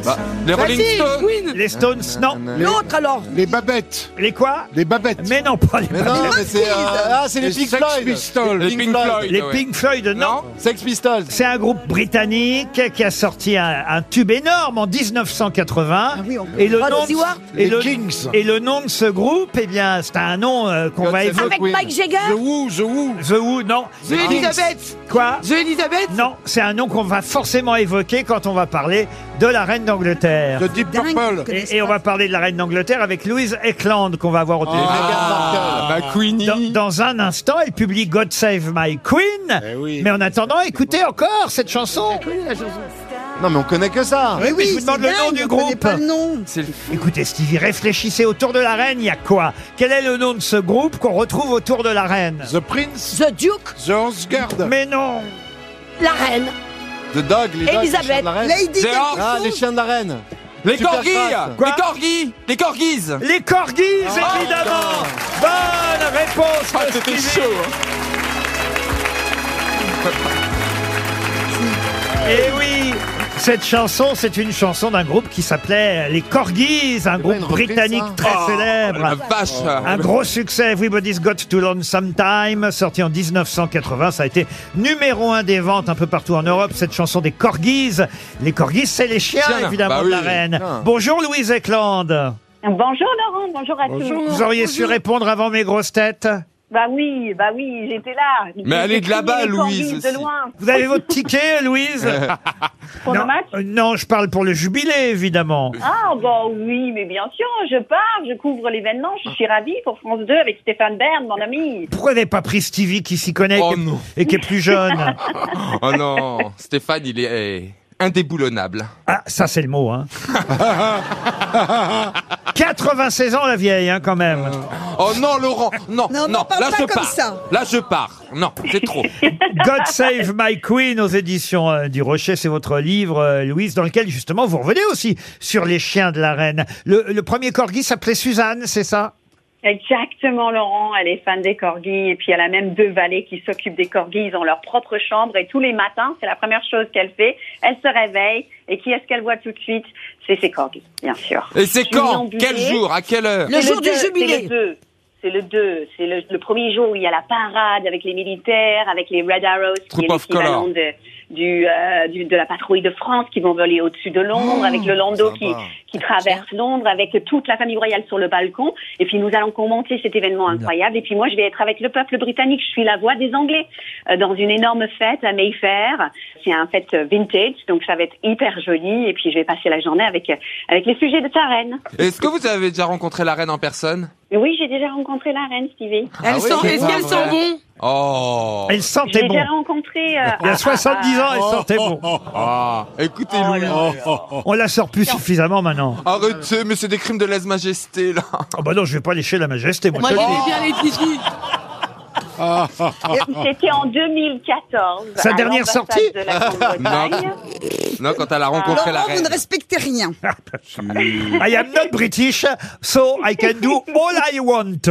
Speaker 8: Bah, les Rolling
Speaker 6: Facile,
Speaker 8: Stones.
Speaker 6: Queen
Speaker 2: Les Stones, non.
Speaker 4: L'autre alors
Speaker 7: Les babettes.
Speaker 2: Les quoi
Speaker 7: Les babettes.
Speaker 2: Mais non, pas les...
Speaker 3: Mais non, mais c'est euh, ah, c'est les
Speaker 7: Les
Speaker 3: Pink
Speaker 7: Sex
Speaker 3: Floyd.
Speaker 7: Pistols.
Speaker 8: Les Pink Floyd.
Speaker 2: Les
Speaker 8: ouais.
Speaker 2: Pink Floyd, non.
Speaker 8: Non.
Speaker 3: Sex Pistols.
Speaker 2: C'est un groupe britannique qui a sorti un, un tube énorme en 1980.
Speaker 9: oui, on-
Speaker 2: et le
Speaker 4: Rod
Speaker 2: nom de-
Speaker 4: Stewart
Speaker 2: et
Speaker 7: Les
Speaker 2: le,
Speaker 7: Kings.
Speaker 2: et le nom de ce groupe, eh bien, c'est un nom euh, qu'on
Speaker 3: God
Speaker 2: va
Speaker 3: save the
Speaker 2: évoquer.
Speaker 4: Avec
Speaker 3: Queen.
Speaker 4: Mike Jagger
Speaker 7: The Who, The Who.
Speaker 2: The Who, non.
Speaker 6: The Elizabeth
Speaker 2: Quoi
Speaker 6: The Elizabeth
Speaker 2: Non, c'est un nom qu'on va forcément évoquer quand on va parler de la reine d'Angleterre.
Speaker 7: The Deep
Speaker 9: Dingue.
Speaker 7: Purple.
Speaker 2: Et, et on va parler de la reine d'Angleterre avec Louise Eckland qu'on va voir au téléphone.
Speaker 8: Ah, ma Queenie.
Speaker 2: Dans, dans un instant, elle publie God Save My Queen.
Speaker 7: Eh oui.
Speaker 2: Mais en attendant, écoutez encore cette chanson.
Speaker 3: Non, mais on connaît que ça.
Speaker 2: Mais oui, je vous
Speaker 9: c'est
Speaker 2: demande le nom
Speaker 9: dingue,
Speaker 2: du
Speaker 9: on connaît
Speaker 2: groupe.
Speaker 9: pas le nom.
Speaker 8: C'est le
Speaker 2: Écoutez, Stevie, réfléchissez autour de la reine, il y a quoi Quel est le nom de ce groupe qu'on retrouve autour de la reine
Speaker 7: The Prince.
Speaker 4: The Duke
Speaker 7: The Horseguard.
Speaker 2: Mais non
Speaker 4: La reine
Speaker 3: The Dog, les Dogs, les
Speaker 4: Elisabeth.
Speaker 3: chiens de la reine.
Speaker 9: Lady
Speaker 8: The
Speaker 9: Gaga.
Speaker 8: Horse.
Speaker 3: Ah, les chiens de la reine.
Speaker 8: Les
Speaker 3: Super
Speaker 8: corgis.
Speaker 3: Craft.
Speaker 2: Quoi
Speaker 8: Les corgis. Les corgis.
Speaker 2: Les corgis, évidemment Bonne réponse
Speaker 8: Ah,
Speaker 2: de
Speaker 8: c'était
Speaker 2: Stevie.
Speaker 8: chaud. hein.
Speaker 2: Et Eh oui Cette chanson, c'est une chanson d'un groupe qui s'appelait Les Corgis, un groupe
Speaker 8: reprise,
Speaker 2: britannique
Speaker 8: ça
Speaker 2: très
Speaker 8: Oh,
Speaker 2: célèbre.
Speaker 8: la vache.
Speaker 2: Un gros succès, Everybody's Got to Learn Sometime, sorti en 1980. Ça a été numéro un des ventes un peu partout en Europe, cette chanson des Corgis. Les Corgis, c'est les chiens,
Speaker 8: Tiens,
Speaker 2: évidemment,
Speaker 8: bah
Speaker 2: de la
Speaker 8: oui.
Speaker 2: reine.
Speaker 8: Tiens.
Speaker 2: Bonjour Louise Eckland.
Speaker 14: Bonjour Laurent, bonjour à tous.
Speaker 2: Vous auriez su répondre avant mes grosses têtes
Speaker 14: Bah oui, bah oui, j'étais là.
Speaker 2: Mais elle
Speaker 14: J'ai
Speaker 2: est de là-bas,
Speaker 14: suivi les
Speaker 2: Louise,
Speaker 14: corgis
Speaker 2: aussi.
Speaker 14: De loin.
Speaker 2: Vous avez votre ticket, Louise
Speaker 14: Pour le
Speaker 2: non, euh, non, je parle pour le jubilé, évidemment.
Speaker 14: Ah bah oui, mais bien sûr, je pars, je couvre l'événement, je suis ravie pour France 2 avec Stéphane Bern, mon ami.
Speaker 2: Pourquoi n'avez pas pris Stevie qui s'y connaît et, qui est- et qui est plus jeune
Speaker 8: Oh non, Stéphane, il est eh, indéboulonnable.
Speaker 2: Ah, ça c'est le mot, hein. 96 ans la vieille, hein, quand même.
Speaker 8: Oh non, Laurent, non,
Speaker 2: Non,
Speaker 8: non,
Speaker 2: mais parle
Speaker 8: là
Speaker 2: pas
Speaker 8: je
Speaker 2: comme
Speaker 8: pars.
Speaker 2: ça.
Speaker 8: Là je pars. Non, c'est trop.
Speaker 2: God Save My Queen aux éditions euh, du Rocher, c'est votre livre, euh, Louise, dans lequel justement vous revenez aussi sur les chiens de la reine. Le, le premier corgi s'appelait Suzanne, c'est ça
Speaker 14: Exactement, Laurent. Elle est fan des corgis. Et puis, elle a même deux valets qui s'occupent des corgis. Ils ont leur propre chambre. Et tous les matins, c'est la première chose qu'elle fait. Elle se réveille. Et qui est-ce qu'elle voit tout de suite C'est ses corgis, bien sûr.
Speaker 8: Et c'est quand
Speaker 14: Jubilé.
Speaker 8: Quel jour À quelle heure
Speaker 14: C'est deux, C'est le 2. C'est le deux. C'est le, le premier jour où il y a la parade avec les militaires, avec les Red Arrows, qui
Speaker 8: Troop
Speaker 14: est
Speaker 8: of
Speaker 14: l'équivalent
Speaker 8: Colour.
Speaker 14: de, du, euh, du- de la patrouille de France qui vont voler au-dessus de Londres,
Speaker 8: Oh,
Speaker 14: avec le landau
Speaker 8: sympa.
Speaker 14: qui, qui traverse Londres, avec toute la famille royale sur le balcon. Et puis nous allons commenter cet événement incroyable. Et puis moi, je vais être avec le peuple britannique. Je suis la voix des Anglais euh, dans une énorme fête à Mayfair. C'est un fête euh, vintage, donc ça va être hyper joli. Et puis je vais passer la journée avec, euh, avec les sujets de sa reine.
Speaker 8: Est-ce que vous avez déjà rencontré la reine en personne
Speaker 14: Oui, j'ai déjà rencontré la reine, Stevie.
Speaker 8: Ah oui, c'est pas vrai. Oh
Speaker 2: Elle
Speaker 14: Je l'ai déjà rencontré. euh,
Speaker 2: Il y
Speaker 14: à-
Speaker 2: a 70 ans, elle
Speaker 14: à- Oh,
Speaker 2: sentait bon.
Speaker 8: Ah, écoutez, Louis.
Speaker 2: On la sort plus suffisamment maintenant.
Speaker 8: Arrêtez, mais c'est des crimes de lèse-majesté, là.
Speaker 2: Oh bah non, je vais pas lécher la
Speaker 14: oh.
Speaker 2: majesté, moi.
Speaker 8: Moi,
Speaker 2: je te
Speaker 8: j'aimais
Speaker 2: le dis.
Speaker 8: bien
Speaker 14: les
Speaker 8: Ah.
Speaker 14: C'était en 2014.
Speaker 8: Sa
Speaker 14: à
Speaker 8: dernière
Speaker 14: l'ambassade
Speaker 8: sortie
Speaker 14: de la Grande-Bretagne.
Speaker 8: Non, quand elle a rencontré la
Speaker 9: Laurent, vous
Speaker 8: reine.
Speaker 9: ne respectez rien.
Speaker 2: Ah, bah, I am not British, so I can do all I want.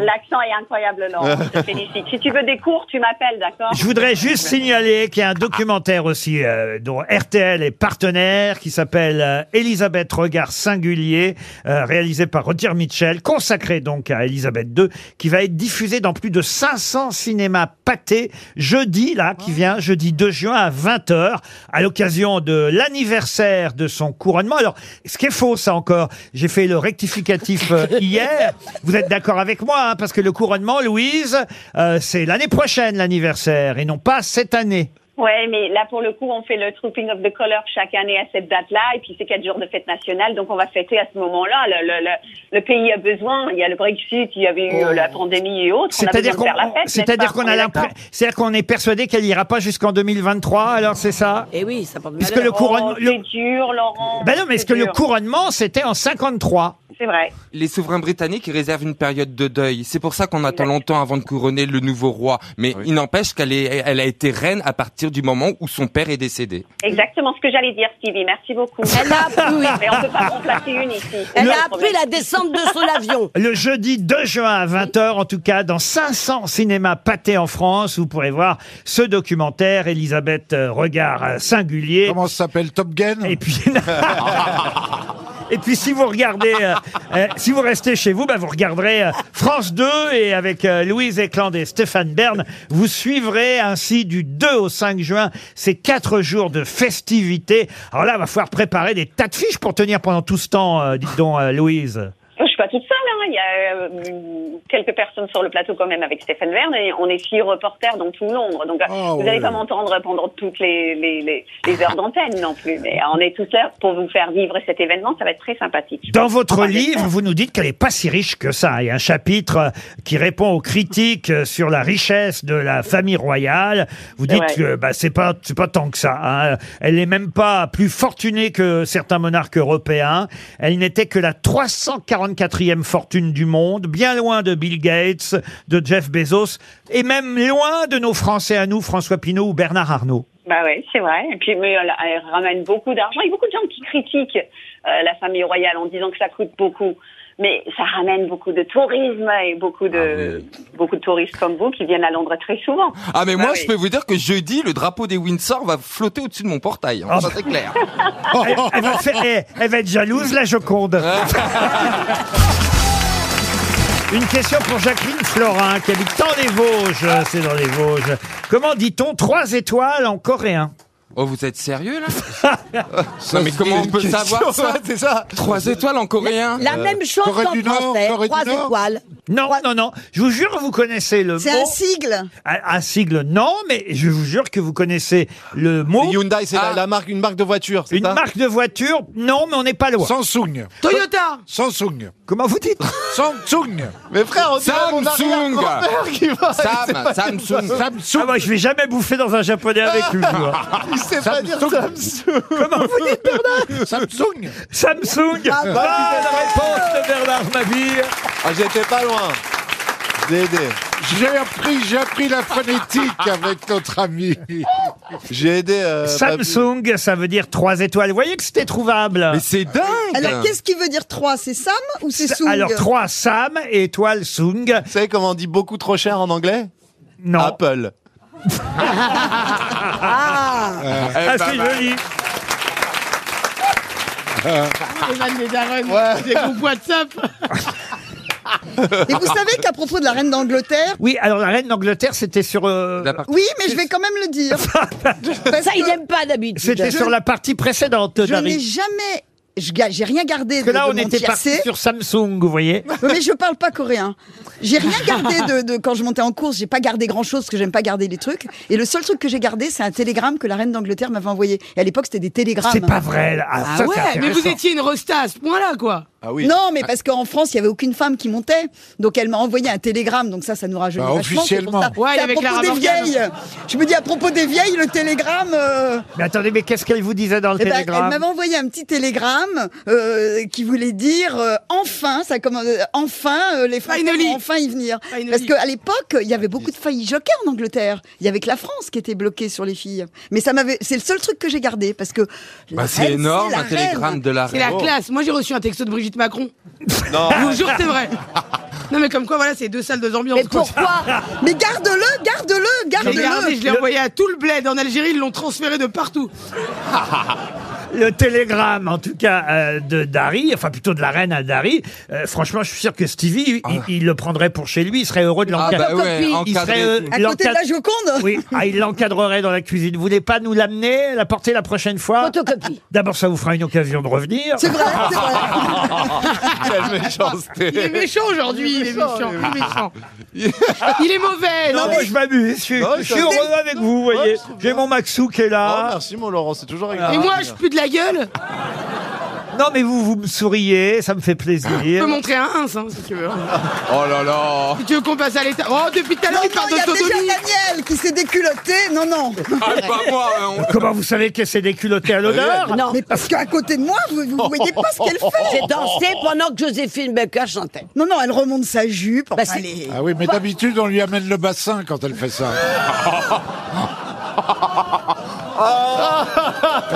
Speaker 14: L'accent est incroyable, Laurent. Je te félicite. Si tu veux des cours, tu m'appelles, d'accord
Speaker 2: Je voudrais juste signaler qu'il y a un documentaire aussi euh, dont RTL est partenaire qui s'appelle euh, Elisabeth Regard Singulier, euh, réalisé par Roger Mitchell, consacré donc à Elisabeth II, qui va être diffusé dans plus de 500 cinémas pâtés jeudi, là, qui vient, jeudi 2 juin à 20h, à l'occasion de l'anniversaire de son couronnement. Alors, ce qui est faux, ça encore, j'ai fait le rectificatif euh, hier. Vous êtes d'accord avec moi, hein, parce que le couronnement, Louise, euh, c'est l'année prochaine l'anniversaire, et non pas cette année.
Speaker 14: Ouais, mais là, pour le coup, on fait le Trooping of the Color chaque année à cette date-là. Et puis, c'est quatre jours de fête nationale. Donc, on va fêter à ce moment-là. Le, le- le- le pays a besoin. Il y a le Brexit, il y avait eu euh, la pandémie et autres. On
Speaker 2: Oh.
Speaker 14: a
Speaker 2: C'est-à-dire
Speaker 14: besoin de
Speaker 2: qu'on
Speaker 14: faire la fête. n'est-ce
Speaker 2: c'est-à-dire
Speaker 14: pas
Speaker 2: qu'on
Speaker 14: On
Speaker 2: a
Speaker 14: est
Speaker 2: l'impre-
Speaker 14: d'accord
Speaker 2: c'est-à-dire qu'on est persuadé qu'elle n'ira pas jusqu'en 2023, alors c'est ça
Speaker 4: Eh oui, ça porte
Speaker 2: Puisque le couronnement...
Speaker 14: Oh, c'est dur, Laurent.
Speaker 2: Ben non, mais est-ce que
Speaker 14: C'est
Speaker 2: le
Speaker 14: dur.
Speaker 2: couronnement, c'était en 53
Speaker 14: C'est vrai.
Speaker 8: Les souverains britanniques ils réservent une période de deuil. C'est pour ça qu'on attend longtemps avant de couronner le nouveau roi. Mais il n'empêche qu'elle est- elle a été reine à partir du moment où son père est décédé.
Speaker 14: Exactement ce que j'allais dire, Stevie. Merci beaucoup. Elle
Speaker 4: a appris, oui.
Speaker 14: Mais on peut pas en placer une ici.
Speaker 4: Elle
Speaker 14: C'est
Speaker 4: a
Speaker 14: le
Speaker 4: appris
Speaker 14: problème.
Speaker 4: la descente de son avion.
Speaker 2: Le jeudi 2 juin à 20h, en tout cas, dans 500 cinémas pâtés en France, vous pourrez voir ce documentaire, Elisabeth euh, Regard euh, Singulier. Comment ça s'appelle Top Gun Et puis...
Speaker 8: Ah,
Speaker 2: Et puis si vous regardez, euh, euh, si vous restez chez vous, bah, vous regarderez euh, France 2 et avec euh, Louise Eklund et Stéphane Bern, vous suivrez ainsi du 2 au 5 juin ces quatre jours de festivités. Alors là, va falloir préparer des tas de fiches pour tenir pendant tout ce temps, euh, dites donc euh, Louise.
Speaker 14: Je suis pas toute seule, hein. il y a euh, quelques personnes sur le plateau quand même avec Stéphane Verne et on est six reporters dans tout Londres. Donc euh,
Speaker 2: Ah,
Speaker 14: vous
Speaker 2: ouais.
Speaker 14: n'allez pas m'entendre pendant toutes les, les, les, les heures d'antenne non plus, mais euh, on est tous là pour vous faire vivre cet événement, ça va être très sympathique.
Speaker 2: Dans votre livre, vous nous dites qu'elle n'est pas si riche que ça. Il y a un chapitre euh, qui répond aux critiques euh, sur la richesse de la famille royale. Vous dites
Speaker 15: Ouais.
Speaker 2: que bah, c'est pas c'est pas tant que ça. hein. Elle n'est même pas plus fortunée que certains monarques européens. Elle n'était que la 344e fortune du monde, bien loin de Bill Gates, de Jeff Bezos, et même loin de nos Français à nous, François Pinault ou Bernard Arnault.
Speaker 14: Bah ouais, c'est vrai. Et puis mais elle, elle euh, ramène beaucoup d'argent. Il y a beaucoup de gens qui critiquent euh, la famille royale en disant que ça coûte beaucoup. mais ça ramène beaucoup de tourisme et beaucoup
Speaker 2: Ah
Speaker 14: de, beaucoup de touristes comme vous qui viennent à Londres très souvent.
Speaker 8: Ah mais moi je peux vous dire que jeudi le drapeau des Windsor va flotter au-dessus de mon portail, hein.
Speaker 2: Ah
Speaker 8: ça
Speaker 2: bah.
Speaker 8: c'est clair.
Speaker 2: elle, elle va faire- elle- elle va être jalouse, la Joconde. Une question pour Jacqueline Florin, qui habite dans les Vosges. C'est dans les Vosges. Comment dit-on trois étoiles en coréen
Speaker 8: Oh vous êtes sérieux là Non mais comment on peut
Speaker 2: Une
Speaker 8: savoir
Speaker 2: question,
Speaker 8: ça
Speaker 2: ouais, c'est ça.
Speaker 8: Trois étoiles en coréen. Euh,
Speaker 4: La même chose en français, trois étoiles.
Speaker 2: Non, non, non. Je vous jure, vous connaissez le mot.
Speaker 9: C'est un sigle.
Speaker 2: Un, un sigle, non, mais je vous jure que vous connaissez le mot. Hyundai, c'est la, marque, une marque de voiture. Une marque de voiture, non, mais on n'est pas loin.
Speaker 7: Samsung.
Speaker 2: Toyota.
Speaker 7: Samsung.
Speaker 2: Comment vous dites
Speaker 7: Samsung.
Speaker 3: Mais frère, on dirait mon
Speaker 7: Samsung.
Speaker 3: arrière-grand-père qui va-
Speaker 7: Sam,
Speaker 3: c'est pas-
Speaker 7: Samsung.
Speaker 2: Ah bah, je vais jamais bouffer dans un japonais avec lui. moi.
Speaker 3: Il sait pas dire Samsung.
Speaker 2: Comment vous dites Bernard
Speaker 7: Samsung.
Speaker 2: Samsung.
Speaker 3: Ah,
Speaker 2: Bonne
Speaker 3: bah,
Speaker 2: réponse de Bernard Mabille.
Speaker 3: Ah, j'étais pas loin. J'ai aidé.
Speaker 7: J'ai appris, j'ai appris la phonétique avec notre ami.
Speaker 3: J'ai aidé. euh,
Speaker 2: Samsung, ça veut dire trois étoiles. Vous voyez que c'était trouvable. Mais
Speaker 8: c'est dingue.
Speaker 9: Alors, qu'est-ce qui veut dire 3 C'est Sam ou c'est Sung
Speaker 2: Alors, trois Sam et étoile Sung. Vous
Speaker 3: savez comment on dit beaucoup trop cher en anglais
Speaker 2: Non.
Speaker 3: Apple.
Speaker 9: Ah
Speaker 8: Eh, bah,
Speaker 2: Ah, c'est joli.
Speaker 6: Les
Speaker 8: Ah,
Speaker 6: vannes des darons. Ouais. Des groupes WhatsApp.
Speaker 9: Et vous savez qu'à propos de la reine d'Angleterre,
Speaker 2: Oui, alors la reine d'Angleterre, c'était sur. euh,
Speaker 9: oui, mais je vais quand même le dire. Parce
Speaker 4: Ça, il
Speaker 9: que
Speaker 4: n'aime pas d'habitude.
Speaker 2: C'était sur la partie précédente,
Speaker 9: Je n'ai
Speaker 2: Dari.
Speaker 9: jamais. je ga- J'ai rien gardé
Speaker 2: Parce
Speaker 9: de,
Speaker 2: que là,
Speaker 9: de
Speaker 2: on
Speaker 9: mon
Speaker 2: était parti
Speaker 9: tiercé.
Speaker 2: sur Samsung, vous voyez.
Speaker 9: Mais je parle pas coréen. J'ai rien gardé de, de- quand je montais en course. J'ai pas gardé grand chose parce que j'aime pas garder les trucs. Et le seul truc que j'ai gardé, c'est un télégramme que la reine d'Angleterre m'avait envoyé. Et à l'époque, c'était des télégrammes.
Speaker 2: C'est pas vrai, là. Ah,
Speaker 9: Ah
Speaker 2: ça,
Speaker 9: ouais,
Speaker 2: c'est
Speaker 6: Mais vous
Speaker 2: intéressant.
Speaker 6: étiez une rosta à ce point-là, quoi.
Speaker 7: Ah
Speaker 9: Non, mais parce qu'en France, il y avait aucune femme qui montait. Donc elle m'a envoyé un télégramme. Donc ça, ça nous rajeunit
Speaker 7: Bah,
Speaker 9: vachement, c'est pour
Speaker 7: officiellement.
Speaker 9: ça.
Speaker 6: Ouais,
Speaker 9: C'est à
Speaker 6: avec
Speaker 9: propos
Speaker 6: Clara
Speaker 9: des
Speaker 6: Morgan.
Speaker 9: vieilles. Je me dis à propos des vieilles, le télégramme. euh,
Speaker 2: Mais attendez, mais qu'est-ce qu'elle vous disait dans le
Speaker 9: Eh ben, elle
Speaker 2: télégramme
Speaker 9: m'avait envoyé un petit télégramme euh, qui voulait dire euh, enfin, ça commence, euh, enfin euh, les Français
Speaker 6: Finally.
Speaker 9: vont enfin y venir.
Speaker 6: Finally.
Speaker 9: Parce qu'à l'époque, il y
Speaker 8: Ah,
Speaker 9: avait beaucoup de faillis jockeys en Angleterre. Il y avait que la France qui était bloquée sur les filles. Mais ça m'avait, c'est le seul truc que j'ai gardé parce que.
Speaker 8: Bah,
Speaker 9: la
Speaker 8: c'est
Speaker 9: reine,
Speaker 8: énorme,
Speaker 9: la
Speaker 8: un télégramme
Speaker 9: reine.
Speaker 8: de la
Speaker 6: C'est la
Speaker 8: Oh.
Speaker 6: classe. Moi, j'ai reçu un texto de Brigitte Macron.
Speaker 3: Oh. Non.
Speaker 6: Je vous jure, c'est vrai. Non, mais comme quoi, voilà, c'est deux salles, deux ambiances.
Speaker 9: Mais pourquoi Mais garde-le, garde-le,
Speaker 6: J'ai gardé,
Speaker 9: garde-le.
Speaker 6: je l'ai envoyé à tout le bled en Algérie, ils l'ont transféré de partout.
Speaker 2: Le télégramme, en tout cas, euh, de Dari, enfin plutôt de la reine à Dari. euh, franchement, je suis sûr que Stevie, il, il le prendrait pour chez lui. Il serait heureux de
Speaker 8: Ah
Speaker 2: l'encadrer.
Speaker 8: bah ouais,
Speaker 2: il
Speaker 8: encadré
Speaker 2: serait,
Speaker 8: et
Speaker 2: euh,
Speaker 8: tout.
Speaker 9: À côté de la
Speaker 2: l'encadre-
Speaker 9: Joconde.
Speaker 2: Oui, ah, il l'encadrerait dans la cuisine. Vous voulez pas nous l'amener, la porter la prochaine fois
Speaker 4: Photocopie.
Speaker 2: D'abord, ça vous fera une occasion de revenir.
Speaker 9: C'est vrai, c'est vrai.
Speaker 8: Ah.
Speaker 3: Quelle méchanceté.
Speaker 6: Il est méchant aujourd'hui, il est méchant. Il est méchant. Il est mauvais.
Speaker 2: Non,
Speaker 6: non,
Speaker 2: moi, je m'amuse. Je suis,
Speaker 3: Non,
Speaker 2: je suis
Speaker 3: ça-
Speaker 2: heureux avec vous, vous voyez. J'ai mon Maxou qui est
Speaker 3: Oh,
Speaker 2: là.
Speaker 3: merci, mon Laurent, c'est toujours
Speaker 6: mais-
Speaker 3: agréable.
Speaker 6: Et moi, je pue de la gueule.
Speaker 2: non, mais vous, vous me souriez, ça me fait
Speaker 6: Je
Speaker 2: plaisir.
Speaker 6: peux montrer un 1, si tu veux.
Speaker 8: Oh là là.
Speaker 6: Si tu veux qu'on passe à l'état. Oh, depuis tout à
Speaker 9: Non,
Speaker 6: l'heure, il
Speaker 9: non,
Speaker 6: parle
Speaker 9: il y a
Speaker 6: d'autonomie.
Speaker 9: déjà Daniel qui s'est déculotté. Non, non.
Speaker 8: Ah, pas moi. hein,
Speaker 2: Comment vous savez que c'est déculotté à l'honneur
Speaker 4: Non,
Speaker 9: Mais parce qu'à côté de moi, vous ne voyez pas ce qu'elle fait.
Speaker 4: j'ai dansé pendant que Joséphine Baker chantait.
Speaker 9: Non, non, elle remonte sa jupe.
Speaker 4: Bah,
Speaker 9: enfin,
Speaker 4: c'est-
Speaker 9: elle est-
Speaker 7: Ah oui, mais d'habitude, on lui amène le bassin quand elle fait ça.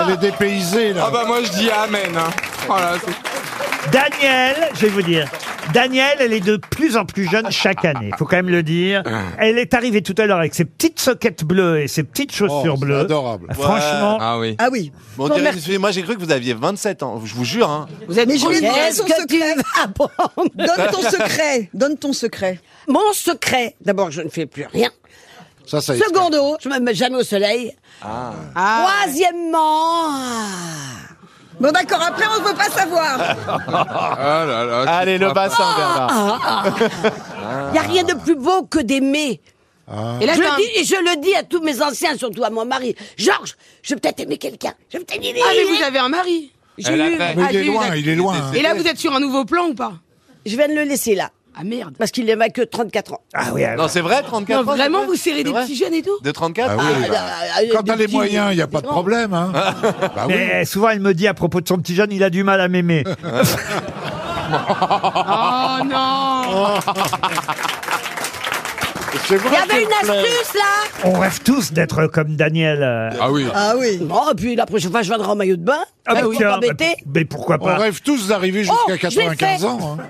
Speaker 7: Elle est dépaysée,
Speaker 8: on-
Speaker 7: là.
Speaker 8: Ah bah moi je dis amen. hein. Oh là, c'est-
Speaker 2: Daniel, je vais vous dire. Daniel, elle est de plus en plus jeune chaque année. Faut quand même le dire. Elle est arrivée tout à l'heure avec ses petites soquettes bleues et ses petites chaussures
Speaker 7: Oh, c'est
Speaker 2: bleues.
Speaker 7: adorable.
Speaker 2: Franchement,
Speaker 8: Ah oui.
Speaker 9: Ah oui.
Speaker 3: Bon, on dirait- moi j'ai cru que vous aviez 27 ans, je vous jure. Hein.
Speaker 6: Vous êtes
Speaker 9: Mais je lui ai
Speaker 6: trop-
Speaker 9: demandé
Speaker 4: Qu'est-ce
Speaker 9: son
Speaker 4: que tu
Speaker 9: secret.
Speaker 4: vas apprendre
Speaker 9: Donne ton secret. Donne ton secret.
Speaker 4: Mon secret, d'abord, je ne fais plus rien.
Speaker 7: Ah, Ça, ça explique.
Speaker 4: Secondo, je me mets jamais au soleil.
Speaker 3: Ah.
Speaker 4: Troisièmement, ah,
Speaker 9: Ah. Bon d'accord, après on ne peut pas savoir.
Speaker 8: Ah là là, tu
Speaker 3: Allez, le
Speaker 8: crois pas.
Speaker 3: bassin, Bernard.
Speaker 4: Ah, il n'y a rien de plus beau que d'aimer.
Speaker 6: Et là,
Speaker 4: je,
Speaker 6: t'as un-
Speaker 4: le dis- et je le dis à tous mes anciens, surtout à mon mari. Georges, je vais peut-être aimer quelqu'un. Je vais peut-être aimer. hein.
Speaker 6: Ah, mais vous avez un mari.
Speaker 4: J'ai
Speaker 8: Elle a
Speaker 4: eu-
Speaker 8: fait.
Speaker 7: Mais
Speaker 6: Ah,
Speaker 7: il est
Speaker 6: j'ai eu
Speaker 7: loin,
Speaker 6: la-
Speaker 7: il est loin. hein.
Speaker 6: Et là, vous êtes sur un nouveau plan ou pas
Speaker 4: Je viens de le laisser là.
Speaker 6: Ah merde.
Speaker 4: Parce qu'il n'aimait que 34 ans.
Speaker 2: ah oui, alors,
Speaker 3: Non, c'est vrai, 34
Speaker 6: Non,
Speaker 3: ans
Speaker 6: vraiment,
Speaker 3: c'est vrai
Speaker 6: vous serrez des
Speaker 3: C'est vrai
Speaker 6: petits jeunes et tout
Speaker 3: De 34
Speaker 7: Ah oui.
Speaker 4: Ah, ah,
Speaker 7: Quand
Speaker 4: des
Speaker 7: t'as les
Speaker 4: petits-
Speaker 7: moyens, il n'y a pas de problème. Hein.
Speaker 3: Ah.
Speaker 7: Bah oui.
Speaker 2: mais souvent elle me dit à propos de son petit jeune, il a du mal à m'aimer.
Speaker 6: Oh non
Speaker 7: C'est
Speaker 4: Il y avait une astuce là
Speaker 2: On rêve tous d'être comme Daniel. euh.
Speaker 4: Ah oui. Bon, et puis la prochaine fois, je viendrai en maillot de bain.
Speaker 2: Ah bah
Speaker 4: Bah,
Speaker 2: tiens,
Speaker 4: pas
Speaker 2: bah,
Speaker 4: embêter.
Speaker 2: mais pourquoi pas
Speaker 7: On rêve tous d'arriver jusqu'à
Speaker 4: Oh, je l'ai
Speaker 7: 95
Speaker 4: fait.
Speaker 7: ans. hein.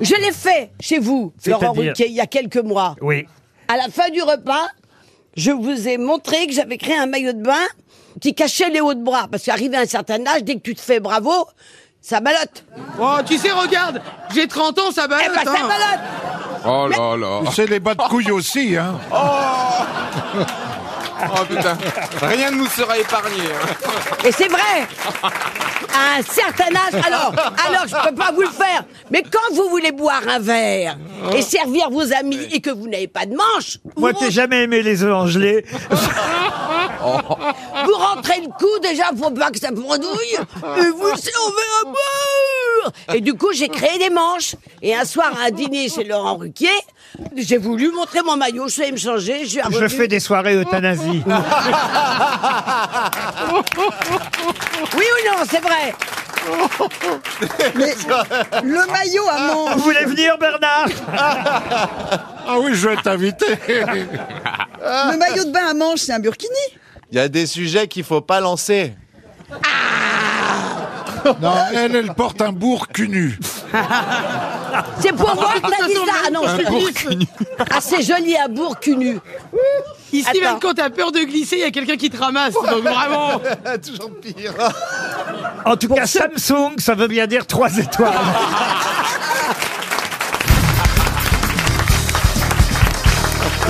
Speaker 4: Je l'ai fait chez vous, Laurent
Speaker 2: C'est-à-dire
Speaker 4: Ruquier, il y a quelques mois.
Speaker 2: Oui.
Speaker 4: À la fin du repas, je vous ai montré que j'avais créé un maillot de bain qui cachait les hauts de bras. Parce qu'arrivé à un certain âge, dès que tu te fais bravo, ça balotte.
Speaker 6: Oh, tu sais, regarde, j'ai 30 ans, ça balotte.
Speaker 4: Eh ben, ça
Speaker 6: hein.
Speaker 4: balotte
Speaker 8: Oh là là.
Speaker 7: C'est les bas de couilles aussi. Hein.
Speaker 8: Oh putain. Rien ne nous sera épargné. hein.
Speaker 4: Et c'est vrai À un certain âge, alors, alors je peux pas vous le faire, mais quand vous voulez boire un verre
Speaker 6: Oh.
Speaker 4: et servir vos amis et que vous n'avez pas de manche,
Speaker 2: Moi, t'ai jamais aimé les œufs en gelée.
Speaker 4: vous rentrez le coup déjà pour pas que ça brandouille, et vous servez à boire Et du coup, j'ai créé des manches. Et un soir, à un dîner chez Laurent Ruquier, j'ai voulu montrer mon maillot, je savais me changer, j'ai
Speaker 2: Je fais des soirées euthanasie.
Speaker 4: Oui ou non, c'est vrai
Speaker 9: Mais le maillot à manches.
Speaker 2: Vous voulez venir, Bernard
Speaker 7: Ah oui, je vais t'inviter.
Speaker 9: Le maillot de bain à manches, c'est un burkini.
Speaker 3: Il y a des sujets qu'il faut pas lancer.
Speaker 7: Non, elle, elle porte un bourg cul nu.
Speaker 4: C'est pour voir que t'as dit ça Ah non, je te dis Ah, c'est joli à bourg cul nu.
Speaker 6: Ici,
Speaker 4: Attends.
Speaker 6: même quand t'as peur de glisser, il y a quelqu'un qui te ramasse. Donc vraiment.
Speaker 3: Toujours pire.
Speaker 2: En tout cas, Samsung, ça veut bien dire trois étoiles.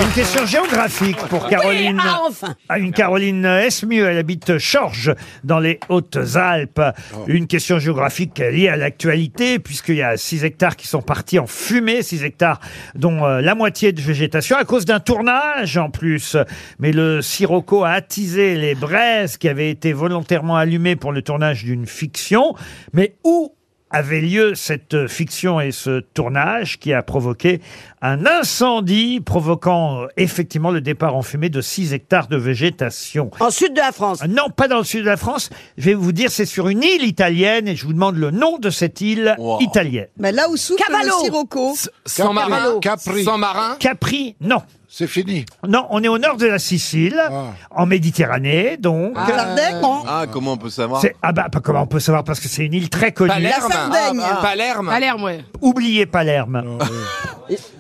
Speaker 2: Une question géographique pour Caroline.
Speaker 4: ah, enfin.
Speaker 2: À une Caroline Esmieux, elle habite Chorges, dans les Hautes-Alpes. Une question géographique liée à l'actualité, puisqu'il y a 6 hectares qui sont partis en fumée, 6 hectares dont euh, la moitié de végétation, à cause d'un tournage en plus. Mais le sirocco a attisé les braises qui avaient été volontairement allumées pour le tournage d'une fiction. Mais où avait lieu cette fiction et ce tournage qui a provoqué un incendie provoquant euh, effectivement le départ en fumée de 6 hectares de végétation.
Speaker 4: En sud de la France.
Speaker 2: Ah Non, pas dans le sud de la France. Je vais vous dire, c'est sur une île italienne et je vous demande le nom de cette île italienne.
Speaker 9: Mais là où souffle
Speaker 4: Cavallo.
Speaker 9: le sirocco.
Speaker 8: Sans marin.
Speaker 7: Capri.
Speaker 8: Sans marin.
Speaker 2: Capri, non.
Speaker 7: C'est fini. Ah.
Speaker 2: Non, on est au nord de la Sicile, en Méditerranée, donc.
Speaker 4: Ah,
Speaker 9: La Sardaigne.
Speaker 4: hein.
Speaker 3: Ah, comment on peut savoir
Speaker 2: C'est- Ah bah, pas- comment on peut savoir Parce que c'est une île très connue.
Speaker 9: La Sardaigne.
Speaker 7: Ah,
Speaker 8: Palerme.
Speaker 6: Ah, bah. Palerme, ouais.
Speaker 2: Oubliez Palerme.
Speaker 4: À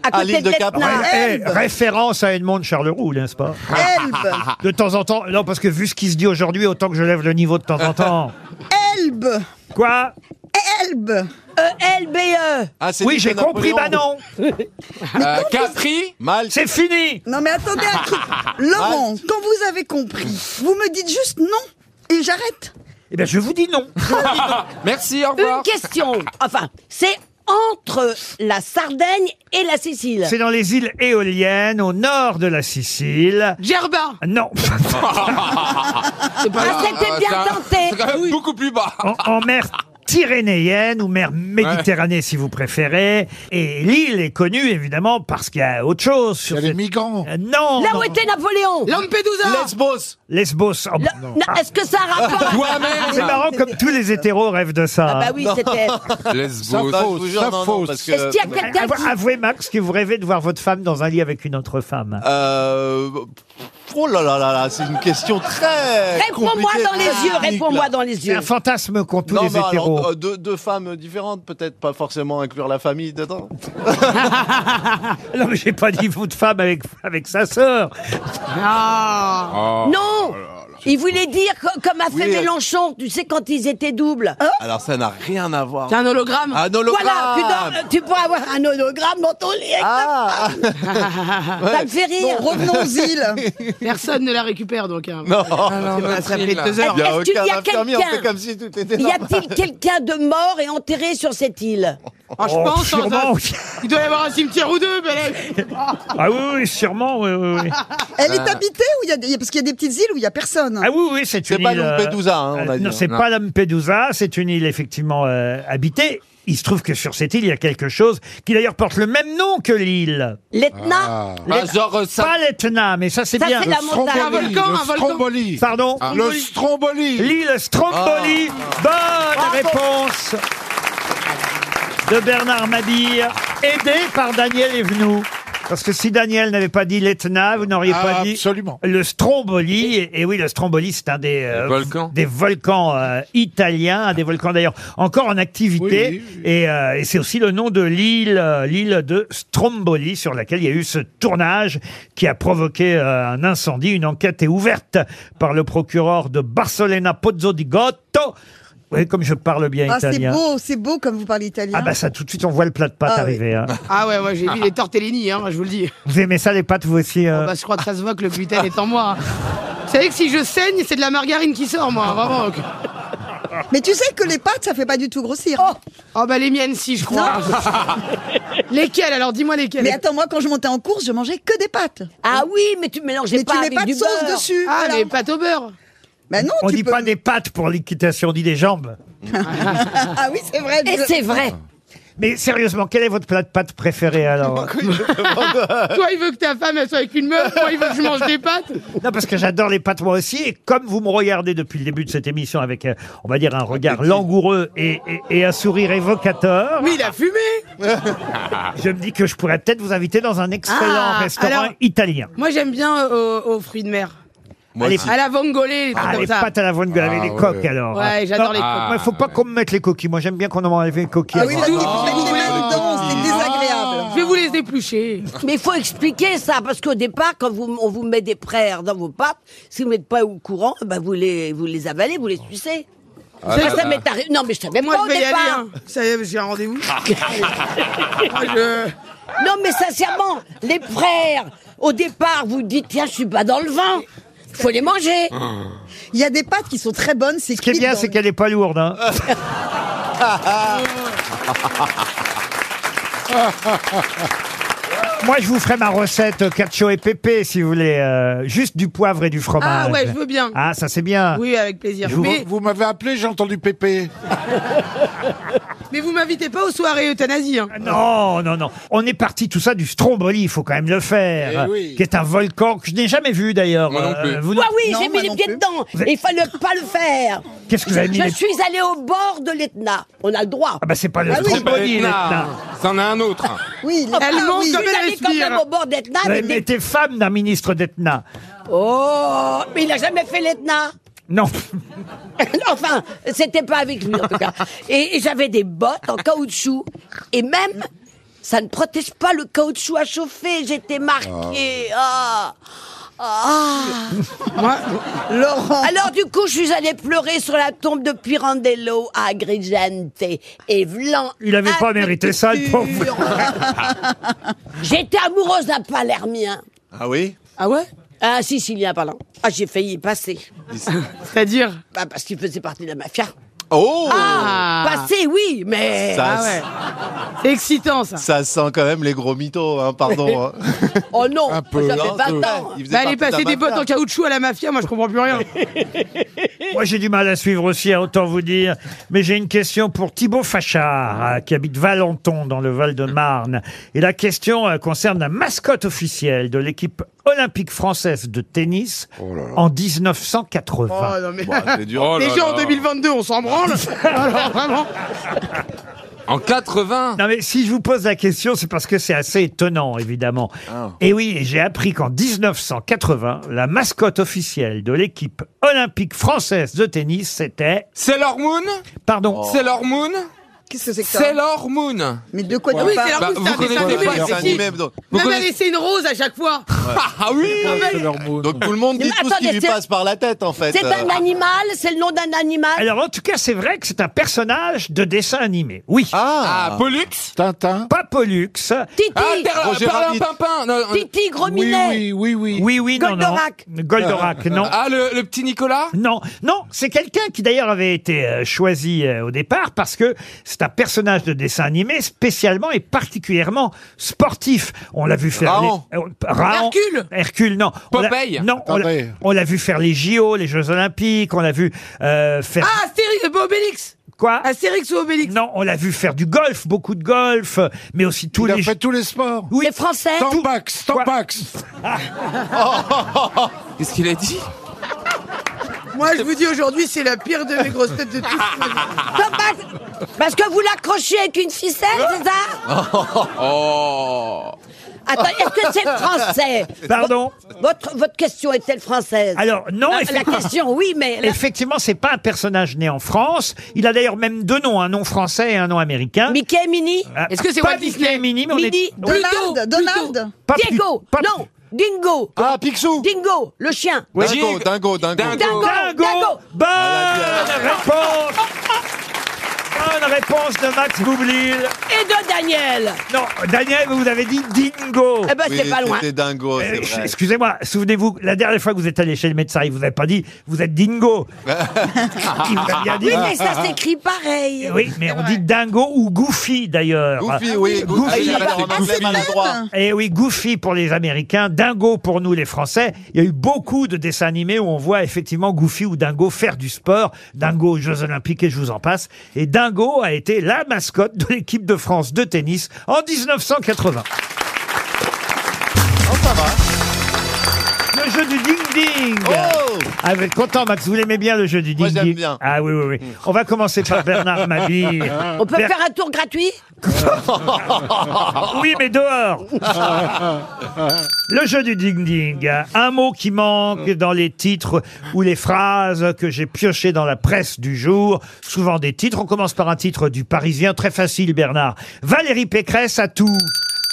Speaker 3: Ah,
Speaker 4: côté
Speaker 3: l'île
Speaker 4: de
Speaker 3: de Cap-
Speaker 4: Vietnam.
Speaker 2: Eh,
Speaker 9: Elbe.
Speaker 2: référence à Edmond de Charleroux, n'est-ce pas
Speaker 9: Elbe.
Speaker 2: De temps en temps, non, parce que vu ce qui se dit aujourd'hui, autant que je lève le niveau de temps en temps.
Speaker 9: Elbe.
Speaker 2: Quoi
Speaker 9: Elbe. E
Speaker 4: E-L-B-E.
Speaker 3: Ah, c'est
Speaker 2: Oui,
Speaker 3: dit
Speaker 2: j'ai
Speaker 3: que Napoléon-
Speaker 2: compris, bah non
Speaker 8: Euh, Capri.
Speaker 3: Mal.
Speaker 2: C'est fini
Speaker 9: Non mais attendez un truc. Laurent, quand vous avez compris, vous me dites juste non et j'arrête.
Speaker 2: Eh bien, je vous dis non
Speaker 8: Merci, au revoir.
Speaker 4: Une question. Enfin, c'est entre la Sardaigne et la Sicile.
Speaker 2: C'est dans les îles éoliennes, au nord de la Sicile.
Speaker 6: Gerba.
Speaker 2: Non
Speaker 4: Ah, c'était bien
Speaker 8: ça- C'est
Speaker 4: tenté.
Speaker 8: quand même beaucoup plus bas.
Speaker 2: en, en mer Pyrénéenne ou mer Méditerranée, si vous préférez. Et l'île est connue, évidemment, parce qu'il y a autre chose
Speaker 7: Il y
Speaker 2: sur
Speaker 7: a les
Speaker 2: cette...
Speaker 7: migrants.
Speaker 2: Euh, Non,
Speaker 4: Là
Speaker 2: non.
Speaker 4: où était Napoléon
Speaker 6: Lampedusa.
Speaker 3: Lesbos.
Speaker 2: Lesbos. Oh,
Speaker 4: Là-
Speaker 2: non. Ah.
Speaker 4: Non, Est-ce que ça a un rapport
Speaker 2: C'est
Speaker 8: Toi-même.
Speaker 2: marrant comme tous les hétéros rêve de ça.
Speaker 4: Ah bah
Speaker 2: hein.
Speaker 4: oui, c'était...
Speaker 8: Lesbos.
Speaker 7: Ça,
Speaker 3: Bah,
Speaker 7: Fausse,
Speaker 3: je vous jure,
Speaker 7: ça,
Speaker 3: non, non,
Speaker 7: fausse.
Speaker 3: parce
Speaker 4: Est-ce qu'il y a
Speaker 3: que... euh,
Speaker 4: quelqu'un
Speaker 2: Euh, Avouez-
Speaker 4: qui...
Speaker 2: Avouez, Max, que vous rêvez de voir votre femme dans un lit avec une autre femme.
Speaker 3: Euh... Oh là là là là, c'est une question très
Speaker 4: Réponds-moi
Speaker 3: compliquée,
Speaker 4: dans les
Speaker 3: très
Speaker 4: yeux,
Speaker 3: technique,
Speaker 4: réponds-moi
Speaker 3: là.
Speaker 4: dans les
Speaker 2: C'est
Speaker 4: yeux.
Speaker 2: un fantasme qu'ont tous
Speaker 3: non,
Speaker 2: les
Speaker 3: mais
Speaker 2: hétéros.
Speaker 3: alors, euh, deux, deux femmes différentes, peut-être pas forcément inclure la famille dedans.
Speaker 2: Non, mais j'ai pas dit vous de femme avec, avec sa sœur.
Speaker 4: Ah.
Speaker 3: Ah. Oh
Speaker 4: Non Il voulait dire co- comme a fait
Speaker 3: Oui, euh.
Speaker 4: Mélenchon, tu sais, quand ils étaient doubles. Hein
Speaker 3: Alors ça n'a rien à voir.
Speaker 6: C'est un hologramme.
Speaker 3: Un hologramme
Speaker 4: Voilà, tu, dors- tu pourras avoir un hologramme dans ton lit.
Speaker 3: Ah
Speaker 4: Ça me fait rire.
Speaker 9: Revenons-y. là.
Speaker 6: Personne ne la récupère donc. hein.
Speaker 3: Non
Speaker 6: Ça fait deux
Speaker 4: heures.
Speaker 3: Il y a
Speaker 4: Est-ce qu'il y a
Speaker 3: aucun infirmier, on
Speaker 4: quelqu'un
Speaker 3: fait comme si tout était
Speaker 4: Y
Speaker 3: normal.
Speaker 4: a-t-il quelqu'un de mort et enterré sur cette île
Speaker 6: Ah, je
Speaker 2: Oh,
Speaker 6: pense. hein,
Speaker 2: sûrement.
Speaker 6: ça- Il doit y avoir un cimetière ou deux, mais là-
Speaker 2: Ah oui, oui, sûrement, oui, oui, oui.
Speaker 9: Elle
Speaker 3: Euh.
Speaker 9: est habitée ou il y a des- parce qu'il y a des petites îles où il y a personne.
Speaker 2: Ah oui, oui, c'est
Speaker 3: C'est
Speaker 2: une
Speaker 3: pas
Speaker 2: île, euh,
Speaker 3: Lampedusa, hein, on a
Speaker 2: euh,
Speaker 3: dit,
Speaker 2: Non,
Speaker 3: hein.
Speaker 2: c'est
Speaker 8: Non.
Speaker 2: pas Lampedusa, c'est une île effectivement euh, habitée. Il se trouve que sur cette île, il y a quelque chose qui d'ailleurs porte le même nom que l'île.
Speaker 4: L'Etna
Speaker 8: Ah, genre, euh, ça.
Speaker 2: Pas l'Etna, mais ça c'est
Speaker 4: Ça,
Speaker 2: bien.
Speaker 4: c'est la montagne.
Speaker 6: Un volcan,
Speaker 7: le
Speaker 6: un volcan.
Speaker 7: Stromboli.
Speaker 2: Pardon
Speaker 7: Le Stromboli.
Speaker 2: L'île Stromboli. Bonne réponse de Bernard Mabille, aidé par Daniel Evenou. Parce que si Daniel n'avait pas dit l'Etna, vous n'auriez
Speaker 7: Ah,
Speaker 2: pas dit le Stromboli. Et, et oui, le Stromboli, c'est un des euh,
Speaker 8: volcans.
Speaker 2: des volcans euh, italiens, un des volcans d'ailleurs encore en activité. Et, euh, et c'est aussi le nom de l'île, euh, l'île de Stromboli, sur laquelle il y a eu ce tournage qui a provoqué euh, un incendie. Une enquête est ouverte par le procureur de Barcelona, Pozzo di Gotto. Vous voyez comme je parle bien
Speaker 9: Ah, c'est
Speaker 2: italien.
Speaker 9: beau, c'est beau comme vous parlez italien.
Speaker 2: Ah bah ça, tout de suite, on voit le plat de pâtes
Speaker 9: Ah oui.
Speaker 2: arriver. hein.
Speaker 6: Ah ouais, ouais, j'ai vu les tortellini, hein, je vous le dis.
Speaker 2: Vous aimez ça, les pâtes, vous aussi euh
Speaker 6: Bah, je crois que ça se voit que le gluten est en moi. hein. Vous savez que si je saigne, c'est de la margarine qui sort, moi, hein, vraiment.
Speaker 9: Mais tu sais que les pâtes, ça fait pas du tout grossir.
Speaker 6: Oh, Oh, bah les miennes, si, je crois. lesquelles Alors, dis-moi lesquelles.
Speaker 9: Mais attends, moi, quand je montais en course, je mangeais que des pâtes.
Speaker 4: Ah oui, mais tu mélangeais
Speaker 9: mais
Speaker 4: pas
Speaker 9: tu mets
Speaker 4: avec
Speaker 9: pas
Speaker 4: du
Speaker 9: de sauce
Speaker 4: beurre.
Speaker 9: dessus.
Speaker 4: Ah,
Speaker 9: voilà.
Speaker 4: mais
Speaker 6: pâtes au beurre.
Speaker 9: Bah non,
Speaker 2: On
Speaker 9: tu
Speaker 2: dit
Speaker 9: peux.
Speaker 2: pas des pâtes pour l'équitation, on dit des jambes.
Speaker 9: ah oui, c'est vrai.
Speaker 4: Et c'est vrai.
Speaker 2: Mais sérieusement, quel est votre plat de pâtes préféré alors
Speaker 6: Toi, il veut que ta femme elle soit avec une meuf, toi, il veut que je mange des pâtes.
Speaker 2: Non, parce que j'adore les pâtes moi aussi. Et comme vous me regardez depuis le début de cette émission avec, euh, on va dire, un regard langoureux et, et- et un sourire évocateur,
Speaker 6: Mais il a fumé
Speaker 2: je me dis que je pourrais peut-être vous inviter dans un excellent
Speaker 6: Ah,
Speaker 2: restaurant
Speaker 6: alors-
Speaker 2: italien.
Speaker 6: Moi, j'aime bien euh, aux, aux fruits de mer.
Speaker 2: Moi
Speaker 6: Allez,
Speaker 2: aussi.
Speaker 6: à la vongolée, les trucs
Speaker 2: Ah,
Speaker 6: comme
Speaker 2: les
Speaker 6: ça.
Speaker 2: pâtes à la voine gueule avec
Speaker 6: Ah,
Speaker 2: les
Speaker 6: ouais.
Speaker 2: coques alors.
Speaker 6: Ouais, j'adore les
Speaker 2: Ah,
Speaker 6: coques.
Speaker 2: Il faut pas qu'on me mette les coquilles. Moi, j'aime bien qu'on m'enlève les coquilles.
Speaker 9: Ah oui, là, tu mets les mains dedans, c'est désagréable.
Speaker 6: Ah. Je vais vous les éplucher.
Speaker 4: Mais il faut expliquer ça, parce qu'au départ, quand vous, on vous met des prairies dans vos pâtes, si vous n'êtes pas au courant, eh ben vous, les, vous les avalez, vous les sucez.
Speaker 6: Ah
Speaker 4: ça
Speaker 6: là
Speaker 4: ça
Speaker 6: là.
Speaker 4: m'est arrivé. Non, mais je savais
Speaker 6: Moi,
Speaker 4: pas au
Speaker 6: je vais y
Speaker 4: départ.
Speaker 6: aller. hein. Ça y est, j'ai un rendez-vous. Moi, je-
Speaker 4: Non, mais sincèrement, les prairies, au départ, vous dites, tiens, je suis pas dans le vin. Faut les manger.
Speaker 9: Il y a des pâtes qui sont très bonnes, c'est
Speaker 2: Ce qui est bien, c'est qu'elle est pas lourde. hein. Moi, je vous ferai ma recette euh, cacio et pépé, si vous voulez. euh, juste du poivre et du fromage.
Speaker 6: Ah ouais, je veux bien.
Speaker 2: Ah, ça c'est bien.
Speaker 6: Oui, euh, avec plaisir.
Speaker 2: Je vous-
Speaker 6: Mais,
Speaker 7: Vous m'avez appelé, j'ai entendu Pépé.
Speaker 6: mais vous m'invitez pas aux soirées euthanasie. hein.
Speaker 2: Ah, Non, non, non. On est parti tout ça du Stromboli, il faut quand même le faire.
Speaker 7: Eh oui.
Speaker 2: Qui est un volcan que je n'ai jamais vu d'ailleurs. Euh,
Speaker 8: Moi non plus.
Speaker 2: vous-
Speaker 4: Moi, Ah oui,
Speaker 9: Non,
Speaker 4: j'ai
Speaker 9: moi
Speaker 4: mis les
Speaker 9: non
Speaker 4: pieds
Speaker 9: plus.
Speaker 4: dedans.
Speaker 2: Vous êtes-
Speaker 4: Il fallait pas le faire.
Speaker 2: Qu'est-ce que vous avez mis
Speaker 4: Je
Speaker 2: les-
Speaker 4: suis allé au bord de l'Etna. On a le droit.
Speaker 2: Ah bah c'est pas le
Speaker 9: Ah oui.
Speaker 8: C'est pas
Speaker 2: Stromboli, l'Etna.
Speaker 8: l'Etna. C'en a un autre.
Speaker 9: Oui, les
Speaker 4: Ah,
Speaker 6: Elle
Speaker 9: pâtes,
Speaker 6: monte
Speaker 9: oui.
Speaker 4: Je
Speaker 6: comme
Speaker 4: suis
Speaker 6: elle
Speaker 4: allé quand même
Speaker 6: respire.
Speaker 4: au bord d'Etna.
Speaker 2: Ouais,
Speaker 4: avec
Speaker 2: Mais
Speaker 4: des-
Speaker 2: t'es femme d'un ministre d'Etna.
Speaker 4: Oh, mais il a jamais fait l'Etna.
Speaker 2: Non.
Speaker 4: enfin, c'était pas avec lui en tout cas. Et, et j'avais des bottes en caoutchouc. Et même, ça ne protège pas le caoutchouc à chauffer. J'étais marquée. Ah. Ah.
Speaker 9: Laurent.
Speaker 4: Alors du coup, je suis allée pleurer sur la tombe de Pirandello à Agrigente et Vlan.
Speaker 2: Il n'avait pas mérité ça, le pauvre.
Speaker 4: J'étais amoureuse d'un Palermien,
Speaker 3: Ah oui
Speaker 6: Ah ouais
Speaker 4: un Sicilien parlant. Ah, j'ai failli y passer,
Speaker 6: C'est-à-dire
Speaker 4: Bah, parce qu'il faisait partie de la mafia.
Speaker 3: Oh
Speaker 6: Ah,
Speaker 4: Passer, oui, mais
Speaker 3: ça,
Speaker 6: Ah ouais. C'est excitant, ça.
Speaker 3: ça sent quand même les gros mythos, hein, pardon. hein.
Speaker 4: oh non,
Speaker 7: Un peu,
Speaker 4: j'avais
Speaker 3: Non,
Speaker 4: 20
Speaker 3: c'est
Speaker 4: ans.
Speaker 3: vrai, hein, il faisait
Speaker 6: Bah, elle est
Speaker 3: partie
Speaker 6: passée
Speaker 3: d'un
Speaker 6: des bottes
Speaker 3: mafia.
Speaker 6: en caoutchouc à la mafia, moi je comprends plus rien.
Speaker 2: Moi, j'ai du mal à suivre aussi, hein, autant vous dire. Mais j'ai une question pour Thibaut Fachard, hein, qui habite Valenton, dans le Val-de-Marne. Et la question euh, concerne la mascotte officielle de l'équipe olympique française de tennis en 1980.
Speaker 6: Oh non, mais.
Speaker 3: Oh Bah, c'est dur.
Speaker 8: Oh là
Speaker 6: Déjà en
Speaker 8: là.
Speaker 6: 2022, on s'en branle. Alors vraiment.
Speaker 8: En 80.
Speaker 2: Non mais si je vous pose la question, c'est parce que c'est assez étonnant, évidemment.
Speaker 3: Ah.
Speaker 2: Et oui, j'ai appris qu'en 1980, la mascotte officielle de l'équipe olympique française de tennis, c'était...
Speaker 8: Sailor Moon
Speaker 3: Oh.
Speaker 2: Pardon
Speaker 8: Sailor Moon
Speaker 9: Qu'est-ce que c'est que ça
Speaker 8: Sailor Moon
Speaker 9: Mais de quoi
Speaker 6: Ah
Speaker 9: tu
Speaker 6: oui,
Speaker 9: parles
Speaker 6: c'est
Speaker 8: Bah,
Speaker 6: leur
Speaker 8: vous
Speaker 6: c'est un
Speaker 8: connaissez
Speaker 6: dessin
Speaker 8: pas
Speaker 6: animé,
Speaker 8: les
Speaker 3: C'est
Speaker 6: c'est
Speaker 3: un
Speaker 6: qui
Speaker 3: animé, donc,
Speaker 8: Vous
Speaker 6: Même elle
Speaker 8: connaissez-
Speaker 6: laissé une rose à chaque fois.
Speaker 8: Ah oui
Speaker 3: donc tout le monde
Speaker 4: Mais
Speaker 3: dit tout ce qui
Speaker 4: attendez,
Speaker 3: lui
Speaker 4: c'est-
Speaker 3: passe par la tête en fait.
Speaker 4: C'est
Speaker 3: Euh,
Speaker 4: un animal, c'est le nom d'un animal.
Speaker 2: Alors en tout cas, c'est vrai que c'est un personnage de dessin animé. Oui.
Speaker 8: Ah,
Speaker 3: Ah,
Speaker 8: Pollux
Speaker 7: Tintin.
Speaker 2: Pas Pollux.
Speaker 4: Titi,
Speaker 8: Ah, Terra-
Speaker 3: Roger Rabbit.
Speaker 8: Perlimpinpin, non, euh, non.
Speaker 4: Titi, gros
Speaker 7: Oui,
Speaker 4: minet.
Speaker 7: oui, oui, oui.
Speaker 2: Oui, oui, non, non.
Speaker 4: Goldorak.
Speaker 2: Goldorak, non.
Speaker 8: Ah, le, le petit Nicolas
Speaker 2: Non, non, c'est quelqu'un qui d'ailleurs avait été euh, choisi euh, au départ parce que c'est un personnage de dessin animé spécialement et particulièrement sportif. On l'a vu faire
Speaker 3: Raon.
Speaker 2: les- euh, Raon.
Speaker 6: Hercule.
Speaker 2: Hercule, non. On l'a-
Speaker 8: Popeye.
Speaker 2: Non, on l'a-
Speaker 7: Attendez.
Speaker 2: on l'a vu faire les JO, les Jeux Olympiques, on l'a vu euh, faire
Speaker 6: Ah, Astérix, euh, Obélix.
Speaker 2: quoi
Speaker 6: Astérix ou Obélix
Speaker 2: Non, on l'a vu faire du golf, beaucoup de golf, euh, mais aussi tous
Speaker 7: Il a
Speaker 2: les
Speaker 7: fait tous les sports.
Speaker 2: oui,
Speaker 4: Les Français.
Speaker 7: Tampax, Tampax.
Speaker 8: Oh. Qu'est-ce qu'il a dit
Speaker 6: Moi, je vous dis aujourd'hui, c'est la pire de mes grosses têtes de tous.
Speaker 4: Parce que vous l'accrochez avec une ficelle, c'est ça
Speaker 8: Oh
Speaker 4: Attends, est-ce que c'est français
Speaker 2: Pardon
Speaker 4: votre, votre question est-elle française
Speaker 2: Alors, non,
Speaker 4: La, la
Speaker 2: effectivement.
Speaker 4: question, oui, mais... la-
Speaker 2: Effectivement, c'est pas un personnage né en France. Il a d'ailleurs même deux noms, un nom français et un nom américain.
Speaker 4: Mickey, Minnie
Speaker 2: Ah, Est-ce que c'est pas Walt Disney, Disney, Minnie, mais on est-
Speaker 4: Minnie,
Speaker 2: on est-
Speaker 4: Donald, Donald
Speaker 2: Pas plus-
Speaker 4: Diego
Speaker 2: pas plus-
Speaker 4: Non Dingo
Speaker 3: Ah, Picsou
Speaker 4: Dingo, le chien
Speaker 3: Dingo, dingo, dingo.
Speaker 4: Dingo Dingo,
Speaker 2: Bonne réponse Bonne réponse de Max Boublil.
Speaker 4: Et de Daniel
Speaker 2: Non, Daniel, vous avez dit dingo.
Speaker 4: Eh ben, c'est pas loin.
Speaker 3: C'était dingo, c'est
Speaker 2: Euh,
Speaker 3: vrai.
Speaker 2: Excusez-moi, souvenez-vous, la dernière fois que vous êtes allé chez le médecin, il vous avait pas dit, vous êtes dingo. il vous a bien dit.
Speaker 4: Oui, mais ça s'écrit pareil
Speaker 2: ah, Eh Oui, mais on dit dingo ou goofy d'ailleurs. Ah,
Speaker 3: Goofy, oui, Goofy, Ah,
Speaker 2: Goofy.
Speaker 3: il fallait remarquer maladroit.
Speaker 2: Et oui, Goofy pour les Américains, Dingo pour nous les Français. Il y a eu beaucoup de dessins animés où on voit effectivement Goofy ou Dingo faire du sport. Dingo aux Jeux Olympiques et je vous en passe. Et Dingo a été la mascotte de l'équipe de France de tennis en 1980.
Speaker 4: Oh,
Speaker 2: Le jeu du ding-ding
Speaker 3: Oh
Speaker 2: Ah, vous êtes content, Max, vous l'aimez bien le jeu du ding-ding Ah oui, oui, oui. On va commencer par Bernard Mabille.
Speaker 3: Ah,
Speaker 4: On peut
Speaker 2: Ber-
Speaker 4: faire un tour gratuit
Speaker 2: Ah Oui, mais dehors Le jeu du ding-ding. Un mot qui manque dans les titres ou les phrases que j'ai piochées dans la presse du jour. Souvent des titres. On commence par un titre du Parisien. Très facile, Bernard. Valérie Pécresse a tout.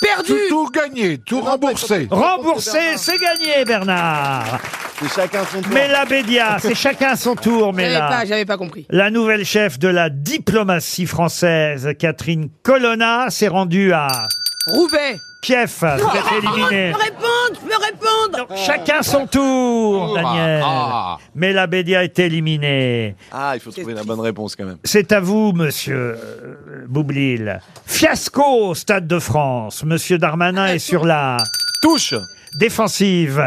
Speaker 6: Perdu
Speaker 7: Tout, tout gagné, tout remboursé.
Speaker 2: Remboursé, c'est gagné, Bernard
Speaker 3: Chacun son tour.
Speaker 2: Mais la Bédia, c'est chacun son tour, mais
Speaker 6: J'avais
Speaker 2: là.
Speaker 6: pas, j'avais pas compris.
Speaker 2: La nouvelle chef de la diplomatie française, Catherine Colonna, s'est rendue à
Speaker 6: Roubaix.
Speaker 2: Kiev. Vous êtes éliminé.
Speaker 4: Ah, Je peux répondre, je peux répondre
Speaker 2: Chacun son tour, Daniel.
Speaker 3: Ah.
Speaker 2: Mais la Bédia est éliminée.
Speaker 3: Ah, il faut trouver la bonne réponse quand même.
Speaker 2: C'est à vous, monsieur euh, Boublil. Fiasco au Stade de France. Monsieur Darmanin est sur la
Speaker 3: Touche
Speaker 2: défensive.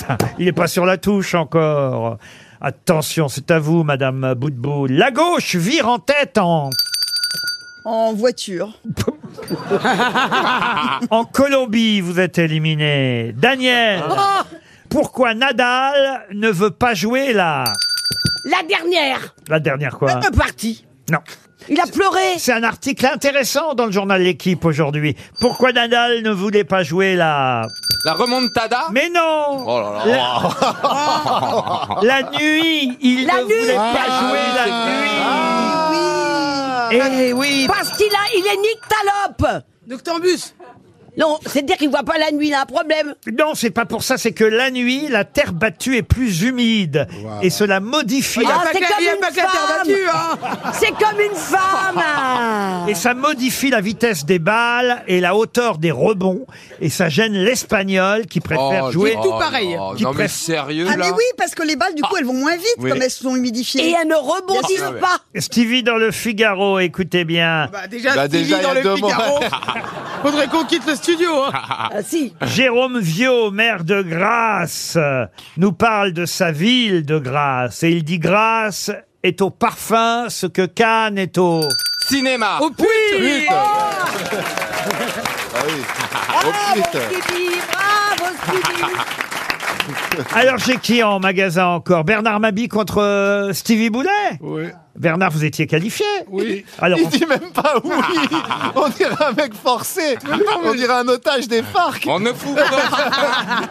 Speaker 2: Il n'est pas sur la touche encore. Attention, c'est à vous, madame Boudbou. La gauche vire en tête en,
Speaker 9: En voiture. Ah,
Speaker 2: en Colombie. Vous êtes éliminé. Daniel,
Speaker 3: Ah.
Speaker 2: pourquoi Nadal ne veut pas jouer la,
Speaker 4: La dernière
Speaker 2: la dernière quoi
Speaker 4: Un parti
Speaker 2: Non.
Speaker 4: Il a pleuré
Speaker 2: C'est un article intéressant dans le journal L'équipe aujourd'hui. Pourquoi Nadal ne voulait pas jouer la...
Speaker 8: La remontada
Speaker 2: Mais non
Speaker 8: Oh là là.
Speaker 2: La nuit Il
Speaker 4: La
Speaker 2: ne voulait
Speaker 4: nuit.
Speaker 2: pas
Speaker 10: Ah,
Speaker 2: jouer la nuit
Speaker 6: Eh oui.
Speaker 4: Parce qu'il a, il est nyctalope
Speaker 6: Noctambus.
Speaker 4: Non, c'est-à-dire qu'il voit pas la nuit, il a un problème
Speaker 2: Et non, c'est pas pour ça, c'est que la nuit, la terre battue est plus humide. Et cela modifie...
Speaker 6: Il y a
Speaker 4: Ah,
Speaker 6: pas
Speaker 4: c'est
Speaker 6: que la-
Speaker 4: comme
Speaker 6: il y a
Speaker 4: une
Speaker 6: pas que la terre
Speaker 4: femme.
Speaker 6: battue, hein.
Speaker 4: C'est comme une femme hein.
Speaker 2: Et ça modifie la vitesse des balles et la hauteur des rebonds. Et ça gêne l'espagnol qui préfère
Speaker 8: Oh,
Speaker 2: jouer.
Speaker 8: oh,
Speaker 6: tout pareil.
Speaker 8: oh,
Speaker 2: Qui
Speaker 8: non mais
Speaker 2: préfère-
Speaker 8: sérieux
Speaker 9: Ah mais
Speaker 8: là
Speaker 9: oui, parce que les balles, du coup, elles vont moins vite
Speaker 3: Oui.
Speaker 9: comme elles sont humidifiées.
Speaker 4: Et elles ne rebondissent
Speaker 8: Ah ouais.
Speaker 4: pas
Speaker 2: Stevie dans le Figaro, écoutez bien.
Speaker 6: Bah déjà,
Speaker 3: Bah,
Speaker 6: Stevie
Speaker 3: déjà, il y a
Speaker 6: dans le
Speaker 3: deux mois.
Speaker 6: Figaro. Faudrait qu'on quitte le studio. hein.
Speaker 4: Ah si
Speaker 2: Jérôme Viau, maire de Grasse, euh, nous parle de sa ville de Grasse. Et il dit Grasse est au parfum ce que Cannes est au...
Speaker 8: Cinéma
Speaker 6: Oh putain.
Speaker 3: Ah oui.
Speaker 4: Bravo
Speaker 3: Oh, putain.
Speaker 4: Stevie Bravo Stevie
Speaker 2: Alors j'ai qui en magasin encore Bernard Mabi contre euh, Stevie Boulet
Speaker 7: Oui.
Speaker 2: Bernard, vous étiez qualifié
Speaker 7: Oui.
Speaker 2: Alors,
Speaker 3: Il dit même pas oui On dirait un mec forcé On dirait un otage des FARC
Speaker 8: On ne fout pas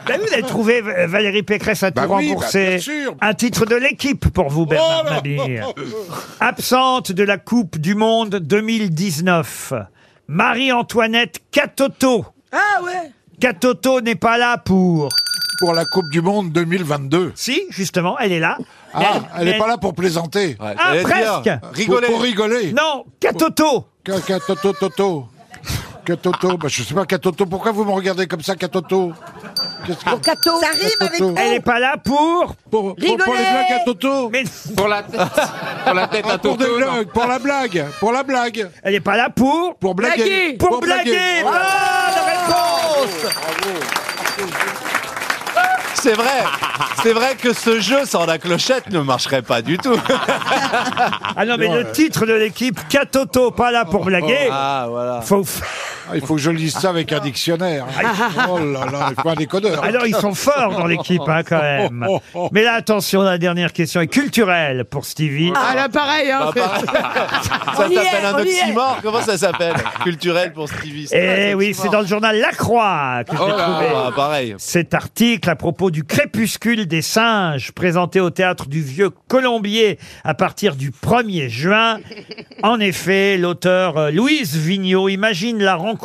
Speaker 2: bah, vous avez trouvé euh, Valérie Pécresse à tout
Speaker 7: Bah oui, bah,
Speaker 2: rembourser.
Speaker 7: bien sûr. Oh
Speaker 2: un titre de l'équipe pour vous, Bernard Mabille. Absente de la Coupe du Monde 2019, Marie-Antoinette Catoto.
Speaker 6: Ah ouais.
Speaker 2: Catoto n'est pas là pour...
Speaker 7: Pour la Coupe du Monde 2022.
Speaker 2: Si, justement, elle est là.
Speaker 7: Ah, elle
Speaker 2: mais-
Speaker 7: n'est pas là pour plaisanter.
Speaker 3: Ouais,
Speaker 2: Ah,
Speaker 3: j'allais dire,
Speaker 2: presque.
Speaker 7: Pour,
Speaker 3: Rigoler
Speaker 7: pour rigoler.
Speaker 2: Non, Catoto
Speaker 7: Ca- ca- toto, toto. Catoto, bah, je sais pas, Catoto, pourquoi vous me regardez comme ça, Catoto Qu'est-ce que...
Speaker 4: Cato
Speaker 9: Ça rime avec
Speaker 7: Toto.
Speaker 2: Elle n'est pas là pour...
Speaker 7: pour, pour, pour les
Speaker 4: Rigoler.
Speaker 7: blagues à Toto
Speaker 2: Mais
Speaker 8: Pour la tête Pour la tête à
Speaker 7: Ah, Pour des
Speaker 8: Toto, non.
Speaker 7: blagues, pour la blague, pour la blague,
Speaker 2: elle n'est pas là pour...
Speaker 7: pour blaguer.
Speaker 6: Blaguer.
Speaker 2: Pour, blaguer Bonne réponse
Speaker 3: C'est vrai C'est vrai que ce jeu sans la clochette ne marcherait pas du tout
Speaker 2: Ah non, mais le titre de l'équipe, Catoto, pas là pour blaguer.
Speaker 3: Ah voilà
Speaker 2: Faut... f-
Speaker 7: Ah, Il faut que je lise ça avec un dictionnaire. Oh là là, il faut un décodeur. Oh,
Speaker 2: Alors, ils sont forts dans l'équipe, hein, quand même. Mais là, attention, la dernière question est culturelle pour Stevie.
Speaker 6: Ah, là, pareil, hein.
Speaker 3: Ça s'appelle un oxymore, comment ça s'appelle Culturel pour Stevie.
Speaker 2: Eh oui, c'est dans le journal La Croix que j'ai
Speaker 3: Oh là,
Speaker 2: trouvé
Speaker 3: bah, pareil.
Speaker 2: cet article à propos du crépuscule des singes présenté au théâtre du Vieux Colombier à partir du 1er juin. En effet, l'auteur euh, Louise Vigneault imagine la rencontre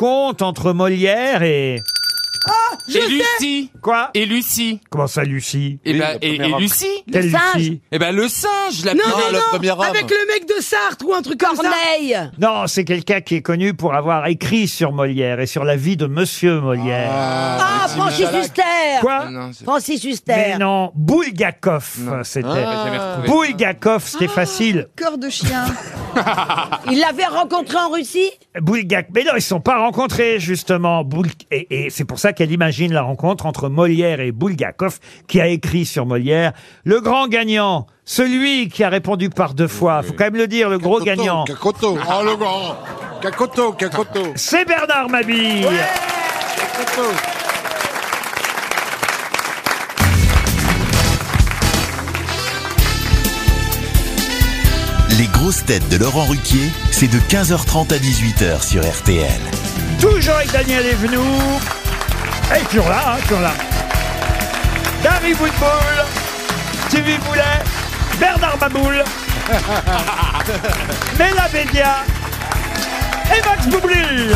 Speaker 2: entre Molière et...
Speaker 8: et Lucie.
Speaker 2: Quoi
Speaker 8: Et Lucie.
Speaker 2: Comment ça, Lucie
Speaker 8: Et, bah, et, et Lucie
Speaker 2: Quelle Lucie
Speaker 8: Et ben le singe, la
Speaker 6: Non,
Speaker 8: petite-
Speaker 6: non, non, avec le mec de Sartre ou un truc comme ça. Corneille
Speaker 2: Non, c'est quelqu'un qui est connu pour avoir écrit sur Molière et sur la vie de Monsieur Molière.
Speaker 4: Ah, Francis Huster
Speaker 2: Quoi
Speaker 4: Francis Huster
Speaker 2: Mais non, Bulgakov, c'était.
Speaker 4: Ah. Jamais retrouvé.
Speaker 2: Bulgakov, c'était facile.
Speaker 4: Cœur de chien. Ah. Il l'avait rencontré en Russie
Speaker 2: Bulgakov. Mais non, ils ne sont pas rencontrés, justement. Boul- Et, et c'est pour ça qu'elle imagine la rencontre entre Molière et Bulgakov, qui a écrit sur Molière. Le grand gagnant, celui qui a répondu par deux fois, faut quand même le dire, le gros gagnant,
Speaker 7: Cacoto. Oh le grand. Cacoto, Cacoto.
Speaker 2: c'est Bernard Mabille.
Speaker 7: Cacoto.
Speaker 1: Les grosses têtes de Laurent Ruquier, c'est de 15h30 à 18h sur RTL.
Speaker 2: Toujours avec Daniel Evenou. Et toujours là, hein, toujours là. Dari Woodball, Stevie Boulet, Bernard Maboul, Mela Bédia et Max Boublil.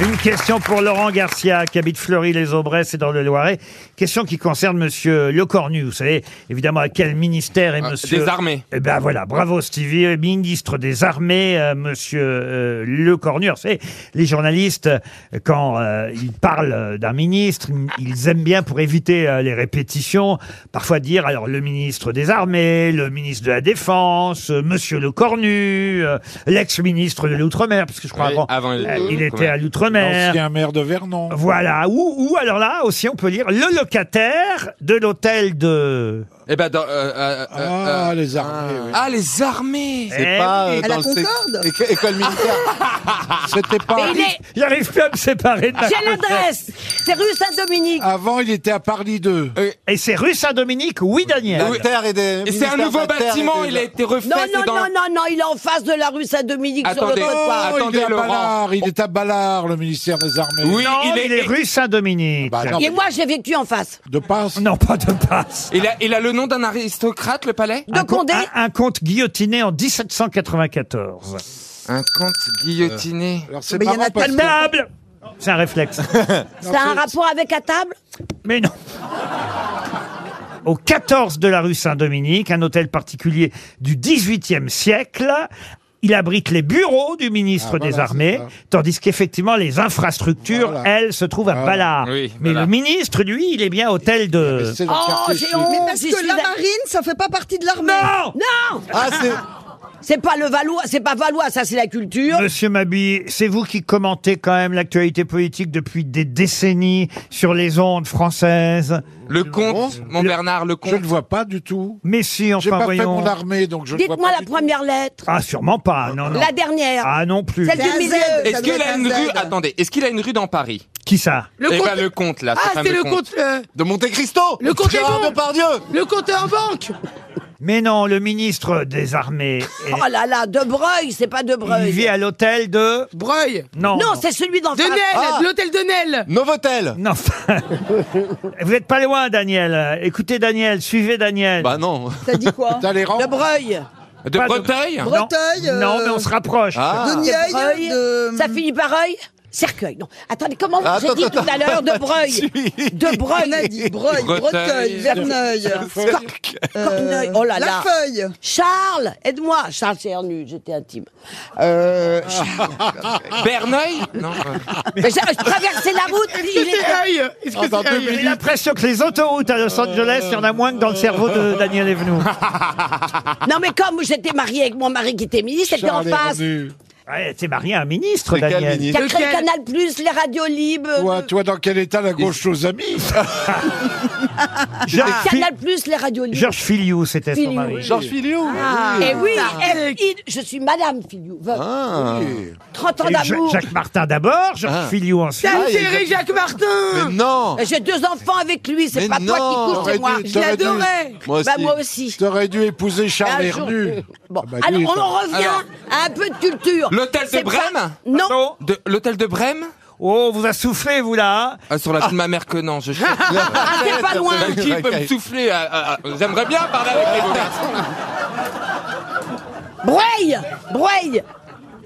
Speaker 2: Une question pour Laurent Garcia, qui habite Fleury-les-Aubrais, c'est dans le Loiret. Question qui concerne Monsieur Lecornu. Vous savez, évidemment, à quel ministère est Monsieur...
Speaker 8: Ah, des armées.
Speaker 2: Eh ben voilà, bravo Stevie, euh, ministre des Armées, euh, Monsieur euh, Lecornu. Alors, vous savez, les journalistes, euh, quand euh, ils parlent euh, d'un ministre, ils aiment bien, pour éviter euh, les répétitions, parfois dire, alors, le ministre des Armées, le ministre de la Défense, euh, Monsieur Lecornu, euh, l'ex-ministre de l'Outre-mer, parce que je crois
Speaker 8: Oui,
Speaker 2: avant,
Speaker 8: avant, il
Speaker 2: euh,
Speaker 8: était
Speaker 2: il
Speaker 8: à
Speaker 2: était à l'Outre-mer.
Speaker 7: L'ancien maire de Vernon.
Speaker 2: Voilà. Ou, ou alors là aussi, on peut lire le locataire de l'hôtel de.
Speaker 8: Eh ben dans, euh, euh, euh,
Speaker 7: Ah,
Speaker 8: euh,
Speaker 7: les armées. oui.
Speaker 8: ah, les armées.
Speaker 2: C'est Eh pas, oui. euh,
Speaker 9: À la Concorde
Speaker 3: École militaire.
Speaker 7: C'était pas.
Speaker 4: Mais il est-
Speaker 2: J'arrive plus à me séparer de ma
Speaker 4: J'ai
Speaker 2: grossesse.
Speaker 4: l'adresse C'est rue Saint-Dominique
Speaker 7: Avant, il était à Paris 2.
Speaker 2: Et c'est rue Saint-Dominique, oui, Daniel.
Speaker 3: La terre et des.
Speaker 8: Et c'est un
Speaker 3: ministère de
Speaker 8: nouveau
Speaker 3: la terre et
Speaker 8: bâtiment,
Speaker 3: des-
Speaker 8: il a été refait.
Speaker 4: Non,
Speaker 8: c'est
Speaker 4: non,
Speaker 8: dans-
Speaker 4: non, non, non, il est en face de la rue Saint-Dominique sur le
Speaker 8: Attendez.
Speaker 4: trottoir.
Speaker 7: Oh, il
Speaker 8: Attendez,
Speaker 7: est à
Speaker 8: Laurent.
Speaker 7: Ballard. Il est à Ballard, le ministère des armées.
Speaker 8: Oui,
Speaker 2: Non,
Speaker 8: il,
Speaker 2: il,
Speaker 8: est,
Speaker 2: est rue Saint-Dominique.
Speaker 7: Bah, non.
Speaker 4: Et moi, j'ai vécu en face.
Speaker 7: De passe.
Speaker 2: non, pas de passe.
Speaker 8: il a, il a le nom d'un aristocrate, le palais
Speaker 4: De Condé
Speaker 2: Un, un comte guillotiné en 1794.
Speaker 8: Ah, Un comte guillotiné.
Speaker 7: Euh, Alors c'est
Speaker 9: Mais il y en a
Speaker 7: marrant parce que-
Speaker 2: Table C'est un réflexe.
Speaker 4: C'est un rapport avec à table
Speaker 2: Mais non. Au 14 de la rue Saint-Dominique, un hôtel particulier du 18e siècle. Il abrite les bureaux du ministre
Speaker 7: Ah, voilà,
Speaker 2: des Armées,
Speaker 7: c'est ça.
Speaker 2: tandis qu'effectivement les infrastructures,
Speaker 7: Voilà.
Speaker 2: elles, se trouvent à
Speaker 7: Voilà.
Speaker 2: Ballard.
Speaker 8: Oui,
Speaker 2: Mais le
Speaker 8: voilà.
Speaker 2: ministre, lui, il est bien hôtel de...
Speaker 7: C'est le quartier
Speaker 4: Oh, j'ai
Speaker 7: sud.
Speaker 4: honte.
Speaker 9: Mais parce
Speaker 4: J'y
Speaker 9: que
Speaker 4: suis
Speaker 9: la
Speaker 4: d'a-
Speaker 9: marine, ça fait pas partie de l'armée.
Speaker 2: Non
Speaker 4: Non
Speaker 3: Ah, c'est.
Speaker 4: C'est pas le Valois, c'est pas Valois, ça c'est la culture.
Speaker 2: Monsieur Mabi, c'est vous qui commentez quand même l'actualité politique depuis des décennies sur les ondes françaises.
Speaker 8: Le comte, mon Bernard, le
Speaker 7: Ah Je ne
Speaker 8: comte.
Speaker 7: vois pas du tout.
Speaker 2: Mais si,
Speaker 7: J'ai
Speaker 2: enfin,
Speaker 7: pas fait
Speaker 2: voyons.
Speaker 7: mon armée, donc je ne vois
Speaker 4: Dites-moi
Speaker 7: pas. Euh,
Speaker 4: la
Speaker 7: du tout.
Speaker 4: première lettre.
Speaker 2: Ah, sûrement pas, non, non.
Speaker 4: La dernière.
Speaker 2: Ah, non plus.
Speaker 4: Celle
Speaker 9: C'est
Speaker 4: du
Speaker 9: un
Speaker 4: milieu.
Speaker 9: Z.
Speaker 8: Est-ce
Speaker 9: Ça doit
Speaker 8: qu'il a
Speaker 9: être
Speaker 8: une
Speaker 9: un
Speaker 8: rue
Speaker 9: Z.
Speaker 8: Attendez, est-ce qu'il a une rue dans Paris
Speaker 2: Qui ça
Speaker 6: Le
Speaker 8: Eh
Speaker 6: comte-
Speaker 8: ben le comte, là, ce
Speaker 6: Ah, c'est
Speaker 8: fameux
Speaker 6: le
Speaker 8: comte.
Speaker 6: compte, euh,
Speaker 3: De Monte Cristo
Speaker 6: Le comte est
Speaker 3: Gérard
Speaker 6: bon.
Speaker 3: Depardieu
Speaker 6: le compte en banque.
Speaker 2: Mais non, le ministre des Armées, est-
Speaker 4: Oh là là, De Breuil, c'est pas De
Speaker 2: il vit
Speaker 4: Breuil.
Speaker 2: à l'hôtel de...
Speaker 6: Breuil.
Speaker 2: Non,
Speaker 4: Non, c'est celui d'en
Speaker 6: De
Speaker 4: face.
Speaker 6: Nel,
Speaker 3: Ah.
Speaker 6: de l'hôtel de Nel.
Speaker 3: Novotel
Speaker 2: Non, enfin, vous n'êtes pas loin, Daniel. Écoutez Daniel, suivez Daniel.
Speaker 3: Bah non.
Speaker 9: Ça dit quoi
Speaker 7: T'as les rangs
Speaker 4: De Breuil.
Speaker 8: De
Speaker 2: Pas de-
Speaker 8: Breteuil
Speaker 2: Non.
Speaker 9: Breteuil, euh,
Speaker 2: Non, mais on se rapproche.
Speaker 3: Ah.
Speaker 9: De
Speaker 4: De Breuil.
Speaker 9: Nieuil, de...
Speaker 4: Ça finit par Oeil Cercueil. Non. Attendez, comment
Speaker 3: Ah,
Speaker 4: j'ai
Speaker 3: attends,
Speaker 4: dit
Speaker 3: attends,
Speaker 4: tout à l'heure De Breuil De
Speaker 9: On a
Speaker 4: Breuil.
Speaker 9: dit Breuil,
Speaker 8: Breteuil,
Speaker 9: Breteuil, Verneuil,
Speaker 10: Euh,
Speaker 4: Corneuil. Oh là
Speaker 9: La
Speaker 4: là.
Speaker 9: Feuille.
Speaker 4: Charles, aide-moi. Charles, c'est nu, j'étais intime. Euh,
Speaker 8: Berneuil Non. euh,
Speaker 4: mais j'ai- je traversais la route, il
Speaker 6: C'est
Speaker 4: était
Speaker 6: Aïe. Est-ce que c'est Aïe
Speaker 2: J'ai l'impression que les autoroutes à Los Angeles, il y en a moins que dans le cerveau de Daniel Evenou.
Speaker 4: Non, mais comme j'étais mariée avec mon mari qui était ministre, c'était en
Speaker 7: Charles est
Speaker 4: face.
Speaker 7: revenu.
Speaker 2: Ouais, t'es marié à un ministre,
Speaker 7: C'est quel
Speaker 2: Daniel.
Speaker 7: ministre
Speaker 4: Qui a créé Canal Plus, les radios libres.
Speaker 7: Toi, toi, dans quel état la gauche aux amis
Speaker 2: Georges Fi-
Speaker 4: Canal Plus, les radios libres.
Speaker 2: Georges Filiou, c'était son
Speaker 4: Filiou.
Speaker 2: mari.
Speaker 4: Ah,
Speaker 2: oui.
Speaker 4: Et oui,
Speaker 2: Ah.
Speaker 4: eh, il- je suis Madame Filiou. veuve.
Speaker 2: Ah. Oui.
Speaker 4: 30 ans
Speaker 2: Et Ja-
Speaker 4: d'amour.
Speaker 2: Jacques Martin d'abord, Georges
Speaker 4: Ah.
Speaker 2: Filiou ensuite.
Speaker 4: T'as enterré Jacques
Speaker 2: Martin
Speaker 4: Et J'ai deux enfants avec lui, c'est
Speaker 7: Mais
Speaker 4: pas toi
Speaker 7: non,
Speaker 4: qui couches,
Speaker 7: t'aurais
Speaker 4: c'est moi.
Speaker 7: dû-
Speaker 4: Je
Speaker 7: t'aurais dû-
Speaker 4: l'adorais.
Speaker 7: Moi
Speaker 4: Bah,
Speaker 7: aussi.
Speaker 4: moi aussi.
Speaker 7: T'aurais dû épouser Charles
Speaker 4: Un jour,
Speaker 7: Hernu.
Speaker 4: Bon,
Speaker 7: Ah bah,
Speaker 4: alors
Speaker 7: lui,
Speaker 4: on en
Speaker 7: t'as-
Speaker 4: revient à un peu de culture.
Speaker 8: L'hôtel de
Speaker 4: C'est pas-
Speaker 8: Brême
Speaker 4: Non.
Speaker 8: De- L'hôtel de Brême
Speaker 2: Oh, vous a soufflé, vous là
Speaker 8: ah, Sur la petite de ma mère que non, je cherche.
Speaker 4: Ah, c'est pas loin.
Speaker 8: Qui peut me souffler ah, ah, ah, J'aimerais bien parler avec les beaux garçons.
Speaker 4: Breuil Breuil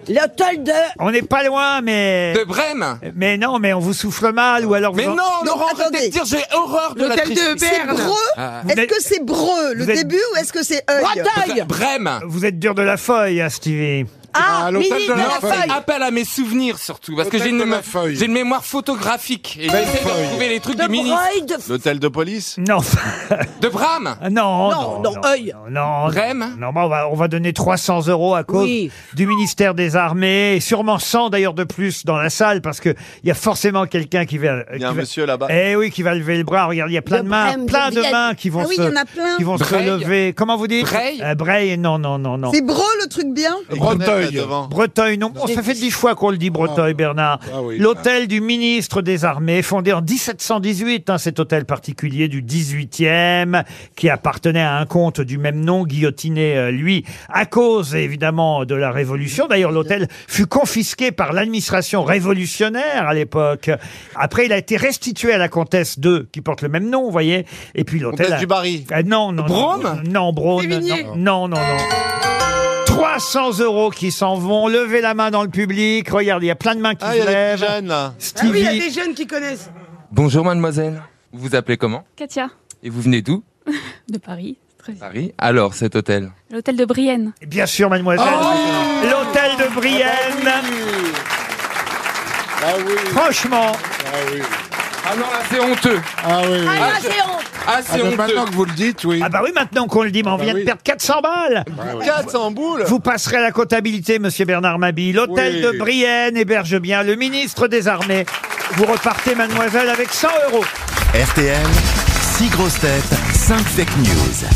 Speaker 4: L'hôtel de...
Speaker 2: On n'est pas loin, mais.
Speaker 8: De Brême
Speaker 2: Mais non, mais on vous souffle mal, ou alors.
Speaker 8: Mais
Speaker 2: vous en-
Speaker 8: non, Laurent, arrêtez de dire j'ai horreur de la tristesse.
Speaker 9: C'est Breu
Speaker 2: Ah.
Speaker 9: Est-ce que c'est Breu le
Speaker 2: Vous êtes-
Speaker 9: début ou est-ce que c'est œil
Speaker 8: Brême
Speaker 2: Vous êtes dur de la feuille, hein, Stevie.
Speaker 9: Ah,
Speaker 8: l'hôtel
Speaker 9: Ministre de
Speaker 8: Non,
Speaker 9: la
Speaker 8: faites
Speaker 9: Feuille.
Speaker 8: appel à mes souvenirs surtout, parce que
Speaker 7: L'hôtel
Speaker 8: j'ai
Speaker 7: de
Speaker 8: une,
Speaker 7: la
Speaker 8: mé-
Speaker 7: Feuille.
Speaker 8: j'ai une mémoire photographique. Et
Speaker 7: Belle
Speaker 8: j'essaie de
Speaker 7: feuille.
Speaker 8: retrouver les trucs
Speaker 4: De
Speaker 8: du ministre.
Speaker 4: Breuil, de...
Speaker 3: L'hôtel de police
Speaker 2: Non. Ah,
Speaker 8: De Brame
Speaker 2: Non,
Speaker 4: Non,
Speaker 2: non,
Speaker 4: non, œil.
Speaker 2: non, non.
Speaker 8: Brême
Speaker 2: Non, bah, on, va, on va donner 300 euros à cause
Speaker 4: Oui.
Speaker 2: du ministère des Armées, et sûrement 100 d'ailleurs de plus dans la salle, parce qu'il y a forcément quelqu'un qui va...
Speaker 3: Il y a un monsieur là-bas.
Speaker 2: Eh oui, qui va lever le bras. Regarde, il y a plein de,
Speaker 9: De
Speaker 2: mains,
Speaker 9: Brême,
Speaker 2: plein
Speaker 9: de
Speaker 2: de
Speaker 9: Vienne.
Speaker 2: mains qui vont,
Speaker 9: Ah oui,
Speaker 2: se,
Speaker 9: il y en a plein.
Speaker 2: Qui vont se
Speaker 8: Breil.
Speaker 2: lever. Comment vous dites
Speaker 8: Breil.
Speaker 2: Euh, Breil, non, non, non, non.
Speaker 9: C'est Breu le truc bien
Speaker 7: Breteuil.
Speaker 2: Breteuil, non. Bon, ça fait dix fois qu'on le dit, Breteuil, Bernard.
Speaker 7: Ah oui.
Speaker 2: L'hôtel du ministre des Armées, fondé en 1718, hein, cet hôtel particulier du 18e, qui appartenait à un comte du même nom, guillotiné, euh, lui, à cause, évidemment, de la Révolution. D'ailleurs, l'hôtel fut confisqué par l'administration révolutionnaire à l'époque. Après, il a été restitué à la comtesse de, qui porte le même nom, vous voyez. Et puis l'hôtel...
Speaker 3: Comtesse
Speaker 2: a-
Speaker 3: du Barry.
Speaker 2: Ah, non, non, non.
Speaker 8: Brome
Speaker 2: Non, Brome.
Speaker 6: Sévigné.
Speaker 2: non, non. non. non. 300 euros qui s'en vont. Levez la main dans le public. Regardez, il y a plein de mains qui
Speaker 3: Ah, il y
Speaker 2: se
Speaker 3: a des petits
Speaker 2: lèvent.
Speaker 3: jeunes
Speaker 6: Ah
Speaker 3: là.
Speaker 6: oui, il y a
Speaker 2: Stevie,
Speaker 6: des jeunes qui connaissent.
Speaker 8: Bonjour mademoiselle. Vous vous appelez comment
Speaker 15: Katia,
Speaker 8: Et vous venez d'où
Speaker 15: de Paris. Très bien.
Speaker 8: Paris. Alors cet hôtel
Speaker 15: L'hôtel de Brienne.
Speaker 2: bien sûr, mademoiselle.
Speaker 6: Ah
Speaker 2: L'hôtel de Brienne.
Speaker 7: Ah oui,
Speaker 2: Franchement,
Speaker 7: ah oui.
Speaker 8: Ah non, là c'est honteux.
Speaker 7: Ah
Speaker 4: Ah,
Speaker 7: oui. oui.
Speaker 4: là, c'est honte.
Speaker 8: Ah
Speaker 7: Ah,
Speaker 8: c'est
Speaker 7: mais
Speaker 8: honteux.
Speaker 7: maintenant que vous le dites, oui.
Speaker 2: ah bah oui, maintenant qu'on le dit, mais on
Speaker 7: bah
Speaker 2: vient de
Speaker 7: oui.
Speaker 2: perdre 400 balles.
Speaker 7: Ah oui.
Speaker 3: 400 boules
Speaker 2: Vous passerez à la comptabilité, monsieur Bernard Mabille. L'hôtel
Speaker 7: Oui.
Speaker 2: de Brienne héberge bien le ministre des Armées. Vous repartez, mademoiselle, avec 100 euros.
Speaker 1: RTL, 6 grosses têtes, 5 fake news.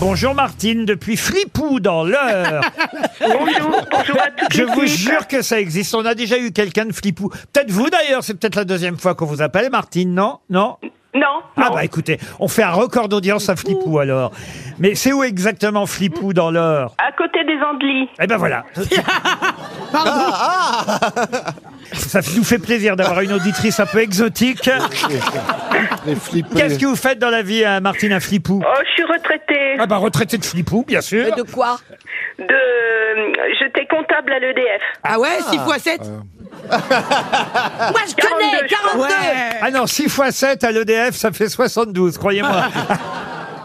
Speaker 2: Bonjour Martine, depuis Fripou dans l'heure.
Speaker 16: Bonjour, bonjour à toutes
Speaker 2: Je
Speaker 16: les
Speaker 2: vous
Speaker 16: équipes.
Speaker 2: jure que ça existe. On a déjà eu quelqu'un de Fripou. Peut-être vous d'ailleurs, c'est peut-être la deuxième fois qu'on vous appelle Martine, non Non
Speaker 16: Non,
Speaker 2: Ah
Speaker 16: non.
Speaker 2: bah écoutez, on fait un record d'audience à Flipou alors. Mais c'est où exactement Flipou dans l'heure
Speaker 16: à côté des Andelys.
Speaker 2: Eh ben voilà. Ça nous fait plaisir d'avoir une auditrice un peu exotique.
Speaker 7: Les flippés.
Speaker 2: Qu'est-ce que vous faites dans la vie, hein, Martine, à Flipou
Speaker 16: Oh, je suis retraitée.
Speaker 2: Ah bah retraité de Flipou, bien sûr.
Speaker 4: Euh, De quoi
Speaker 16: De... J'étais euh, comptable à l'EDF.
Speaker 6: Ah ouais, 6 x 7
Speaker 4: Moi, je connais
Speaker 16: 42, je
Speaker 4: 42
Speaker 2: Ah non, 6 x 7 à l'EDF, ça fait 72, croyez-moi.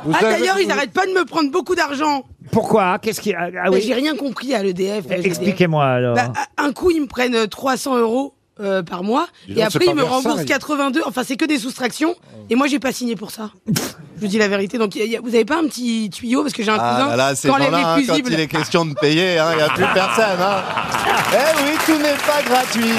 Speaker 7: Vous
Speaker 6: Ah
Speaker 7: avez-
Speaker 6: d'ailleurs, ils n'arrêtent pas de me prendre beaucoup d'argent.
Speaker 2: Pourquoi Qu'est-ce qui... Ah ah
Speaker 6: Mais
Speaker 2: oui, Eh,
Speaker 6: J'ai rien compris à l'EDF. là, j'ai-
Speaker 2: expliquez-moi alors.
Speaker 6: Bah, un coup, ils me prennent 300 euros euh, par mois.
Speaker 7: Dis
Speaker 6: et
Speaker 7: donc,
Speaker 6: après,
Speaker 7: c'est
Speaker 6: ils
Speaker 7: pas
Speaker 6: me remboursent
Speaker 7: Versailles.
Speaker 6: 82. Enfin, c'est que des soustractions.
Speaker 3: Oh.
Speaker 6: Et moi, j'ai pas signé pour ça. Je vous dis la vérité. Donc, y a- y a- vous avez pas un petit tuyau Parce que j'ai un cousin
Speaker 3: Ah là là,
Speaker 6: qui
Speaker 3: ces
Speaker 6: enlève
Speaker 3: gens-là, hein,
Speaker 6: les
Speaker 3: quand
Speaker 6: fusibles. Ah.
Speaker 3: il est question de payer, il n'y a plus personne. Hein. Eh oui, tout n'est pas gratuit.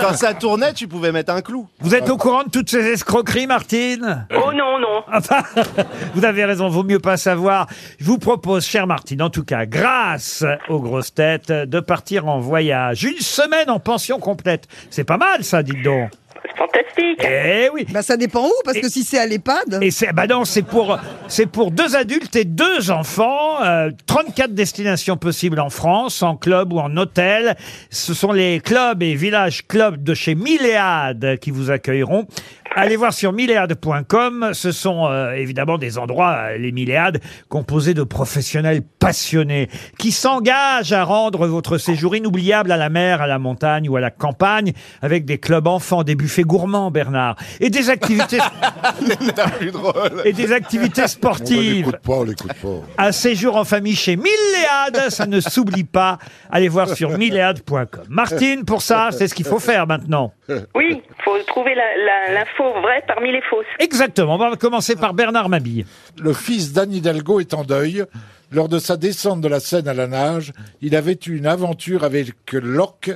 Speaker 3: Quand ça tournait, tu pouvais mettre un clou.
Speaker 2: Vous êtes au courant de toutes ces escroqueries, Martine Ah, bah,
Speaker 16: Oh non, non.
Speaker 2: Vous avez raison, vaut mieux pas savoir. Je vous propose, chère Martine, en tout cas, grâce aux grosses têtes, de partir en voyage. Une semaine en pension complète. C'est pas mal, ça, dites donc.
Speaker 16: C'est fantastique.
Speaker 2: Eh oui.
Speaker 9: Bah ça dépend où, parce que si c'est à l'EHPAD,
Speaker 2: Et c'est, bah non, c'est pour, c'est pour deux adultes et deux enfants. euh, 34 destinations possibles en France, en club ou en hôtel. Ce sont les clubs et villages clubs de chez Milléade qui vous accueilleront. Allez voir sur milléade.com. Ce sont euh, évidemment des endroits, euh, les Milléades, composés de professionnels passionnés qui s'engagent à rendre votre séjour inoubliable à la mer, à la montagne ou à la campagne avec des clubs enfants, des buffets gourmands, Bernard, et des activités
Speaker 3: C'était plus drôle.
Speaker 2: et des activités
Speaker 7: On l'écoute
Speaker 2: sportives.
Speaker 7: pas, on l'écoute pas.
Speaker 2: Un séjour en famille chez Milléade, ça ne s'oublie pas. Allez voir sur milléade.com. Martine, pour ça, c'est ce qu'il faut faire maintenant.
Speaker 16: Oui, faut trouver la- la- l'info vraie parmi les fausses.
Speaker 2: Exactement. On va commencer par Bernard Mabille.
Speaker 7: Le fils d'Anne Hidalgo est en deuil. Lors de sa descente de la Seine à la nage, il avait eu une aventure avec l'orque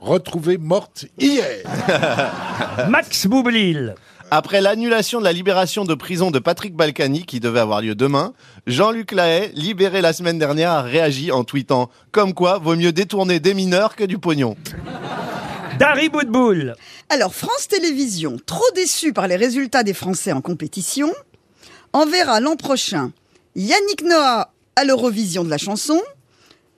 Speaker 7: retrouvée morte hier.
Speaker 2: Max Boublil.
Speaker 3: Après l'annulation de la libération de prison de Patrick Balkany, qui devait avoir lieu demain, Jean-Luc Lahaye, libéré la semaine dernière, a réagi en tweetant « Comme quoi, vaut mieux détourner des mineurs que du pognon ».
Speaker 2: Dari Boudboul.
Speaker 9: Alors, France Télévisions, trop déçue par les résultats des Français en compétition, enverra l'an prochain Yannick Noah à l'Eurovision de la chanson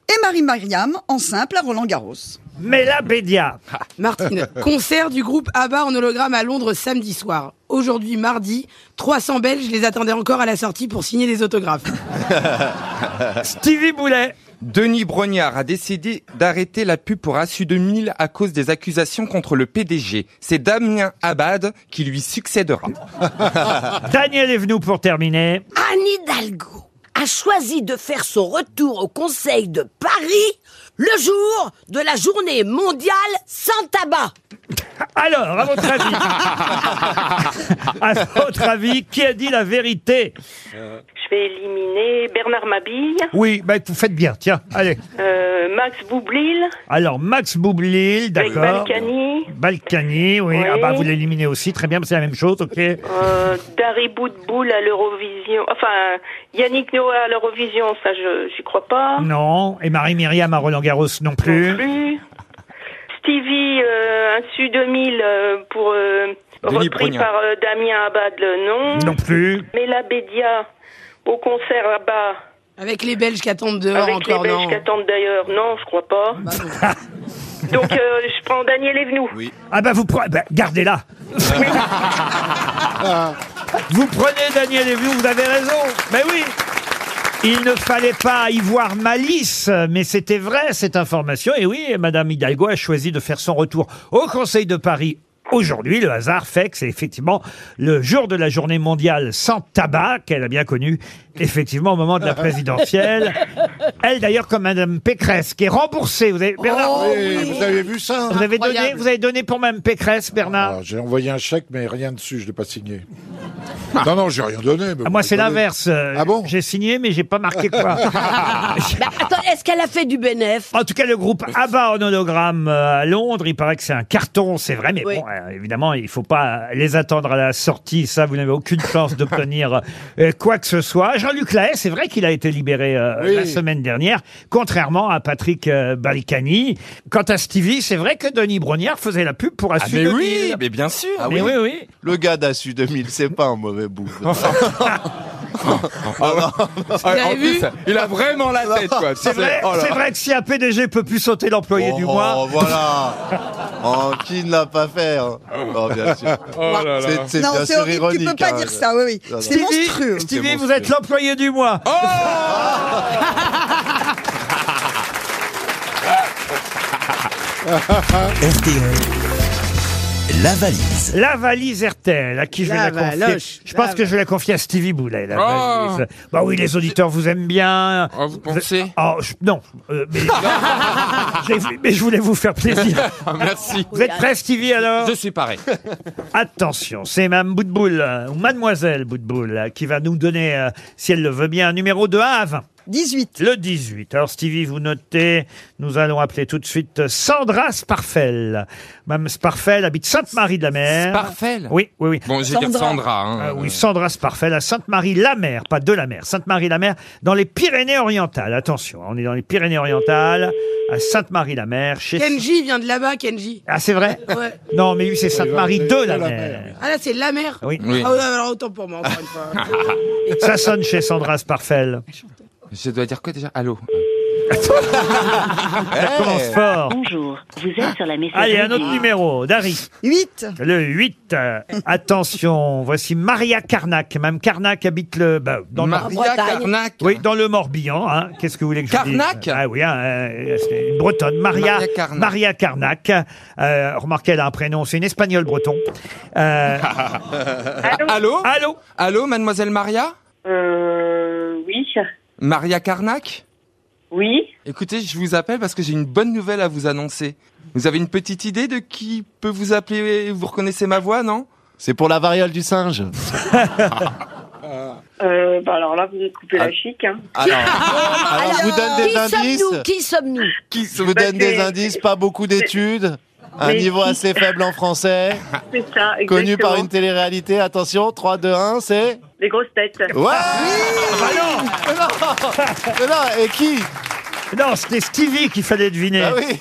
Speaker 9: et Marie-Mariam en simple à Roland-Garros.
Speaker 2: Mais la Bédia.
Speaker 6: Ah, Martine, concert du groupe ABBA en hologramme à Londres samedi soir. Aujourd'hui, mardi, 300 Belges les attendaient encore à la sortie pour signer des autographes.
Speaker 2: Ah, Stevie Boulet.
Speaker 8: Denis Brognard a décidé d'arrêter la pub pour Assu 2000 à cause des accusations contre le PDG. C'est Damien Abad qui lui succédera.
Speaker 2: Daniel est venu pour terminer.
Speaker 4: Anne Hidalgo a choisi de faire son retour au Conseil de Paris le jour de la journée mondiale sans tabac.
Speaker 2: Alors, à votre avis, à votre avis, qui a dit la vérité
Speaker 16: Je vais éliminer Bernard Mabille,
Speaker 2: Oui, bah, vous faites bien, tiens, allez.
Speaker 16: euh, Max Boublil,
Speaker 2: Alors, Max Boublil,
Speaker 16: Avec
Speaker 2: d'accord.
Speaker 16: Balkany.
Speaker 2: Balkany, oui.
Speaker 16: Oui.
Speaker 2: Ah bah, vous l'éliminez aussi, très bien, c'est la même chose, ok.
Speaker 16: euh, Dari Boudboul à l'Eurovision, enfin Yannick Noah à l'Eurovision, ça je j'y crois pas.
Speaker 2: Non. Et Marie-Myriam à Roland-Garros non plus.
Speaker 16: Plus. Stevie, euh, un Sud 2000 euh, pour euh,
Speaker 2: Denis
Speaker 16: repris
Speaker 2: Brogniart.
Speaker 16: par euh, Damien Abad, le nom.
Speaker 2: Non plus.
Speaker 16: Mela Bédia au concert à bas.
Speaker 6: Avec les Belges qui attendent dehors
Speaker 16: Avec
Speaker 6: encore,
Speaker 16: les Belges
Speaker 6: non. Ah, bah
Speaker 16: qui attendent d'ailleurs, non, je crois pas. Donc euh, je prends Daniel Evenou. Oui.
Speaker 2: Ah bah, vous prenez... bah, gardez-la. vous prenez Daniel et vous, vous avez raison. Mais oui il ne fallait pas y voir malice, mais c'était vrai cette information. Et oui, Madame Hidalgo a choisi de faire son retour au Conseil de Paris aujourd'hui. Le hasard fait que c'est effectivement le jour de la journée mondiale sans tabac qu'elle a bien connu, effectivement au moment
Speaker 7: Ah.
Speaker 2: de la présidentielle. Elle d'ailleurs comme Madame Pécresse qui est remboursée. Vous avez, Bernard,
Speaker 7: vous avez vu ça
Speaker 2: Vous avez donné, vous avez donné pour Madame Pécresse, Bernard.
Speaker 7: Alors, Ah, J'ai envoyé un chèque, mais rien dessus, je l'ai pas signé. non, non, j'ai rien donné. mais
Speaker 2: Ah, moi,
Speaker 7: vous
Speaker 2: c'est
Speaker 7: rigolez.
Speaker 2: l'inverse. Ah bon J'ai signé, mais j'ai pas marqué quoi.
Speaker 4: Bah, attends, est-ce qu'elle a fait du bénéf
Speaker 2: En tout cas, le groupe ABBA en hologramme euh, à Londres, il paraît que c'est un carton, c'est vrai, mais bon, euh, évidemment, il faut pas les attendre à la sortie, ça, vous n'avez aucune chance d'obtenir euh, quoi que ce soit. Jean-Luc Lahaye, c'est vrai qu'il a été libéré euh,
Speaker 7: Oui.
Speaker 2: la semaine dernière, contrairement à Patrick euh, Balkany. Quant à Stevie, c'est vrai que Denis Brognard faisait la pub pour
Speaker 8: Ah
Speaker 2: assurer.
Speaker 8: mais oui, mais bien sûr.
Speaker 3: Ah
Speaker 2: Mais oui, oui.
Speaker 3: Le gars d'Assu 2000, c'est pas un mauvais bout.
Speaker 8: Ah, en plus, il a vraiment la tête, quoi.
Speaker 2: C'est vrai,
Speaker 8: Oh là
Speaker 2: c'est
Speaker 8: là.
Speaker 2: vrai que si un PDG peut plus sauter l'employé du
Speaker 3: Oh,
Speaker 2: mois.
Speaker 3: voilà. Oh, qui ne l'a pas fait hein Oh, bien sûr. C'est- C'est
Speaker 9: Non,
Speaker 3: bien
Speaker 9: c'est
Speaker 3: sûr
Speaker 9: horrible, tu
Speaker 3: ironique.
Speaker 9: peux pas
Speaker 3: hein.
Speaker 9: dire ça, oui, oui.
Speaker 3: Non, non.
Speaker 9: C'est monstrueux.
Speaker 2: Stevie, vous êtes l'employé du mois.
Speaker 3: Oh.
Speaker 1: RTL, la valise.
Speaker 2: La valise RTL, à qui je vais
Speaker 6: La
Speaker 2: la confier
Speaker 6: valoche.
Speaker 2: Je pense
Speaker 6: La
Speaker 2: que je vais la confier à Stevie Boulet, la
Speaker 8: Oh.
Speaker 2: valise. Bah oui, les auditeurs vous aiment bien.
Speaker 8: vous pensez
Speaker 2: Oh, je- Non, euh, mais... J'ai- mais je voulais vous faire plaisir.
Speaker 8: Ah, Merci.
Speaker 2: Vous êtes prêts, Stevie, alors
Speaker 8: Je suis pareil.
Speaker 2: Attention, c'est Mme Boutboul, euh, ou Mademoiselle Boutboul, euh, qui va nous donner, euh, si elle le veut bien, un numéro de Havre.
Speaker 9: 18.
Speaker 2: Le 18. Alors, Stevie, vous notez, nous allons appeler tout de suite euh, Sandra Sparfel. Mme Sparfel habite Sainte-Marie-de-la-Mer.
Speaker 8: Sparfel
Speaker 2: Oui, oui, oui.
Speaker 8: Bon, je vais dire Sandra. hein.
Speaker 2: Ah oui, Sandra Sparfel à Sainte-Marie-la-Mer, pas de la mer, Sainte-Marie-la-Mer, dans les Pyrénées-Orientales. Attention, hein, on est dans les Pyrénées-Orientales, à Sainte-Marie-la-Mer, chez...
Speaker 6: Kenji vient de là-bas, Kenji.
Speaker 2: Ah, c'est vrai
Speaker 6: Ouais.
Speaker 2: Non, mais lui, c'est Sainte-Marie
Speaker 7: Oui,
Speaker 2: de
Speaker 7: de
Speaker 2: la
Speaker 7: la
Speaker 2: mer.
Speaker 6: Ah là, c'est la mer
Speaker 2: Oui.
Speaker 6: Ah ouais, alors autant pour moi, encore une fois.
Speaker 2: Ah. Ça sonne chez Sandra Sparfel.
Speaker 8: Je dois dire quoi déjà Allô
Speaker 2: Ça commence
Speaker 3: Eh.
Speaker 2: fort.
Speaker 17: Bonjour, vous êtes sur la messagerie.
Speaker 2: Allez, un autre
Speaker 17: du-
Speaker 2: numéro, Dari.
Speaker 9: 8.
Speaker 2: Le 8. euh, attention, voici Maria Carnac. Même Carnac habite le, bah, dans le
Speaker 8: Maria
Speaker 2: Morbihan.
Speaker 8: Carnac.
Speaker 2: Oui, dans le Morbihan. hein. Qu'est-ce que vous voulez que je dise
Speaker 8: Carnac
Speaker 2: Ah oui, hein, euh, c'est une bretonne. Maria,
Speaker 8: Maria Carnac.
Speaker 2: Maria Carnac. Euh, remarquez, elle a un prénom. C'est une espagnole breton. Euh,
Speaker 8: Ah. Allô
Speaker 2: Allô
Speaker 8: Allô, mademoiselle Maria
Speaker 16: Euh, oui.
Speaker 8: Maria Carnac
Speaker 16: Oui.
Speaker 8: Écoutez, je vous appelle parce que j'ai une bonne nouvelle à vous annoncer. Vous avez une petite idée de qui peut vous appeler Vous reconnaissez ma voix, non
Speaker 3: C'est pour la variole du singe.
Speaker 14: Euh, bah alors là, vous me coupez la chic. Hein.
Speaker 3: Alors, Ah. alors, je vous donne des
Speaker 4: Ah, qui
Speaker 3: indices.
Speaker 4: sommes-nous Qui sommes-nous
Speaker 3: Je
Speaker 14: Bah,
Speaker 3: vous donne des indices, pas beaucoup d'études, un
Speaker 4: Mais
Speaker 3: niveau
Speaker 4: qui-
Speaker 3: assez faible en français,
Speaker 14: C'est ça, exactement.
Speaker 3: connu par une télé-réalité. Attention, 3, 2, 1, c'est.
Speaker 14: Les grosses têtes.
Speaker 3: Ouais
Speaker 2: Ah bah
Speaker 3: Mais non Mais non, et qui
Speaker 2: Non, c'était Stevie qu'il fallait deviner.
Speaker 3: Ah oui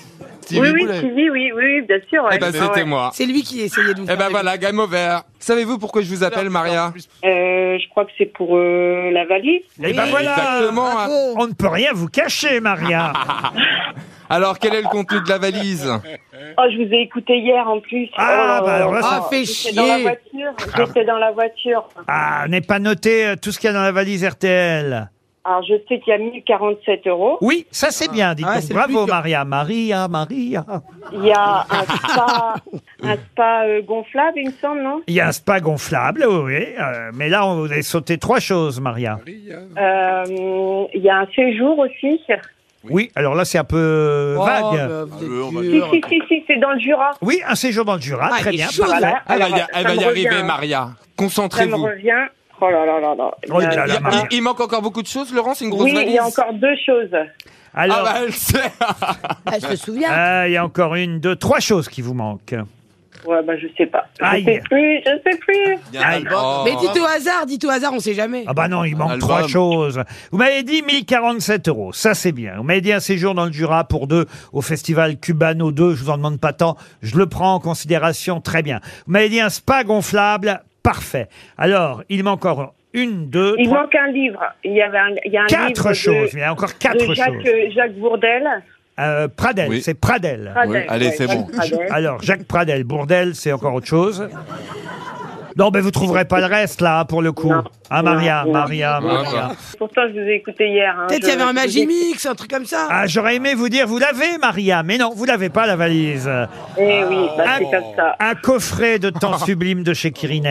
Speaker 14: oui, oui, Stevie, oui, oui, oui, bien sûr.
Speaker 8: Eh ben,
Speaker 14: ouais.
Speaker 8: c'était
Speaker 14: Ouais.
Speaker 8: moi.
Speaker 6: C'est lui qui essayait de vous
Speaker 8: Eh ben voilà, game over. Savez-vous pourquoi je vous appelle, Maria
Speaker 14: Euh, je crois que c'est pour euh, la valise.
Speaker 6: Eh
Speaker 2: Et ben voilà
Speaker 8: Exactement. hein.
Speaker 2: On ne peut rien vous cacher, Maria
Speaker 8: Alors, quel est le contenu de la valise
Speaker 14: Oh, je vous ai écouté hier en plus.
Speaker 2: Ah,
Speaker 14: Oh là là.
Speaker 2: bah alors là, ça-
Speaker 14: Oh,
Speaker 2: Ah, fait
Speaker 14: j'étais Dans la
Speaker 2: chier.
Speaker 14: voiture. J'étais dans la voiture.
Speaker 2: Ah, n'est pas noté euh, tout ce qu'il y a dans la valise RTL.
Speaker 14: Alors, je sais qu'il y a 1047 euros.
Speaker 2: Oui, ça c'est bien, dites
Speaker 14: Ah ouais,
Speaker 2: donc.
Speaker 14: c'est
Speaker 2: Bravo,
Speaker 14: plus dur.
Speaker 2: Maria. Maria, Maria.
Speaker 14: Il y a un spa, un spa euh, gonflable, il me semble, non
Speaker 2: Il y a un spa gonflable, oui, oui, euh, mais là, on vous a sauté trois choses, Maria. Oui,
Speaker 14: Euh, Il y a un séjour aussi.
Speaker 2: alors là, c'est un peu
Speaker 14: Oh,
Speaker 2: vague.
Speaker 14: bah,
Speaker 8: Ah,
Speaker 14: Si, si, si, si, c'est dans le Jura.
Speaker 2: Oui, un séjour dans le Jura,
Speaker 14: Ah,
Speaker 2: très
Speaker 14: il est
Speaker 2: bien.
Speaker 14: chaud,
Speaker 2: parfait.
Speaker 14: là.
Speaker 8: Elle va y,
Speaker 14: Alors,
Speaker 8: elle
Speaker 14: ça
Speaker 8: va y
Speaker 14: me
Speaker 8: arriver,
Speaker 14: revient.
Speaker 8: Maria.
Speaker 14: Ça me
Speaker 8: Concentrez-vous.
Speaker 14: revient. Oh là là là là.
Speaker 2: Oh là
Speaker 8: Il y a-
Speaker 2: là,
Speaker 8: il-
Speaker 2: Maria.
Speaker 8: il manque encore beaucoup de choses, Laurent, c'est une grosse
Speaker 14: Oui, il
Speaker 8: valise.
Speaker 14: y a encore deux choses.
Speaker 2: Alors,
Speaker 8: Ah bah, elle sait.
Speaker 4: Je me souviens.
Speaker 2: Ah, il y a encore une, deux, trois choses qui vous manquent. Ah,
Speaker 14: Ouais, bah, je sais pas.
Speaker 2: Aïe.
Speaker 14: Je sais plus, je sais plus.
Speaker 2: Aïe.
Speaker 6: Mais dites
Speaker 3: hein.
Speaker 6: au hasard, dites au hasard, on sait jamais.
Speaker 2: Ah bah non, il manque
Speaker 6: album.
Speaker 2: trois choses. Vous m'avez dit 1047 euros, ça c'est bien. Vous m'avez dit un séjour dans le Jura pour deux au festival Cubano 2, je vous en demande pas tant, je le prends en considération, très bien. Vous m'avez dit un spa gonflable, parfait. Alors, il manque encore une, deux,
Speaker 14: Il
Speaker 2: trois,
Speaker 14: manque un livre. Il y avait un, il y a un
Speaker 2: Quatre
Speaker 14: livre de-
Speaker 2: choses. Il y a encore quatre
Speaker 14: de Jacques,
Speaker 2: choses.
Speaker 14: euh, Jacques Bourdel.
Speaker 2: euh, Pradel, c'est Pradel.
Speaker 14: Pradel, Oui, allez, ouais, c'est Jacques bon. Pradel.
Speaker 2: Alors, Jacques Pradel, Bourdel, c'est encore autre chose. Non, mais vous trouverez pas le reste, là, pour le coup. Ah, Maria,
Speaker 14: Non, non.
Speaker 2: Maria,
Speaker 14: Non,
Speaker 2: Maria.
Speaker 14: non. Pourtant, je vous ai écouté hier. hein.
Speaker 6: Peut-être qu'il y
Speaker 14: Je-
Speaker 6: avait un
Speaker 14: je vous ai-
Speaker 6: Magimix, un truc comme ça.
Speaker 2: Ah, j'aurais aimé vous dire, vous l'avez, Maria, mais non, vous l'avez pas, la valise.
Speaker 14: Eh oui, bah,
Speaker 2: Ah.
Speaker 14: c'est comme ça.
Speaker 2: Un coffret de temps sublime de chez Kirines.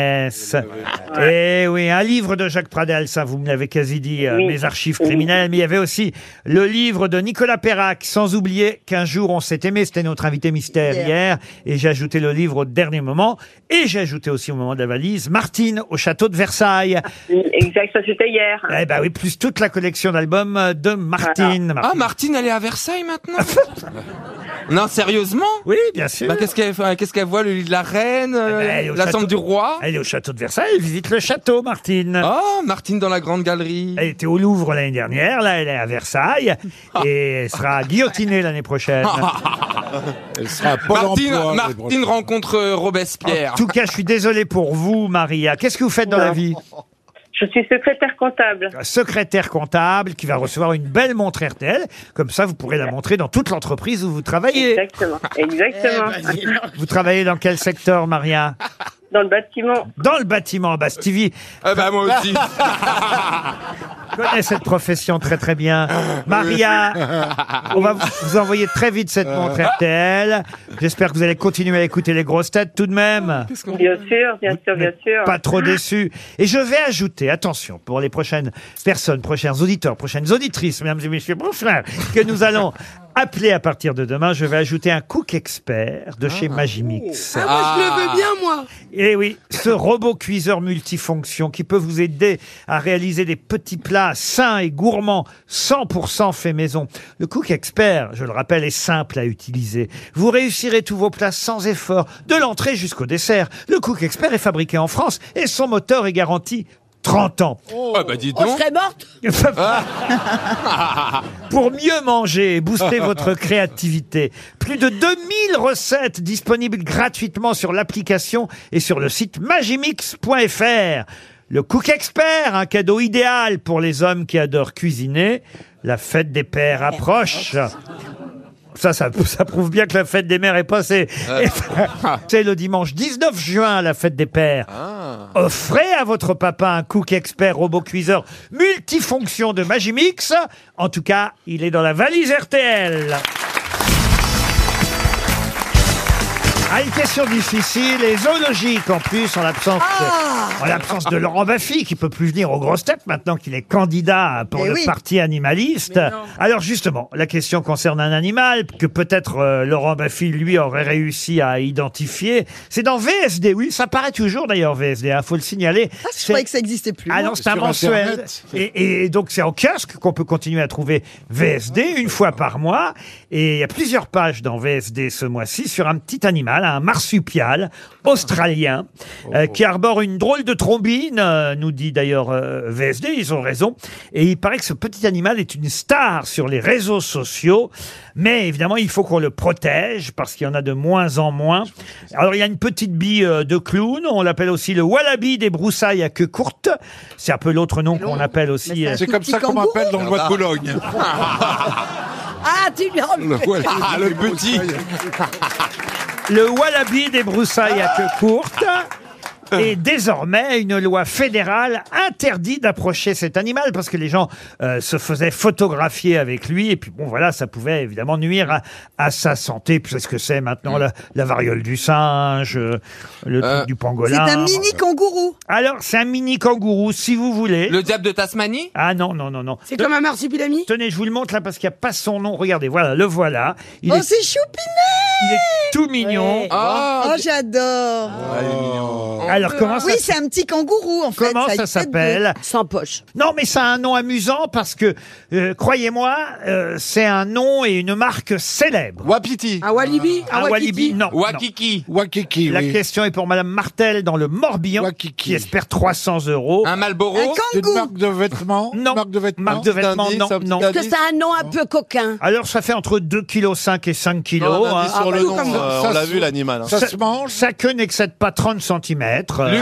Speaker 2: Eh oui, un livre de Jacques Pradel, ça, vous me l'avez quasi dit, euh,
Speaker 14: Oui.
Speaker 2: mes archives
Speaker 14: Oui.
Speaker 2: criminelles. Mais il y avait aussi le livre de Nicolas Perrac, sans oublier qu'un jour on s'est aimé. C'était notre invité mystère
Speaker 14: Hier.
Speaker 2: hier. Et j'ai ajouté le livre au dernier moment. Et j'ai ajouté aussi au moment de la valise, Martine au château de Versailles.
Speaker 14: Exact, ça c'était hier.
Speaker 2: Eh ben oui, plus toute la collection d'albums euh, de Martine.
Speaker 8: Ah, Martine, elle est à Versailles maintenant Non, sérieusement
Speaker 2: Oui, bien sûr. Eh ben,
Speaker 8: Bah, qu'est-ce qu'elle fait- qu'est-ce qu'elle voit, le lit de la reine, euh, la chambre du roi
Speaker 2: Elle est au château de Versailles, elle visite le château, Martine.
Speaker 8: Oh, Martine dans la grande galerie.
Speaker 2: Elle était au Louvre l'année dernière, là elle est à Versailles et elle sera guillotinée l'année prochaine.
Speaker 8: Martine, Martine rencontre euh, Robespierre.
Speaker 2: En tout cas, je suis désolé pour vous, Maria. Qu'est-ce que vous faites dans la vie
Speaker 14: Je suis secrétaire comptable.
Speaker 2: Secrétaire comptable qui va recevoir une belle montre RTL. Comme ça, vous pourrez la montrer dans toute l'entreprise où vous travaillez.
Speaker 14: Exactement.
Speaker 2: Eh,
Speaker 14: Exactement.
Speaker 2: bah, Vous travaillez dans quel secteur, Maria
Speaker 14: Dans le bâtiment.
Speaker 2: Dans le bâtiment. Bah, Stevie
Speaker 8: Eh ben, moi aussi.
Speaker 2: connaît cette profession très très bien. Maria, on va vous- vous envoyer très vite cette montre RTL. J'espère que vous allez continuer à écouter les grosses têtes tout de même.
Speaker 14: Bien sûr, bien sûr, bien sûr.
Speaker 2: Pas trop déçu. Et je vais ajouter, attention, pour les prochaines personnes, prochains auditeurs, prochaines auditrices, mesdames et messieurs, bonsoir, que nous allons appeler à partir de demain, je vais ajouter un cook expert de chez Magimix.
Speaker 6: Ah, moi, je le veux bien, moi.
Speaker 2: Et Eh oui, ce robot cuiseur multifonction qui peut vous aider à réaliser des petits plats sains et gourmands, 100% fait maison. Le Cook Expert, je le rappelle, est simple à utiliser. Vous réussirez tous vos plats sans effort, de l'entrée jusqu'au dessert. Le Cook Expert est fabriqué en France et son moteur est garanti 30 ans.
Speaker 8: Ah bah dis
Speaker 4: On
Speaker 8: donc.
Speaker 4: serait morte
Speaker 2: Ah. Pour mieux manger et booster votre créativité, plus de 2000 recettes disponibles gratuitement sur l'application et sur le site magimix.fr. Le Cook Expert, un cadeau idéal pour les hommes qui adorent cuisiner. La fête des pères approche. Ça, ça, ça prouve bien que la fête des mères est passée.
Speaker 8: Euh.
Speaker 2: Et ça, C'est le dimanche 19 juin, la fête des pères. Offrez à votre papa un cook expert robot cuiseur multifonction de Magimix. En tout cas, il est dans la valise RTL. Ah, une question difficile et zoologique en plus, en l'absence
Speaker 17: Ah
Speaker 2: en l'absence de Laurent Baffy, qui peut plus venir aux grosses têtes maintenant qu'il est candidat pour
Speaker 17: Eh
Speaker 2: le
Speaker 17: oui.
Speaker 2: parti animaliste. Alors justement, la question concerne un animal que peut-être euh, Laurent Baffy, lui, aurait réussi à identifier. C'est dans VSD, oui, ça paraît toujours d'ailleurs VSD, il faut le signaler.
Speaker 9: Ah, Je croyais que ça existait plus.
Speaker 2: Ah non, c'est un mensuel. Et, et donc, c'est en kiosque qu'on peut continuer à trouver VSD une fois par mois. Et il y a plusieurs pages dans VSD ce mois-ci sur un petit animal, un marsupial australien, euh, qui arbore une drôle de trombine, euh, nous dit d'ailleurs euh, VSD, ils ont raison. Et il paraît que ce petit animal est une star sur les réseaux sociaux. Mais évidemment, il faut qu'on le protège parce qu'il y en a de moins en moins. Alors, il y a une petite bille euh, de clown. On l'appelle aussi le wallaby des broussailles à queue courte. C'est un peu l'autre nom qu'on appelle aussi. euh,
Speaker 7: C'est comme ça qu'on m'appelle dans le bois de Boulogne.
Speaker 4: Ah, tu lui as enlevé.
Speaker 2: Ah, Le wallaby des broussailles à queue courte.
Speaker 7: Ah.
Speaker 2: Et désormais, une loi fédérale interdit d'approcher cet animal parce que les gens euh, se faisaient photographier avec lui. Et puis bon, voilà, ça pouvait évidemment nuire à, à sa santé. Puis c'est ce que c'est maintenant
Speaker 7: Mm.
Speaker 2: la, la variole du singe, euh, le truc du
Speaker 9: C'est
Speaker 2: pangolin.
Speaker 9: un mini kangourou.
Speaker 2: Alors, c'est un mini kangourou, si vous voulez. Le diable de Tasmanie Ah non, non, non, non.
Speaker 6: C'est comme un marsupilami
Speaker 2: Tenez, je vous le montre là parce qu'il n'y a pas son nom. Regardez, voilà, le voilà. Il
Speaker 9: oh,
Speaker 2: est-
Speaker 9: c'est choupinet
Speaker 2: Il est tout mignon.
Speaker 9: Oh,
Speaker 2: Ah.
Speaker 9: j'adore
Speaker 2: Alors, comment
Speaker 9: Oh.
Speaker 2: ça
Speaker 9: Oui, c'est un petit kangourou, en fait.
Speaker 2: Comment
Speaker 9: a
Speaker 2: ça
Speaker 9: une tête
Speaker 2: s'appelle
Speaker 9: de- Sans poche.
Speaker 2: Non, mais ça a un nom amusant parce que, euh, croyez-moi, euh, c'est un nom et une marque célèbre.
Speaker 7: Wapiti.
Speaker 2: Un Walibi Un,
Speaker 7: Un
Speaker 2: Walibi,
Speaker 7: Wakiki
Speaker 2: non.
Speaker 7: Wakiki.
Speaker 2: non.
Speaker 7: Wakiki,
Speaker 2: La
Speaker 7: oui.
Speaker 2: question est pour Madame Martel dans le Morbihan, qui espère 300 euros. Un Malboro
Speaker 7: Une marque de vêtements
Speaker 2: Non.
Speaker 7: Marque de vêtements
Speaker 2: Marque de vêtements, non, non.
Speaker 4: Parce que ça a un nom un peu coquin.
Speaker 2: Alors, ça fait entre 2,5 kg et 5 kg.
Speaker 3: Non, on a dit sur
Speaker 7: Ah, bah,
Speaker 3: le nom, euh, on l'a vu, l'animal, hein. Ça se
Speaker 2: mange Sa queue n'excède pas 30 cm.
Speaker 7: Ah,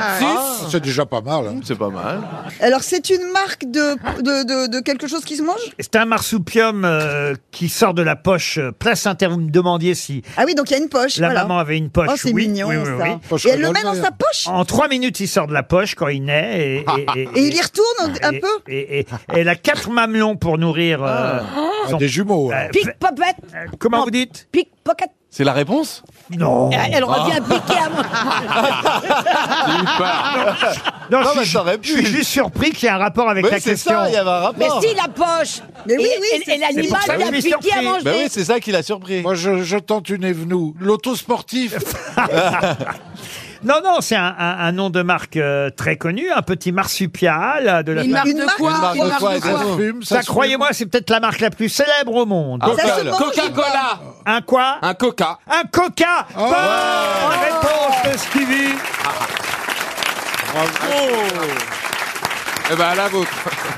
Speaker 7: C'est déjà pas mal. hein.
Speaker 3: C'est pas mal.
Speaker 9: Alors, c'est une marque de, de, de, de quelque chose qui se mange
Speaker 2: C'est un marsupium euh, qui sort de la poche euh, placentaire. Vous me demandiez si
Speaker 9: Ah oui, donc il y a une poche.
Speaker 2: la
Speaker 9: voilà.
Speaker 2: maman avait une poche.
Speaker 9: Oh, c'est
Speaker 2: oui,
Speaker 9: mignon,
Speaker 2: oui, oui,
Speaker 9: ça.
Speaker 2: oui.
Speaker 9: Poche Et elle le met dans sa poche
Speaker 2: En trois minutes, il sort de la poche quand il naît. Et,
Speaker 9: Et il y retourne un
Speaker 2: Ah, et-
Speaker 9: peu
Speaker 2: et, et- elle a quatre mamelons pour nourrir. euh,
Speaker 7: Ah,
Speaker 2: son-
Speaker 7: Des jumeaux.
Speaker 2: Euh,
Speaker 7: hein.
Speaker 4: Pickpocket
Speaker 2: Comment vous dites Ah.
Speaker 4: Pickpocket
Speaker 3: C'est la réponse
Speaker 2: Non.
Speaker 4: Elle elle
Speaker 8: Ah.
Speaker 4: revient piquer à moi.
Speaker 2: Non, je, suis- je suis juste surpris qu'il y ait un rapport avec
Speaker 3: Oui,
Speaker 2: la
Speaker 3: c'est
Speaker 2: question.
Speaker 3: ça, il y avait un rapport.
Speaker 4: Mais si, la poche
Speaker 9: Mais oui, oui,
Speaker 4: Et, et-
Speaker 9: c'est-
Speaker 4: et l'animal
Speaker 7: Ah c'est pour ça Ben
Speaker 4: lui a
Speaker 7: que je suis
Speaker 4: piqué à
Speaker 7: surpris.
Speaker 4: manger.
Speaker 3: Bah oui, c'est ça qui l'a surpris.
Speaker 7: Moi, je, je tente une évenue. L'autosportif.
Speaker 2: Non, non, c'est un, un- un nom de marque euh, très connu, un petit marsupial euh, de la
Speaker 6: Une marque
Speaker 2: famille-
Speaker 6: de quoi Une marque Une de marque quoi, de quoi
Speaker 2: Ça,
Speaker 6: ça se fume, ça se fume.
Speaker 2: croyez-moi, c'est peut-être la marque la plus célèbre au monde.
Speaker 8: Ah, ça se mange, Coca-Cola.
Speaker 2: Un quoi Un
Speaker 8: Coca.
Speaker 2: Un Coca. Bonne réponse de Stevie.
Speaker 8: Eh ben, à la vôtre.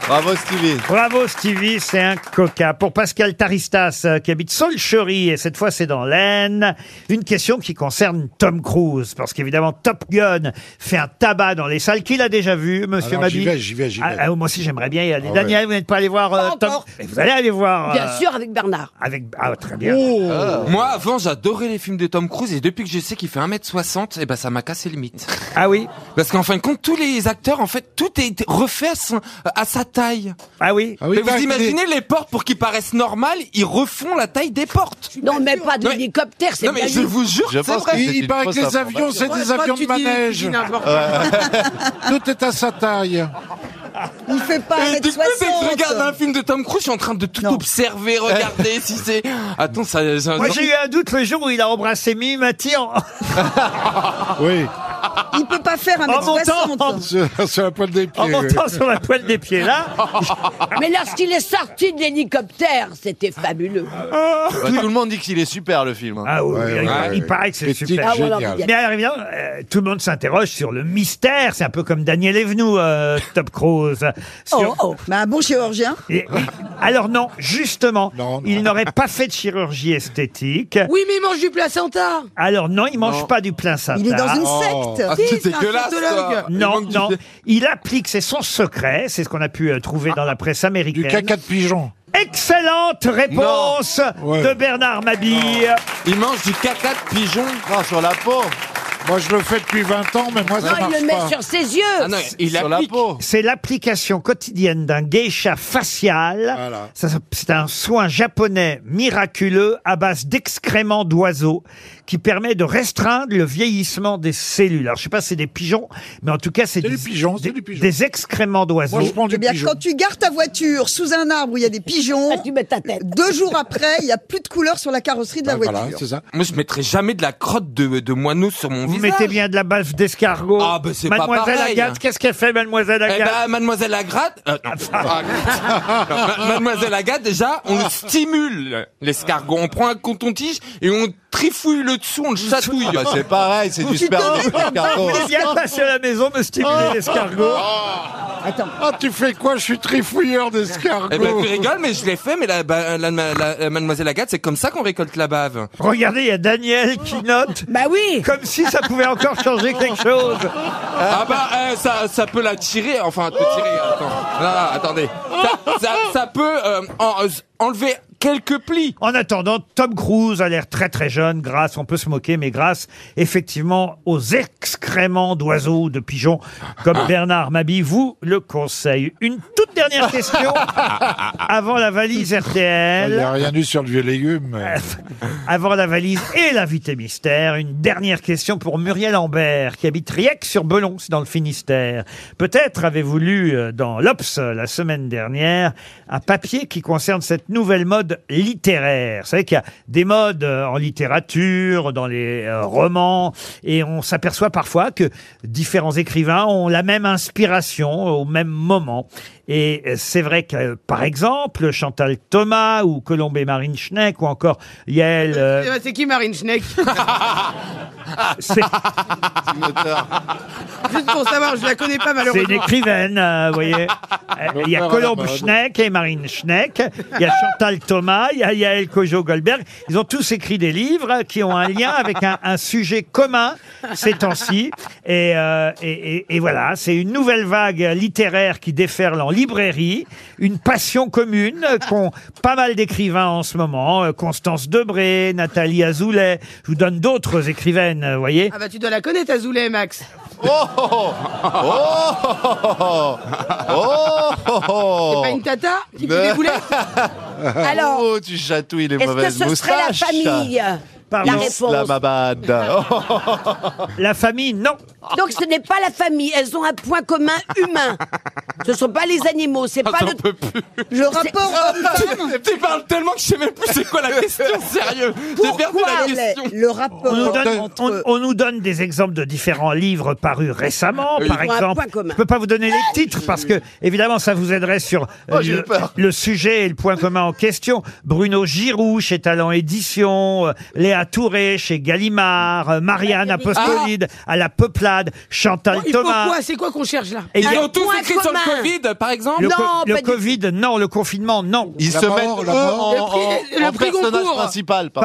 Speaker 3: Bravo Stevie.
Speaker 2: Bravo Stevie, c'est un coca. Pour Pascal Taristas, euh, qui habite Solcherie, et cette fois c'est dans l'Aisne, une question qui concerne Tom Cruise, parce qu'évidemment Top Gun fait un tabac dans les salles. Qui l'a déjà vu, monsieur
Speaker 7: Alors, j'y
Speaker 2: Mabie
Speaker 7: vais, j'y vais, j'y vais.
Speaker 2: Ah, ah, moi aussi j'aimerais bien y aller.
Speaker 7: Ah ouais.
Speaker 2: Daniel, vous n'êtes pas allé voir euh, Tom Mais Vous allez aller voir.
Speaker 4: Bien
Speaker 2: euh,
Speaker 4: sûr, avec Bernard.
Speaker 2: Avec... Ah, très bien. Oh.
Speaker 8: Ah. Moi, avant, j'adorais les films de Tom Cruise et depuis que je sais qu'il fait 1m60, eh ben, ça m'a cassé les mythes.
Speaker 2: Ah oui?
Speaker 8: Parce qu'en fin de compte, tous les acteurs, en fait, tout est refait à, son- à sa taille.
Speaker 2: Ah oui?
Speaker 7: oui,
Speaker 8: Mais vous
Speaker 7: bah,
Speaker 8: imaginez les portes pour qu'ils paraissent normales, ils refont la taille des portes.
Speaker 4: Non, mais pas d'hélicoptère, c'est
Speaker 8: Non, mais
Speaker 4: pas
Speaker 8: je
Speaker 4: lui.
Speaker 8: vous jure,
Speaker 7: Je
Speaker 8: c'est
Speaker 7: pense
Speaker 8: vrai.
Speaker 7: qu'il- il paraît que les avions, c'est des avions de manège. Tout est à sa taille.
Speaker 9: Il fait pas
Speaker 8: Et du coup, dès que je regarde
Speaker 9: 1m60.
Speaker 8: un film de Tom Cruise, je suis en train de tout observer, regarder si c'est. Attends, ça. ça-
Speaker 2: Moi j'ai eu un doute le jour où il a embrassé Mimi Mati en...
Speaker 7: Oui.
Speaker 9: Il peut pas faire
Speaker 2: En montant.
Speaker 9: 1m60.
Speaker 7: Sur sur la pointe des pieds.
Speaker 2: en montant
Speaker 7: oui.
Speaker 2: sur la pointe des pieds là. Ah.
Speaker 4: Mais lorsqu'il est sorti de l'hélicoptère, c'était fabuleux.
Speaker 2: Oh.
Speaker 7: Ah,
Speaker 3: Bah, tout le monde dit qu'il est super le film. hein.
Speaker 2: Ah oui,
Speaker 7: Ouais,
Speaker 2: il,
Speaker 7: ouais,
Speaker 2: il
Speaker 7: ouais.
Speaker 2: paraît que c'est
Speaker 7: Critique
Speaker 2: super.
Speaker 9: Ah,
Speaker 7: géniale.
Speaker 2: Mais alors, évidemment, euh, tout le monde s'interroge sur le mystère. C'est un peu comme Daniel Evenou, euh, Top Cruise.
Speaker 9: Oh,
Speaker 2: Sur-
Speaker 9: oh. Mais un bon chirurgien.
Speaker 2: Et- alors non, justement,
Speaker 7: Non, non.
Speaker 2: il n'aurait pas fait de chirurgie esthétique.
Speaker 6: Oui, mais il mange du placenta
Speaker 2: Alors non, il mange
Speaker 8: Non.
Speaker 2: pas du placenta.
Speaker 9: Il est dans une
Speaker 7: Oh.
Speaker 9: secte.
Speaker 8: Ah,
Speaker 6: Si,
Speaker 8: c'est
Speaker 6: c'est un
Speaker 8: dégueulasse,
Speaker 6: scientologue.
Speaker 7: Ah,
Speaker 8: ça.
Speaker 2: Non,
Speaker 8: Il manque
Speaker 2: non.
Speaker 8: d'idées.
Speaker 2: Il applique, c'est son secret, c'est ce qu'on a pu euh, trouver dans la presse américaine.
Speaker 7: Du caca de pigeon.
Speaker 2: Excellente réponse
Speaker 7: Ouais.
Speaker 2: de Bernard Mabille.
Speaker 8: Il mange du caca de pigeon.
Speaker 7: Ah,
Speaker 3: Non, sur la peau.
Speaker 7: Moi, je le fais depuis 20 ans, mais moi,
Speaker 4: Non,
Speaker 7: ça marche
Speaker 4: il le
Speaker 7: pas.
Speaker 4: met sur ses yeux.
Speaker 8: Ah
Speaker 2: C'est l'application quotidienne d'un geisha facial. Ça, ça- C'est un soin japonais miraculeux à base d'excréments d'oiseaux qui permet de restreindre le vieillissement des cellules. Alors, je sais pas si c'est des pigeons, mais en tout cas, c'est des, des- des excréments d'oiseaux.
Speaker 9: Eh bien, quand tu gardes ta voiture sous un arbre où il y a des pigeons,
Speaker 6: Ah,
Speaker 9: deux jours après, il n'y a plus de couleur sur la carrosserie de
Speaker 8: Ah,
Speaker 9: la voiture.
Speaker 8: Moi, je mettrai jamais de la crotte de, de moineau sur mon
Speaker 2: Vous
Speaker 8: visage.
Speaker 2: mettez bien de la bave d'escargot.
Speaker 8: Ah, bah, c'est pas
Speaker 2: Mademoiselle
Speaker 8: pareil,
Speaker 2: Agathe,
Speaker 8: hein.
Speaker 2: qu'est-ce qu'elle fait, Mademoiselle
Speaker 8: Eh
Speaker 2: Agathe
Speaker 8: ben, mademoiselle Agathe, euh, non.
Speaker 2: Ah.
Speaker 8: Ah, Ma- mademoiselle Agathe, déjà, on le stimule l'escargot. On prend un coton-tige et on trifouille le dessous, on le chatouille. Eh
Speaker 3: Bah, c'est pareil, c'est du Tu sperme connais de ta
Speaker 4: Ah,
Speaker 3: l'escargot.
Speaker 2: Vous voulez bien passer à la maison, me stimuler l'escargot
Speaker 7: Attends. Ah, tu fais quoi Je suis trifouilleur d'escargot.
Speaker 8: Eh ben, tu rigoles, mais je l'ai fait, mais la, bah, la- la- la- mademoiselle Agathe, c'est comme ça qu'on récolte la bave.
Speaker 2: Regardez, il y a Daniel
Speaker 8: Oh.
Speaker 2: qui note. Bah oui. Comme si ça pouvait encore changer quelque chose.
Speaker 8: Ah bah, euh, ça, ça peut la tirer, enfin, te tirer, attends. Non, non, attendez. Ça, ça- ça peut euh, en- euh, enlever quelques plis.
Speaker 2: En attendant, Tom Cruise a l'air très très jeune grâce, on peut se moquer, mais grâce effectivement aux excréments d'oiseaux, de pigeons, comme Bernard Mabi vous le conseille. Une toute dernière question avant la valise
Speaker 7: Il
Speaker 2: RTL.
Speaker 7: n'y a rien eu sur le vieux légume.
Speaker 2: Avant la valise et l'invité mystère, une dernière question pour Muriel Ambert, qui habite Rieck sur Belon, c'est dans le Finistère. Peut-être avez-vous lu euh, dans l'Obs euh, la semaine dernière un papier qui concerne cette nouvelle mode littéraire. Vous savez qu'il y a des modes euh, en littérature, dans les euh, romans, et on s'aperçoit parfois que différents écrivains ont la même inspiration au même moment. Et euh, c'est vrai que, euh, par exemple, Chantal Thomas ou Colombé Marine Schneck ou encore Yael... euh,
Speaker 6: Euh, C'est qui Marine Schneck
Speaker 2: c'est-
Speaker 6: Juste pour savoir, je la connais pas
Speaker 2: C'est
Speaker 6: malheureusement. Ah,
Speaker 2: une écrivaine, euh, vous voyez. Euh, Il y
Speaker 6: L'auteur à
Speaker 2: a
Speaker 6: la
Speaker 2: Colombe
Speaker 6: mode.
Speaker 2: Schneck et Marine Schneck. Il y a Chantal Thomas, il y a Yael Kojo-Goldberg. Ils ont tous écrit des livres qui ont un lien avec un, un sujet commun ces temps-ci. Et, euh, et- et- et voilà, c'est une nouvelle vague littéraire qui déferle en librairie. Une passion commune euh, qu'ont pas mal d'écrivains en ce moment. Euh, Constance Debré, Nathalie Azoulay. Je vous donne d'autres écrivaines, euh, vous voyez.
Speaker 6: Ah bah tu dois la connaître, Azoulay, Max.
Speaker 3: Oh Oh
Speaker 6: C'est
Speaker 3: Oh
Speaker 6: pas une tata qui fait des boulets
Speaker 4: Alors,
Speaker 3: oh, tu chatouilles les
Speaker 4: est-ce que
Speaker 3: mauvaises
Speaker 4: ce serait la
Speaker 3: moustaches.
Speaker 4: famille Pardon. La réponse.
Speaker 3: Islamabad. Oh.
Speaker 2: La famille, non.
Speaker 4: Donc ce n'est pas la famille, elles ont un point commun humain. Ce ne sont pas les animaux, c'est pas le...
Speaker 9: Le rapport homme-femme.
Speaker 8: Tu parles tellement que je sais même plus c'est quoi la question, sérieux. J'ai perdu la question.
Speaker 9: Le rapport
Speaker 2: On nous, donne,
Speaker 9: entre...
Speaker 2: on- on nous donne des exemples de différents livres parus récemment,
Speaker 8: Oui.
Speaker 2: par
Speaker 8: Euh, Ils ont un
Speaker 2: exemple.
Speaker 8: point commun.
Speaker 2: Je peux pas vous donner les titres parce que, évidemment, ça vous aiderait sur euh,
Speaker 3: Oh, j'ai eu
Speaker 2: le,
Speaker 3: peur.
Speaker 2: le sujet et le point commun en question. Bruno Giroux chez Talent Édition, euh, Léa Touré chez Gallimard, euh,
Speaker 6: Ah,
Speaker 2: Marianne Apostolide à la Peuplade, Chantal
Speaker 6: Oh, Il faut
Speaker 2: Thomas.
Speaker 6: quoi C'est quoi qu'on cherche là
Speaker 2: Et il y
Speaker 8: Ils
Speaker 2: a-
Speaker 8: ont tous écrit sur le Covid, par exemple
Speaker 2: Le, co- le Covid, non, le confinement, non.
Speaker 3: Ils se mettent eux en, en- en personnage principal.
Speaker 2: Par-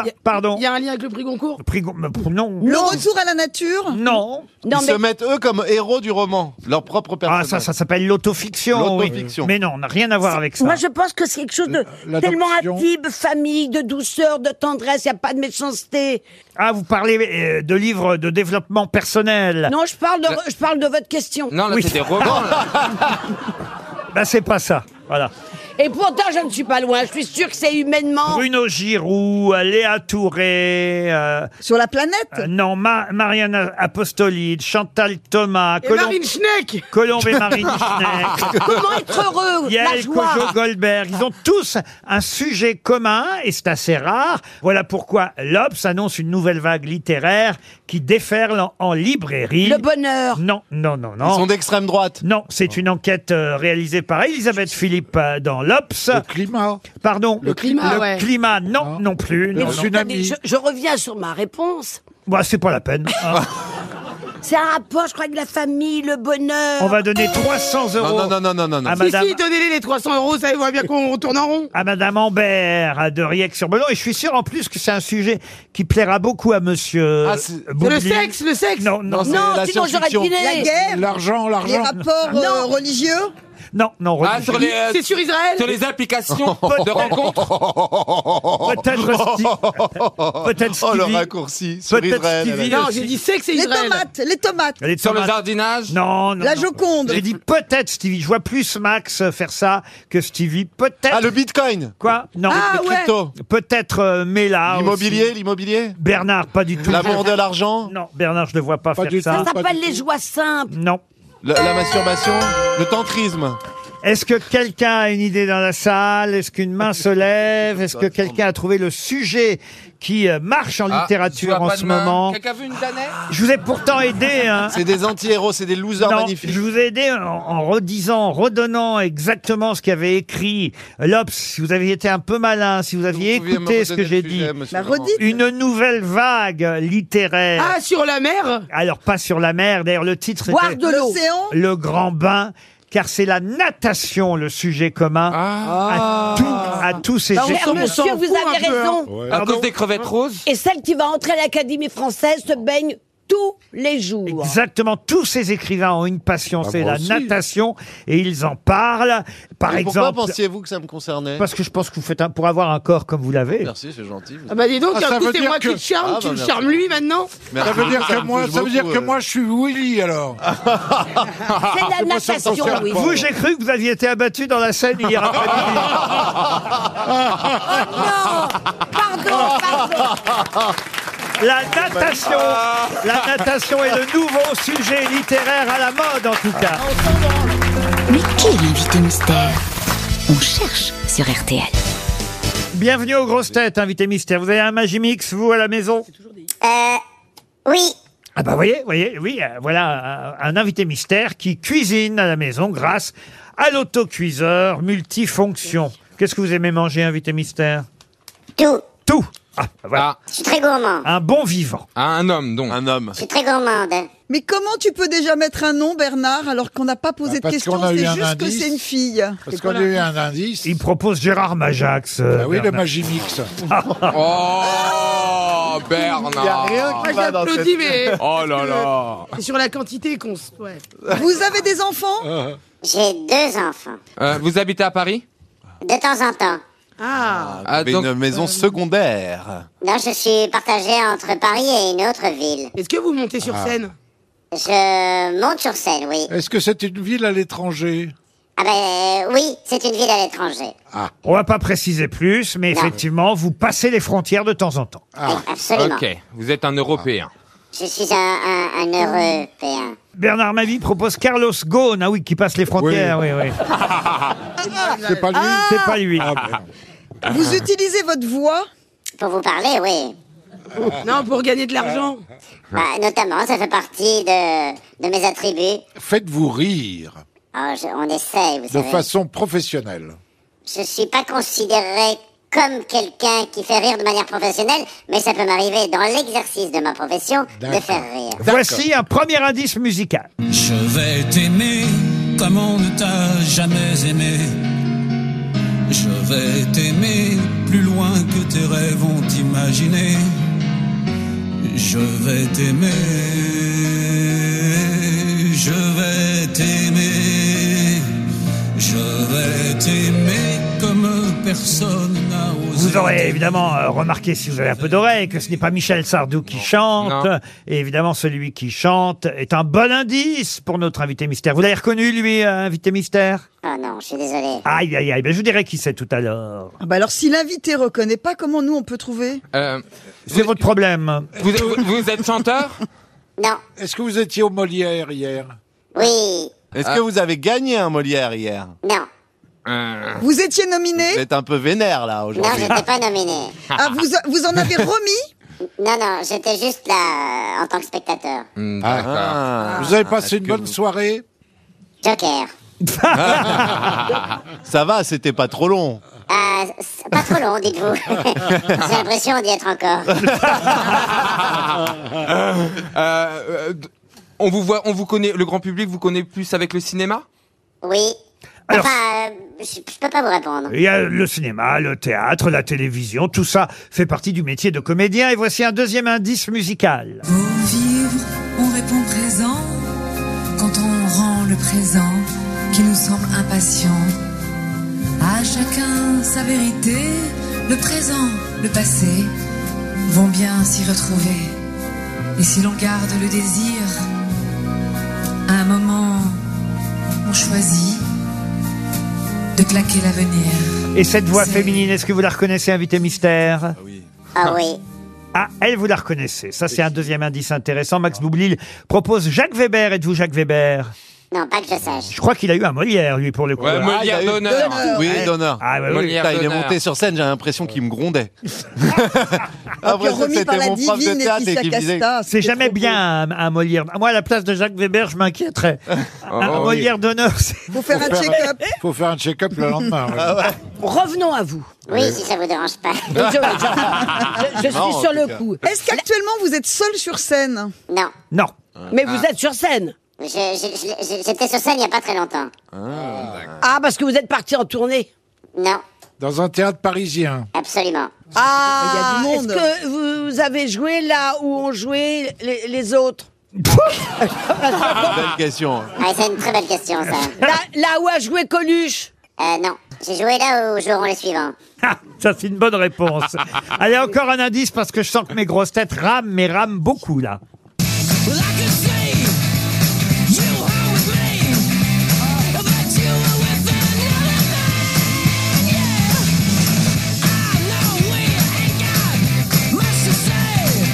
Speaker 2: pardon.
Speaker 3: pardon.
Speaker 6: Il y a un lien avec le prix Goncourt
Speaker 2: Prix Gon- mais pour- non.
Speaker 9: Le retour à la nature
Speaker 2: Non.
Speaker 4: Non,
Speaker 3: Ils
Speaker 4: mais-
Speaker 3: se mettent eux comme héros du roman, leur propre
Speaker 2: Ah,
Speaker 3: personnage.
Speaker 2: ça, ça s'appelle l'autofiction. oui.
Speaker 3: L'autofiction. Euh,
Speaker 2: Mais non, on n'a rien à voir avec ça.
Speaker 4: Moi, je pense que c'est quelque chose de
Speaker 2: l'adoption.
Speaker 4: tellement intime, famille, de douceur, de tendresse, il n'y a pas de méchanceté.
Speaker 2: Ah, vous parlez euh, de livres de développement personnel.
Speaker 4: Non, je parle de, je parle de votre question.
Speaker 8: Non, là,
Speaker 2: Oui.
Speaker 8: c'est des romans. là.
Speaker 2: Bah, c'est pas ça. Voilà.
Speaker 4: Et pourtant, je ne suis pas loin, je suis sûre que c'est humainement...
Speaker 2: Bruno Giroud, euh, Léa Touré. euh,
Speaker 9: Sur la planète
Speaker 2: euh, non, Ma- Marianne Apostolide, Chantal Thomas,
Speaker 6: Et
Speaker 2: Colom-
Speaker 6: Marine Schneck
Speaker 2: Colombe et Marine Schneck.
Speaker 4: Comment être heureux La
Speaker 2: Yael
Speaker 4: joie
Speaker 2: Kojo Goldberg, ils ont tous un sujet commun et c'est assez rare. Voilà pourquoi l'Obs annonce une nouvelle vague littéraire qui déferle en, en librairie.
Speaker 4: Le bonheur.
Speaker 2: Non, non, non,
Speaker 3: Ils sont
Speaker 2: non.
Speaker 3: d'extrême droite.
Speaker 2: Non, c'est une enquête euh, réalisée par Elisabeth Philippe euh, dans l'Obs.
Speaker 7: Le climat.
Speaker 2: Pardon.
Speaker 7: Le climat,
Speaker 2: Le
Speaker 6: ouais.
Speaker 2: climat,
Speaker 3: Ah.
Speaker 2: non, non plus.
Speaker 4: Mais
Speaker 2: non, non.
Speaker 4: attendez, je, je reviens sur ma réponse.
Speaker 2: Bah, c'est pas la peine. hein.
Speaker 4: C'est un rapport, je crois, avec la famille, le bonheur.
Speaker 2: On va donner 300 euros
Speaker 3: Non, non, non, non, non, non.
Speaker 2: à
Speaker 6: Si,
Speaker 2: madame.
Speaker 6: si, donnez-les les 300 euros, ça voit bien qu'on tourne en rond.
Speaker 2: à Madame Ambert à de Rieck-sur-Belon. Et je suis sûr en plus que c'est un sujet qui plaira beaucoup à Monsieur euh,
Speaker 3: Ah, c'est-
Speaker 6: C'est
Speaker 2: Boublil.
Speaker 6: le sexe, le sexe
Speaker 2: Non, non,
Speaker 3: c'est
Speaker 4: Non,
Speaker 3: la
Speaker 4: sinon j'aurais
Speaker 3: science-fiction.
Speaker 4: deviné.
Speaker 9: La guerre
Speaker 7: L'argent,
Speaker 9: Les
Speaker 7: l'argent.
Speaker 9: rapports euh, religieux
Speaker 2: Non, non,
Speaker 8: Ah, sur les, euh,
Speaker 6: C'est sur Israël
Speaker 8: Sur les applications de rencontres
Speaker 2: Peut-être Peut-être
Speaker 3: Oh, le
Speaker 2: Stevie.
Speaker 3: raccourci sur
Speaker 2: Peut-être
Speaker 3: Israël.
Speaker 2: Stevie.
Speaker 3: elle a-
Speaker 2: Non, j'ai dit
Speaker 6: c'est que c'est
Speaker 9: Les
Speaker 6: Israël.
Speaker 9: tomates, les tomates.
Speaker 2: Elle est tomate. Non, non.
Speaker 9: La
Speaker 2: non.
Speaker 9: Joconde.
Speaker 2: J'ai dit peut-être Stevie. Je vois plus Max faire ça que Stevie. Peut-être. Ah, le
Speaker 3: bitcoin.
Speaker 2: Quoi Non.
Speaker 9: Ah, Les cryptos.
Speaker 2: Peut-être euh, Mela.
Speaker 3: L'immobilier,
Speaker 2: l'immobilier Bernard, pas du tout.
Speaker 3: L'amour de l'argent
Speaker 2: Non, Bernard, je ne vois pas, faire ça.
Speaker 4: Ça s'appelle les joies simples.
Speaker 2: Non.
Speaker 3: La, la masturbation, le tantrisme.
Speaker 2: Est-ce que quelqu'un a une idée dans la salle Est-ce qu'une main se lève Est-ce que quelqu'un a trouvé le sujet qui euh, marche en
Speaker 8: Ah,
Speaker 2: littérature
Speaker 8: je vois
Speaker 2: en
Speaker 8: pas de
Speaker 2: ce
Speaker 8: main.
Speaker 2: moment Ah,
Speaker 8: Quelqu'un veut une danette
Speaker 2: Je vous ai pourtant aidé. Hein.
Speaker 3: C'est des anti-héros, c'est des losers
Speaker 2: Non,
Speaker 3: magnifiques.
Speaker 2: Je vous ai aidé en, en redisant, en redonnant exactement ce qu'avait écrit Lops. Si vous aviez été un peu malin, si vous aviez
Speaker 3: pouviez me
Speaker 2: écouté ce que
Speaker 3: redonner
Speaker 2: j'ai
Speaker 3: le
Speaker 2: dit,
Speaker 3: sujet, monsieur
Speaker 6: Bah, Laurent. redites.
Speaker 2: une nouvelle vague littéraire.
Speaker 6: Ah, sur la mer
Speaker 2: Alors pas sur la mer. D'ailleurs, le titre
Speaker 6: Boire
Speaker 2: était
Speaker 6: de l'eau. L'océan
Speaker 2: Le grand bain. Car c'est la natation le sujet commun
Speaker 3: Ah.
Speaker 2: à, tout- à tous ces
Speaker 4: Bah, on
Speaker 2: gestes.
Speaker 4: s'en- on s'en Monsieur, vous fout avez un peu, raison. hein.
Speaker 8: À
Speaker 2: Pardon
Speaker 8: cause des crevettes roses
Speaker 4: Et celle qui va entrer à l'Académie française se baigne tous les jours.
Speaker 2: Exactement, tous ces écrivains ont une passion,
Speaker 3: Bah,
Speaker 2: c'est
Speaker 3: moi
Speaker 2: la
Speaker 3: aussi.
Speaker 2: natation, et ils en parlent. Par
Speaker 3: Et
Speaker 2: exemple,
Speaker 3: Pourquoi pensiez-vous que ça me concernait
Speaker 2: Parce que je pense que vous faites un, pour avoir un corps comme vous l'avez.
Speaker 3: Merci, c'est gentil.
Speaker 6: Ah bah dis donc,
Speaker 3: Ah,
Speaker 6: d'un
Speaker 3: ça
Speaker 6: coup
Speaker 3: veut
Speaker 6: c'est
Speaker 3: dire
Speaker 6: moi qui
Speaker 3: que-
Speaker 6: le charme,
Speaker 3: Ah,
Speaker 6: tu
Speaker 3: bah,
Speaker 6: le
Speaker 3: merci.
Speaker 6: charmes lui maintenant
Speaker 3: Merci.
Speaker 7: Ça veut dire
Speaker 3: Ça
Speaker 7: que
Speaker 3: me
Speaker 7: moi,
Speaker 3: touche
Speaker 7: ça veut dire
Speaker 3: beaucoup,
Speaker 7: que
Speaker 3: euh.
Speaker 7: moi, je suis Willy
Speaker 2: Ah.
Speaker 7: alors.
Speaker 6: Ah,
Speaker 4: C'est la
Speaker 7: moi, ça me
Speaker 4: natation,
Speaker 7: concerne
Speaker 4: oui.
Speaker 7: pas.
Speaker 2: Vous, j'ai cru que vous aviez été abattu dans la Seine hier après-midi.
Speaker 4: Oh, Pardon, pardon.
Speaker 2: La natation, la natation est le nouveau sujet littéraire à la mode en tout cas.
Speaker 5: Mais qui est l'invité mystère On cherche sur RTL.
Speaker 2: Bienvenue aux grosses têtes, invité mystère. Vous avez un Magimix, vous, à la maison
Speaker 17: Euh, Oui.
Speaker 2: Ah bah voyez, voyez, oui, euh, voilà un, un invité mystère qui cuisine à la maison grâce à l'autocuiseur multifonction. Qu'est-ce que vous aimez manger, invité mystère
Speaker 17: Tout.
Speaker 2: Tout Ah, bah voilà.
Speaker 17: Je suis très gourmand.
Speaker 2: Un bon vivant.
Speaker 8: Ah, Un homme, donc. Un homme.
Speaker 17: Je suis très gourmande.
Speaker 9: Mais comment tu peux déjà mettre un nom, Bernard, alors qu'on n'a pas posé
Speaker 7: Bah, parce
Speaker 9: de question
Speaker 7: qu'on a eu
Speaker 9: C'est
Speaker 7: un
Speaker 9: juste que
Speaker 7: indice.
Speaker 9: c'est une fille.
Speaker 7: Parce qu'on a eu un indice.
Speaker 2: Il propose Gérard Majax. euh,
Speaker 7: Ah oui, le
Speaker 2: Bernard. Ah.
Speaker 7: Magimix.
Speaker 8: Oh, Bernard Ah,
Speaker 7: Il y a rien
Speaker 6: qui va dans J'applaudis, cette- mais-
Speaker 8: Oh là là
Speaker 6: C'est sur la quantité qu'on se... Ouais.
Speaker 9: Vous avez des enfants
Speaker 17: J'ai deux enfants.
Speaker 8: Euh, Vous habitez à Paris
Speaker 17: De temps en temps.
Speaker 6: Ah
Speaker 8: Ah,
Speaker 3: Mais
Speaker 8: donc-
Speaker 3: une maison secondaire.
Speaker 17: Non, je suis partagée entre Paris et une autre ville.
Speaker 6: Est-ce que vous montez sur
Speaker 7: Ah.
Speaker 6: scène
Speaker 17: Je monte sur scène, oui.
Speaker 7: Est-ce que c'est une ville à l'étranger
Speaker 17: Ah ben euh, oui, c'est une ville à l'étranger.
Speaker 2: On va pas préciser plus, mais
Speaker 17: Non.
Speaker 2: effectivement, vous passez les frontières de temps en temps.
Speaker 17: Oui, absolument.
Speaker 8: Ah. Ok, vous êtes un Européen.
Speaker 17: Je suis un, un, un heureux Européen.
Speaker 2: Bernard Mavie propose Carlos Ghosn, ah oui, qui passe les frontières, oui, oui.
Speaker 7: C'est pas lui
Speaker 2: C'est pas lui.
Speaker 17: bah
Speaker 6: Ah,
Speaker 9: Vous utilisez votre voix
Speaker 17: Pour vous parler, oui.
Speaker 6: Non, pour gagner de l'argent.
Speaker 17: Bah, notamment, ça fait partie de, de mes attributs.
Speaker 7: Faites-vous rire
Speaker 17: Alors, Ah, je- on essaye, vous
Speaker 7: de
Speaker 17: savez.
Speaker 7: façon professionnelle.
Speaker 17: Je suis pas considéré comme quelqu'un qui fait rire de manière professionnelle, mais ça peut m'arriver dans l'exercice de ma profession de
Speaker 7: D'accord.
Speaker 17: faire rire.
Speaker 2: Voici un premier indice musical.
Speaker 10: Je vais t'aimer comme on ne t'a jamais aimé. Je vais t'aimer plus loin que tes rêves ont imaginé. Je vais t'aimer. Je vais t'aimer. Je vais t'aimer comme personne n'a osé.
Speaker 2: Vous aurez évidemment euh, remarqué, si vous avez un peu d'oreille, que ce n'est pas Michel Sardou qui chante.
Speaker 8: Non.
Speaker 2: Et évidemment, celui qui chante est un bon indice pour notre invité mystère. Vous l'avez reconnu, lui, euh, invité mystère
Speaker 17: Oh non, je suis désolé.
Speaker 2: Aïe, aïe, aïe. Ben, je vous dirai qui c'est tout à l'heure.
Speaker 9: Ah bah Alors si l'invité reconnaît pas, comment nous on peut trouver
Speaker 8: Euh,
Speaker 2: C'est votre problème.
Speaker 8: vous, vous- vous êtes chanteur
Speaker 17: Non,
Speaker 7: Est-ce que vous étiez au Molière hier
Speaker 17: oui,
Speaker 3: Est-ce
Speaker 6: Ah.
Speaker 3: que vous avez gagné un Molière hier
Speaker 17: non,
Speaker 8: Euh,
Speaker 9: Vous étiez nominé
Speaker 3: Vous êtes un peu vénère là
Speaker 17: non,
Speaker 3: aujourd'hui.
Speaker 17: j'étais pas nominé.
Speaker 9: Ah, vous, vous en avez remis
Speaker 17: Non, non, j'étais juste là euh, en tant que spectateur.
Speaker 8: hmm,
Speaker 7: Ah.
Speaker 8: D'accord.
Speaker 7: Vous avez passé une bonne soirée
Speaker 17: Joker.
Speaker 3: Ça va, c'était pas trop long.
Speaker 17: Euh, c'est pas trop long, dites-vous. J'ai l'impression d'y être encore.
Speaker 8: Euh, euh, d- on vous voit, on vous connaît, le grand public vous connaît plus avec le cinéma
Speaker 17: Oui.
Speaker 2: Alors-
Speaker 17: Enfin, euh, je, je peux pas vous répondre.
Speaker 2: Il y a le cinéma, le théâtre, la télévision, tout ça fait partie du métier de comédien. Et voici un deuxième indice musical.
Speaker 18: Pour vivre, on répond présent. Quand on rend le présent, qui nous semble impatient. À chacun sa vérité, le présent, le passé vont bien s'y retrouver. Et si l'on garde le désir, à un moment, on choisit de claquer l'avenir.
Speaker 2: Et cette voix féminine, est-ce que vous la reconnaissez, invité mystère
Speaker 17: Ah oui.
Speaker 2: Ah, elle, vous la reconnaissez. Ça, c'est un deuxième indice intéressant. Max Boublil propose Jacques Weber. Êtes-vous Jacques Weber
Speaker 17: Non, pas que je sache.
Speaker 2: Je crois qu'il a eu un Molière, lui, pour le coup.
Speaker 3: Ouais, Molière
Speaker 2: Ah, il a eu-
Speaker 3: d'honneur. Oui,
Speaker 2: Ouais.
Speaker 3: d'honneur.
Speaker 2: Ah, bah oui.
Speaker 3: Putain, il est monté sur scène, j'ai l'impression qu'il me grondait. Après ça,
Speaker 9: Ah, remis par
Speaker 3: c'était
Speaker 9: la
Speaker 3: mon prof de
Speaker 9: divine
Speaker 3: théâtre et
Speaker 9: Laetitia
Speaker 3: qui me disait.
Speaker 9: Casta,
Speaker 2: C'est jamais bien un, un Molière. Moi, à la place de Jacques Weber, je m'inquiéterais.
Speaker 3: Oh,
Speaker 2: un
Speaker 7: oui.
Speaker 2: Molière d'honneur, c'est...
Speaker 9: Faut faire un
Speaker 7: Faut faire-
Speaker 9: check-up.
Speaker 7: Faut faire un check-up le lendemain. ouais.
Speaker 4: Revenons à vous.
Speaker 17: Oui, si ça vous dérange pas.
Speaker 4: Je, je suis
Speaker 7: Non, en
Speaker 4: sur
Speaker 7: tout
Speaker 4: le
Speaker 7: cas.
Speaker 4: coup.
Speaker 9: Est-ce qu'actuellement vous êtes seul sur scène
Speaker 17: Non.
Speaker 2: Non.
Speaker 4: Mais vous êtes sur scène.
Speaker 17: Ah. Je- je- je- J'étais sur scène il n'y a pas très longtemps.
Speaker 4: Ah, parce que vous êtes parti en tournée.
Speaker 17: Non,
Speaker 7: Dans un théâtre parisien.
Speaker 17: absolument.
Speaker 4: Ah,
Speaker 9: Il y a
Speaker 4: est-ce
Speaker 9: du monde.
Speaker 4: que vous avez joué là où ont joué les, les autres
Speaker 3: Belle question.
Speaker 17: Ah, c'est une très belle question, ça.
Speaker 4: là, là où a joué Coluche
Speaker 17: Euh, non, j'ai joué là où joueront les suivants.
Speaker 2: Ah, Ça, c'est une bonne réponse. Allez, encore un indice, parce que je sens que mes grosses têtes rament, mais rament beaucoup, là.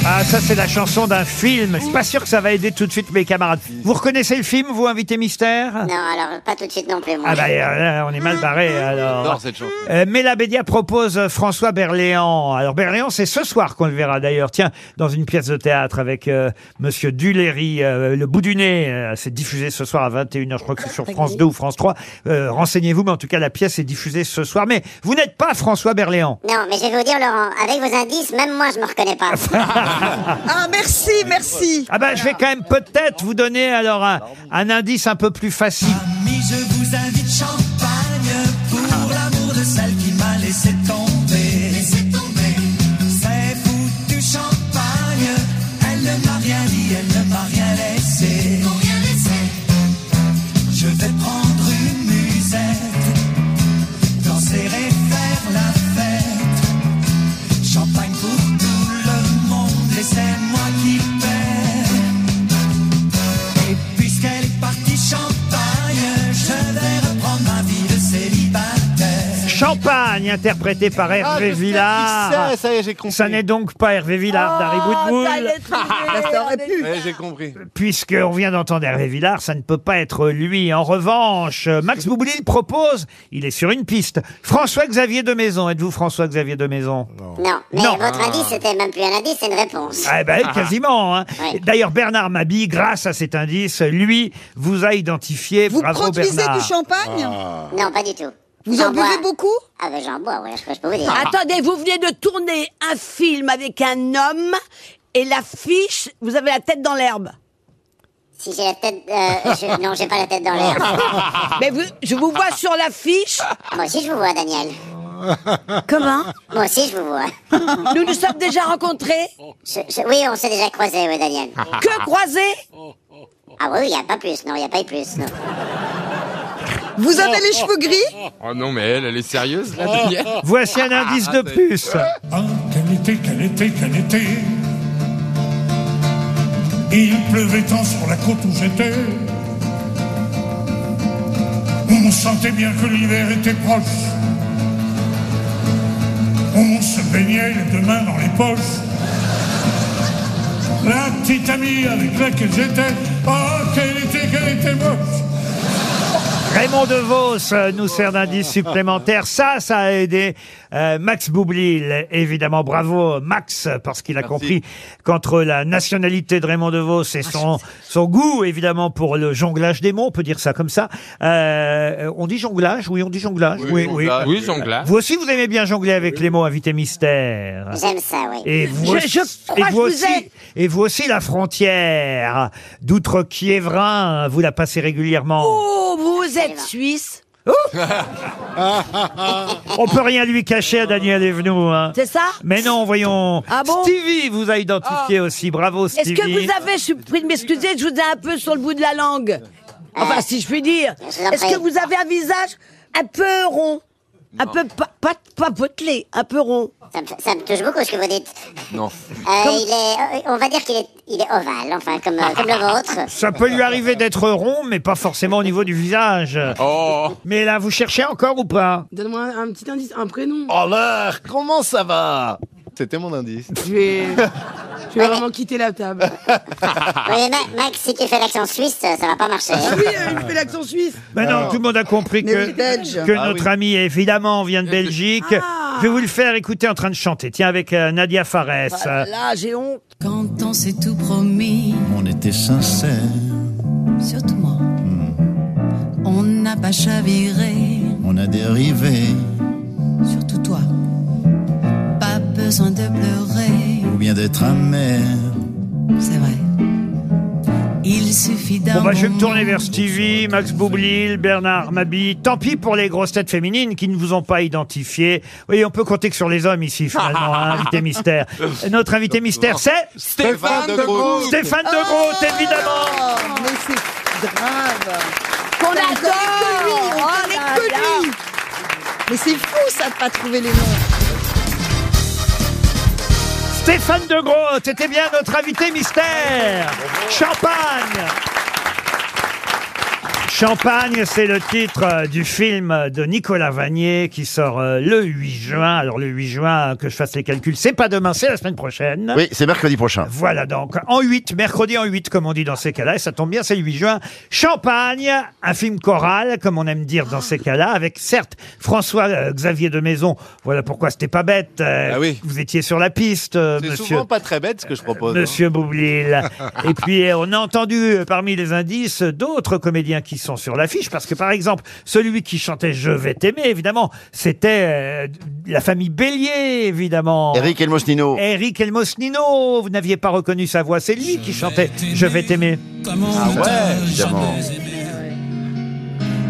Speaker 2: Ah, ça, c'est la chanson d'un film. Je suis pas sûr que ça va aider tout de suite mes camarades. Vous reconnaissez le film, vous, invité
Speaker 9: Ah.
Speaker 2: mystère
Speaker 17: Non, alors pas tout de suite non plus, moi.
Speaker 2: Ah bah, euh, là, on est mal barré, alors.
Speaker 3: J'adore cette chanson.
Speaker 2: Euh, Mélabédia propose euh, François Berléand. Alors Berléand, c'est ce soir qu'on le verra d'ailleurs. Tiens, dans une pièce de théâtre avec euh, Monsieur Duléry, euh, le bout du nez. euh, c'est diffusé ce soir à 21h, je crois que c'est sur France 2 ou France 3. Euh, Renseignez-vous, mais en tout cas la pièce est diffusée ce soir. Mais vous n'êtes pas François Berléand.
Speaker 17: Non, mais je vais vous dire, Laurent, avec vos indices, même moi, je me reconnais pas.
Speaker 9: Ah merci, merci.
Speaker 2: Ah
Speaker 4: bah,
Speaker 2: ben, je vais quand même peut-être vous donner alors un, un indice un peu plus facile.
Speaker 10: Amis, je vous invite champagne pour l'amour de celle qui m'a laissé tomber. C'est foutu champagne, elle ne m'a rien dit, elle ne m'a rien laissé. Je vais prendre une musette, danser et faire la fête. Champagne pour tout le monde et c'est moi qui perds. Et puisqu'elle est partie champagne, je vais reprendre ma vie de célibataire.
Speaker 2: Champagne, interprété par
Speaker 3: Ah, je
Speaker 2: Hervé
Speaker 3: sais qui
Speaker 2: Villard.
Speaker 3: c'est, Ça y est, j'ai compris. Ah,
Speaker 2: Ça n'est donc pas Hervé Villard d'Harry
Speaker 6: Ah,
Speaker 2: Boudboul.
Speaker 9: Ça aurait pu.
Speaker 3: Ouais, j'ai compris.
Speaker 2: puisqu'on vient d'entendre Hervé Villard, ça ne peut pas être lui. En revanche, Max Boublil propose, il est sur une piste, François-Xavier de Maison. Êtes-vous François-Xavier de Maison
Speaker 17: Non, mais
Speaker 2: Non.
Speaker 17: votre indice, c'était même plus un indice, c'est une réponse.
Speaker 4: eh
Speaker 2: Ah ben, quasiment. hein.
Speaker 17: Ouais.
Speaker 2: D'ailleurs, Bernard Mabi, grâce à cet indice, lui, vous a identifié.
Speaker 9: Vous
Speaker 2: Bravo
Speaker 9: produisez
Speaker 2: Bernard.
Speaker 9: du champagne
Speaker 17: Non, pas du tout.
Speaker 9: Vous
Speaker 17: J'en
Speaker 9: en buvez
Speaker 17: bois.
Speaker 9: beaucoup
Speaker 17: Ah ben j'en bois, ouais, je peux- je peux vous dire.
Speaker 4: Attendez, vous venez de tourner un film avec un homme et l'affiche, vous avez la tête dans l'herbe.
Speaker 17: Si j'ai la tête... euh, je- non, j'ai pas la tête dans l'air.
Speaker 4: Mais vous, je vous vois sur l'affiche.
Speaker 17: Moi aussi, je vous vois, Daniel.
Speaker 4: Comment
Speaker 17: Moi aussi, je vous vois.
Speaker 4: Nous nous sommes déjà rencontrés.
Speaker 17: Je- je- oui, on s'est déjà croisés, oui, Daniel.
Speaker 4: Que croisés
Speaker 17: Ah oui, il n'y a pas plus, non, il n'y a pas eu plus, non.
Speaker 9: Vous avez les cheveux gris
Speaker 8: Oh non, mais elle, elle est sérieuse, là, Daniel
Speaker 2: Voici un indice de plus.
Speaker 10: Ah, quel été, quel été, quel été Il pleuvait tant sur la côte où j'étais On sentait bien que l'hiver était proche On se baignait les deux mains dans les poches La petite amie avec laquelle j'étais Ah, quel été, quel été moche
Speaker 2: Raymond DeVos euh, nous sert d'indice supplémentaire. Ça, ça a aidé euh, Max Boublil. Évidemment, bravo Max, parce qu'il a compris qu'entre la nationalité de Raymond DeVos et
Speaker 4: Ah,
Speaker 2: son, son goût, évidemment, pour le jonglage des mots, on peut dire ça comme ça. euh, on dit jonglage Oui, on dit jonglage Oui, oui.
Speaker 3: jonglage.
Speaker 8: Oui,
Speaker 4: Ah.
Speaker 8: Jean-Glas.
Speaker 2: Vous aussi, vous aimez bien jongler avec les mots, invité mystère.
Speaker 17: J'aime ça, oui.
Speaker 2: Et vous,
Speaker 4: Je-
Speaker 2: aussi,
Speaker 4: je crois
Speaker 2: et vous
Speaker 4: que vous
Speaker 2: aussi,
Speaker 4: êtes-
Speaker 2: et vous aussi la frontière d'outre-Kiévrin, vous la passez régulièrement.
Speaker 4: Oh, vous êtes suisse.
Speaker 2: On peut rien lui cacher à Daniel Evenou. Hein.
Speaker 4: C'est ça
Speaker 2: Mais non, voyons.
Speaker 4: Ah bon Ah.
Speaker 2: Stevie vous a identifié aussi. Bravo, Stevie.
Speaker 4: Est-ce que vous avez, je suis pris de m'excuser, je vous ai un peu sur le bout de la langue. Enfin, si je puis dire.
Speaker 17: vous en
Speaker 4: Est-ce que
Speaker 17: prie.
Speaker 4: vous avez un visage un peu rond Un peu pa- pa- papotelé, un peu rond
Speaker 17: Ça me, ça me touche beaucoup ce que vous dites.
Speaker 8: Non.
Speaker 17: Euh, il est, on va dire qu'il est, il est ovale, enfin, comme, euh, comme le vôtre.
Speaker 2: Ça peut lui arriver d'être rond, mais pas forcément au niveau du visage.
Speaker 6: Oh.
Speaker 2: Mais là, vous cherchez encore ou pas
Speaker 6: Donne-moi un, un petit indice, un prénom.
Speaker 19: Oh là, comment ça va C'était mon indice.
Speaker 6: Je vais, je vais vraiment quitter la table.
Speaker 17: Oui, Ma- Max, si tu fais l'accent suisse, ça va pas marcher. hein.
Speaker 6: Oui, euh, il fait l'accent suisse.
Speaker 2: Maintenant, tout le monde a compris
Speaker 6: Mais
Speaker 2: que,
Speaker 6: oui, belge.
Speaker 2: que
Speaker 6: Ah
Speaker 2: notre
Speaker 6: oui. Euh,
Speaker 2: ami, évidemment, vient de Belgique.
Speaker 4: euh, ah.
Speaker 2: Je vais vous le faire écouter en train de chanter. Tiens, avec euh, Nadia Fares.
Speaker 4: Oh
Speaker 18: Là, j'ai honte. Quand on s'est tout promis,
Speaker 20: On était sincères,
Speaker 18: surtout moi, on n'a pas chaviré,
Speaker 20: on a dérivé,
Speaker 18: surtout toi. Pas besoin de pleurer,
Speaker 20: ou bien d'être amer.
Speaker 18: c'est vrai. Il suffit d'un.
Speaker 2: Bon bah je vais me
Speaker 18: moment.
Speaker 2: tourner vers Stevie, Max Boublil, Bernard Mabi. Tant pis pour les grosses têtes féminines qui ne vous ont pas identifié. Oui, on peut compter que sur les hommes ici finalement, hein, invité mystère. Notre invité mystère c'est
Speaker 21: Stéphane de Groot.
Speaker 2: Stéphane de Groot, évidemment.
Speaker 9: Oh, Mais c'est grave. Qu'on
Speaker 4: adore.
Speaker 9: adore. Que lui, on
Speaker 4: Oh
Speaker 9: connaît
Speaker 4: là
Speaker 9: que
Speaker 4: là.
Speaker 9: lui. Mais c'est fou ça de pas trouver les noms.
Speaker 2: Stéphane de Groot, c'était bien notre invité mystère. Champagne. Champagne, c'est le titre euh, du film de Nicolas Vanier qui sort euh, le 8 juin. Alors le 8 juin, que je fasse les calculs, c'est pas demain, c'est la semaine prochaine.
Speaker 19: Oui, c'est mercredi prochain.
Speaker 2: Voilà donc, en 8, mercredi en 8, comme on dit dans ces cas-là, et ça tombe bien, c'est le 8 juin. Champagne, un film choral, comme on aime dire dans ces cas-là, avec certes François-Xavier de Maison. Voilà pourquoi c'était pas bête. euh, Vous étiez sur la piste, euh,
Speaker 19: Ah C'est
Speaker 2: monsieur.
Speaker 19: souvent pas très bête ce que je propose. hein.
Speaker 2: Monsieur Boublil. Et puis, euh, on a entendu euh, parmi les indices euh, d'autres comédiens qui sont sur l'affiche, parce que par exemple, celui qui chantait Je vais t'aimer, évidemment, c'était euh, la famille Bélier, évidemment.
Speaker 19: Eric Elmosnino.
Speaker 2: Eric Elmosnino, vous n'aviez pas reconnu sa voix, c'est lui qui chantait Je vais t'aimer.
Speaker 21: Ah ouais, évidemment.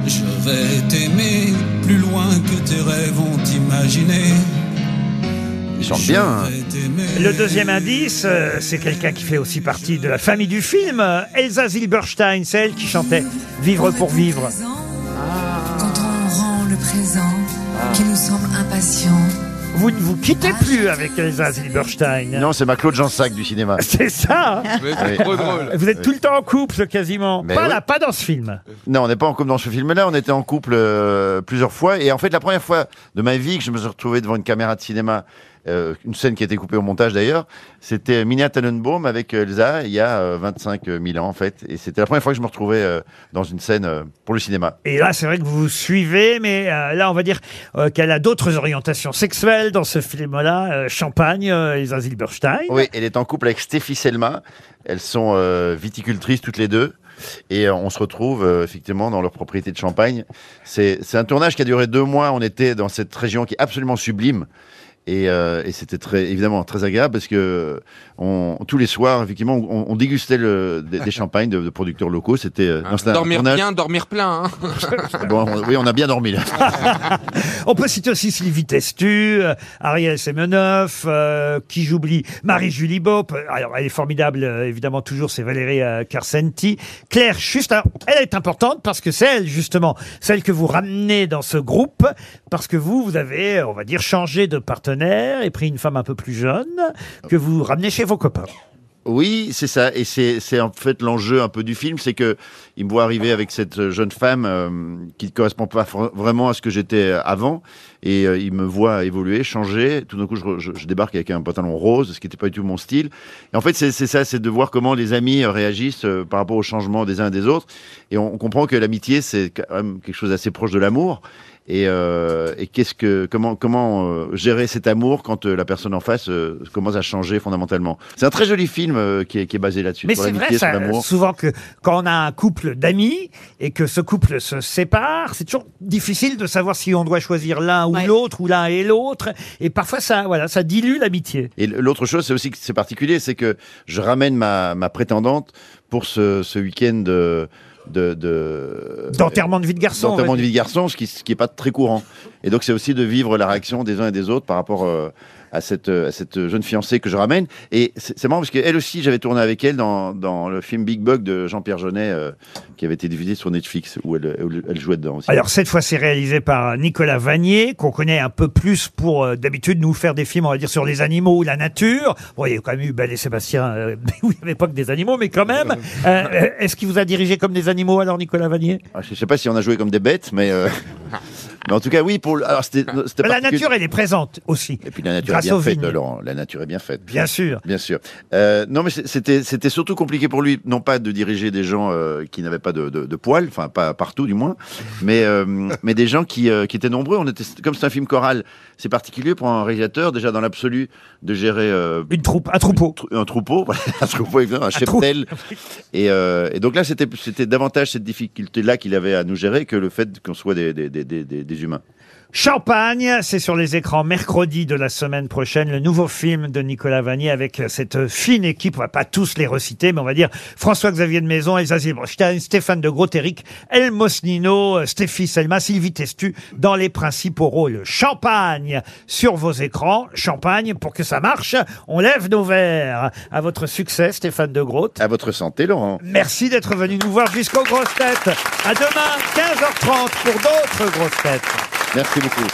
Speaker 21: Je vais t'aimer plus loin que tes rêves ont imaginé.
Speaker 19: Il chante bien. hein.
Speaker 2: Le deuxième indice, euh, c'est quelqu'un qui fait aussi partie de la famille du film, euh, Elsa Zilberstein, celle qui chantait Vivre pour vivre.
Speaker 18: Quand on rend le présent qui nous semble impatient,
Speaker 2: Vous ne vous quittez plus avec Elsa Zilberstein.
Speaker 19: Non, c'est ma Claude Jansac du cinéma.
Speaker 2: C'est ça hein
Speaker 19: Mais c'est trop drôle.
Speaker 2: Vous êtes
Speaker 19: Oui.
Speaker 2: tout le temps en couple quasiment.
Speaker 19: Mais
Speaker 2: pas
Speaker 19: oui.
Speaker 2: là, pas dans ce film.
Speaker 19: Non, on n'est pas en couple dans ce film-là. On était en couple euh, plusieurs fois. Et en fait, la première fois de ma vie que je me suis retrouvé devant une caméra de cinéma, euh, une scène qui a été coupée au montage d'ailleurs, c'était Minia Tannenbaum avec Elsa il y a euh, 25 000 ans en fait. Et c'était la première fois que je me retrouvais euh, dans une scène euh, pour le cinéma.
Speaker 2: Et là, c'est vrai que vous vous suivez, mais euh, là, on va dire euh, qu'elle a d'autres orientations sexuelles dans ce film-là. Euh, Champagne, euh, Elsa Zilberstein.
Speaker 19: Oui, elle est en couple avec Stéphie Selma. Elles sont euh, viticultrices toutes les deux. Et euh, on se retrouve euh, effectivement dans leur propriété de Champagne. C'est c'est un tournage qui a duré deux mois. On était dans cette région qui est absolument sublime. Et, euh, et c'était très, évidemment très agréable parce que on, tous les soirs, effectivement, on, on dégustait le- des, des champagnes de, de producteurs locaux. C'était euh, non, c'était un
Speaker 8: Ah, Dormir
Speaker 19: tournage-
Speaker 8: bien, dormir plein. hein.
Speaker 19: Bon, on- oui, on a bien dormi là.
Speaker 2: On peut citer aussi Sylvie Testu, euh, Ariel Semenoff, euh, qui j'oublie, Marie-Julie Bop. Alors, elle est formidable, euh, évidemment, toujours, c'est Valérie euh, Carcenti. Claire Schust, alors, elle est importante parce que c'est elle, justement, celle que vous ramenez dans ce groupe, parce que vous, vous avez, euh, on va dire, changé de partenaire et pris une femme un peu plus jeune, que vous ramenez chez vos copains.
Speaker 19: Oui, c'est ça. Et c'est c'est en fait l'enjeu un peu du film, c'est que il me voit arriver avec cette jeune femme euh, qui ne correspond pas fr- vraiment à ce que j'étais euh, avant. Et euh, il me voit évoluer, changer. Tout d'un coup, je, re- je- je débarque avec un pantalon rose, ce qui n'était pas du tout mon style. Et en fait, c'est c'est ça, c'est de voir comment les amis euh, réagissent euh, par rapport au changement des uns et des autres. Et on, on comprend que l'amitié, c'est quand même quelque chose d'assez proche de l'amour. Et, euh, et qu'est-ce que comment comment euh, gérer cet amour quand euh, la personne en face euh, commence à changer fondamentalement C'est un très joli film euh, qui, est, qui est basé là-dessus.
Speaker 2: Mais
Speaker 19: sur
Speaker 2: c'est vrai,
Speaker 19: l'amitié,
Speaker 2: ça,
Speaker 19: sur l'amour.
Speaker 2: souvent que quand on a un couple d'amis et que ce couple se sépare, c'est toujours difficile de savoir si on doit choisir l'un ou l'autre ou l'un et l'autre. Et parfois, ça, voilà, ça dilue l'amitié.
Speaker 19: Et l'autre chose, c'est aussi que c'est particulier, c'est que je ramène ma, ma prétendante pour ce, ce week-end de de- de-
Speaker 2: D'enterrement de vie de garçon, on va
Speaker 19: d'enterrement de
Speaker 2: dire.
Speaker 19: vie de garçon, ce qui ce qui est pas très courant. Et donc c'est aussi de vivre la réaction des uns et des autres par rapport euh, à, cette, euh, à cette jeune fiancée que je ramène. Et c'est c'est marrant parce qu'elle aussi, j'avais tourné avec elle dans, dans le film Big Bug de Jean-Pierre Jeunet euh, qui avait été diffusé sur Netflix où elle, elle- elle jouait dedans aussi.
Speaker 2: Alors cette fois, c'est réalisé par Nicolas Vanier, qu'on connaît un peu plus pour euh, d'habitude nous faire des films, on va dire, sur les animaux ou la nature. Bon, il y a quand même eu Belle et Sébastien, euh, où il n'y avait pas que des animaux, mais quand même. Euh, euh, Est-ce qu'il vous a dirigé comme des animaux alors, Nicolas Vanier
Speaker 19: Ah, Je ne sais pas si on a joué comme des bêtes, mais, euh, mais en tout cas, oui. Pour, le- alors, c'était, c'était
Speaker 2: La
Speaker 19: particulier-
Speaker 2: nature, elle est présente aussi.
Speaker 19: Et puis la nature
Speaker 2: grâce
Speaker 19: est bien
Speaker 2: au
Speaker 19: faite,
Speaker 2: Vignes.
Speaker 19: Laurent. La nature est bien faite.
Speaker 2: Bien sûr.
Speaker 19: Bien sûr. Euh, non, mais c'est- c'était c'était surtout compliqué pour lui, non pas de diriger des gens euh, qui n'avaient pas de, de, de poils, enfin pas partout du moins, mais euh, mais des gens qui, euh, qui étaient nombreux. On était comme c'est un film choral, c'est particulier pour un réalisateur déjà dans l'absolu de gérer euh,
Speaker 2: une troupe, un troupeau,
Speaker 19: un troupeau, voilà, un troupeau, exactement, un cheptel. Et, euh, et donc là, c'était c'était davantage cette difficulté là qu'il avait à nous gérer que le fait qu'on soit des des, des, des, des- des humains.
Speaker 2: Champagne, c'est sur les écrans mercredi de la semaine prochaine, le nouveau film de Nicolas Vanier avec euh, cette fine équipe, on va pas tous les reciter, mais on va dire François-Xavier de Maison, Elsa Zilberstein, Stéphane de Groot, Eric Elmosnino, euh, Stéphie Selma, Sylvie Testu, dans les principaux rôles. Champagne sur vos écrans, champagne, pour que ça marche, on lève nos verres. À votre succès, Stéphane de Groot.
Speaker 19: À votre santé, Laurent.
Speaker 2: Merci d'être venu nous voir jusqu'aux grosses têtes. À demain, 15h30 pour d'autres grosses têtes.
Speaker 19: Merci beaucoup.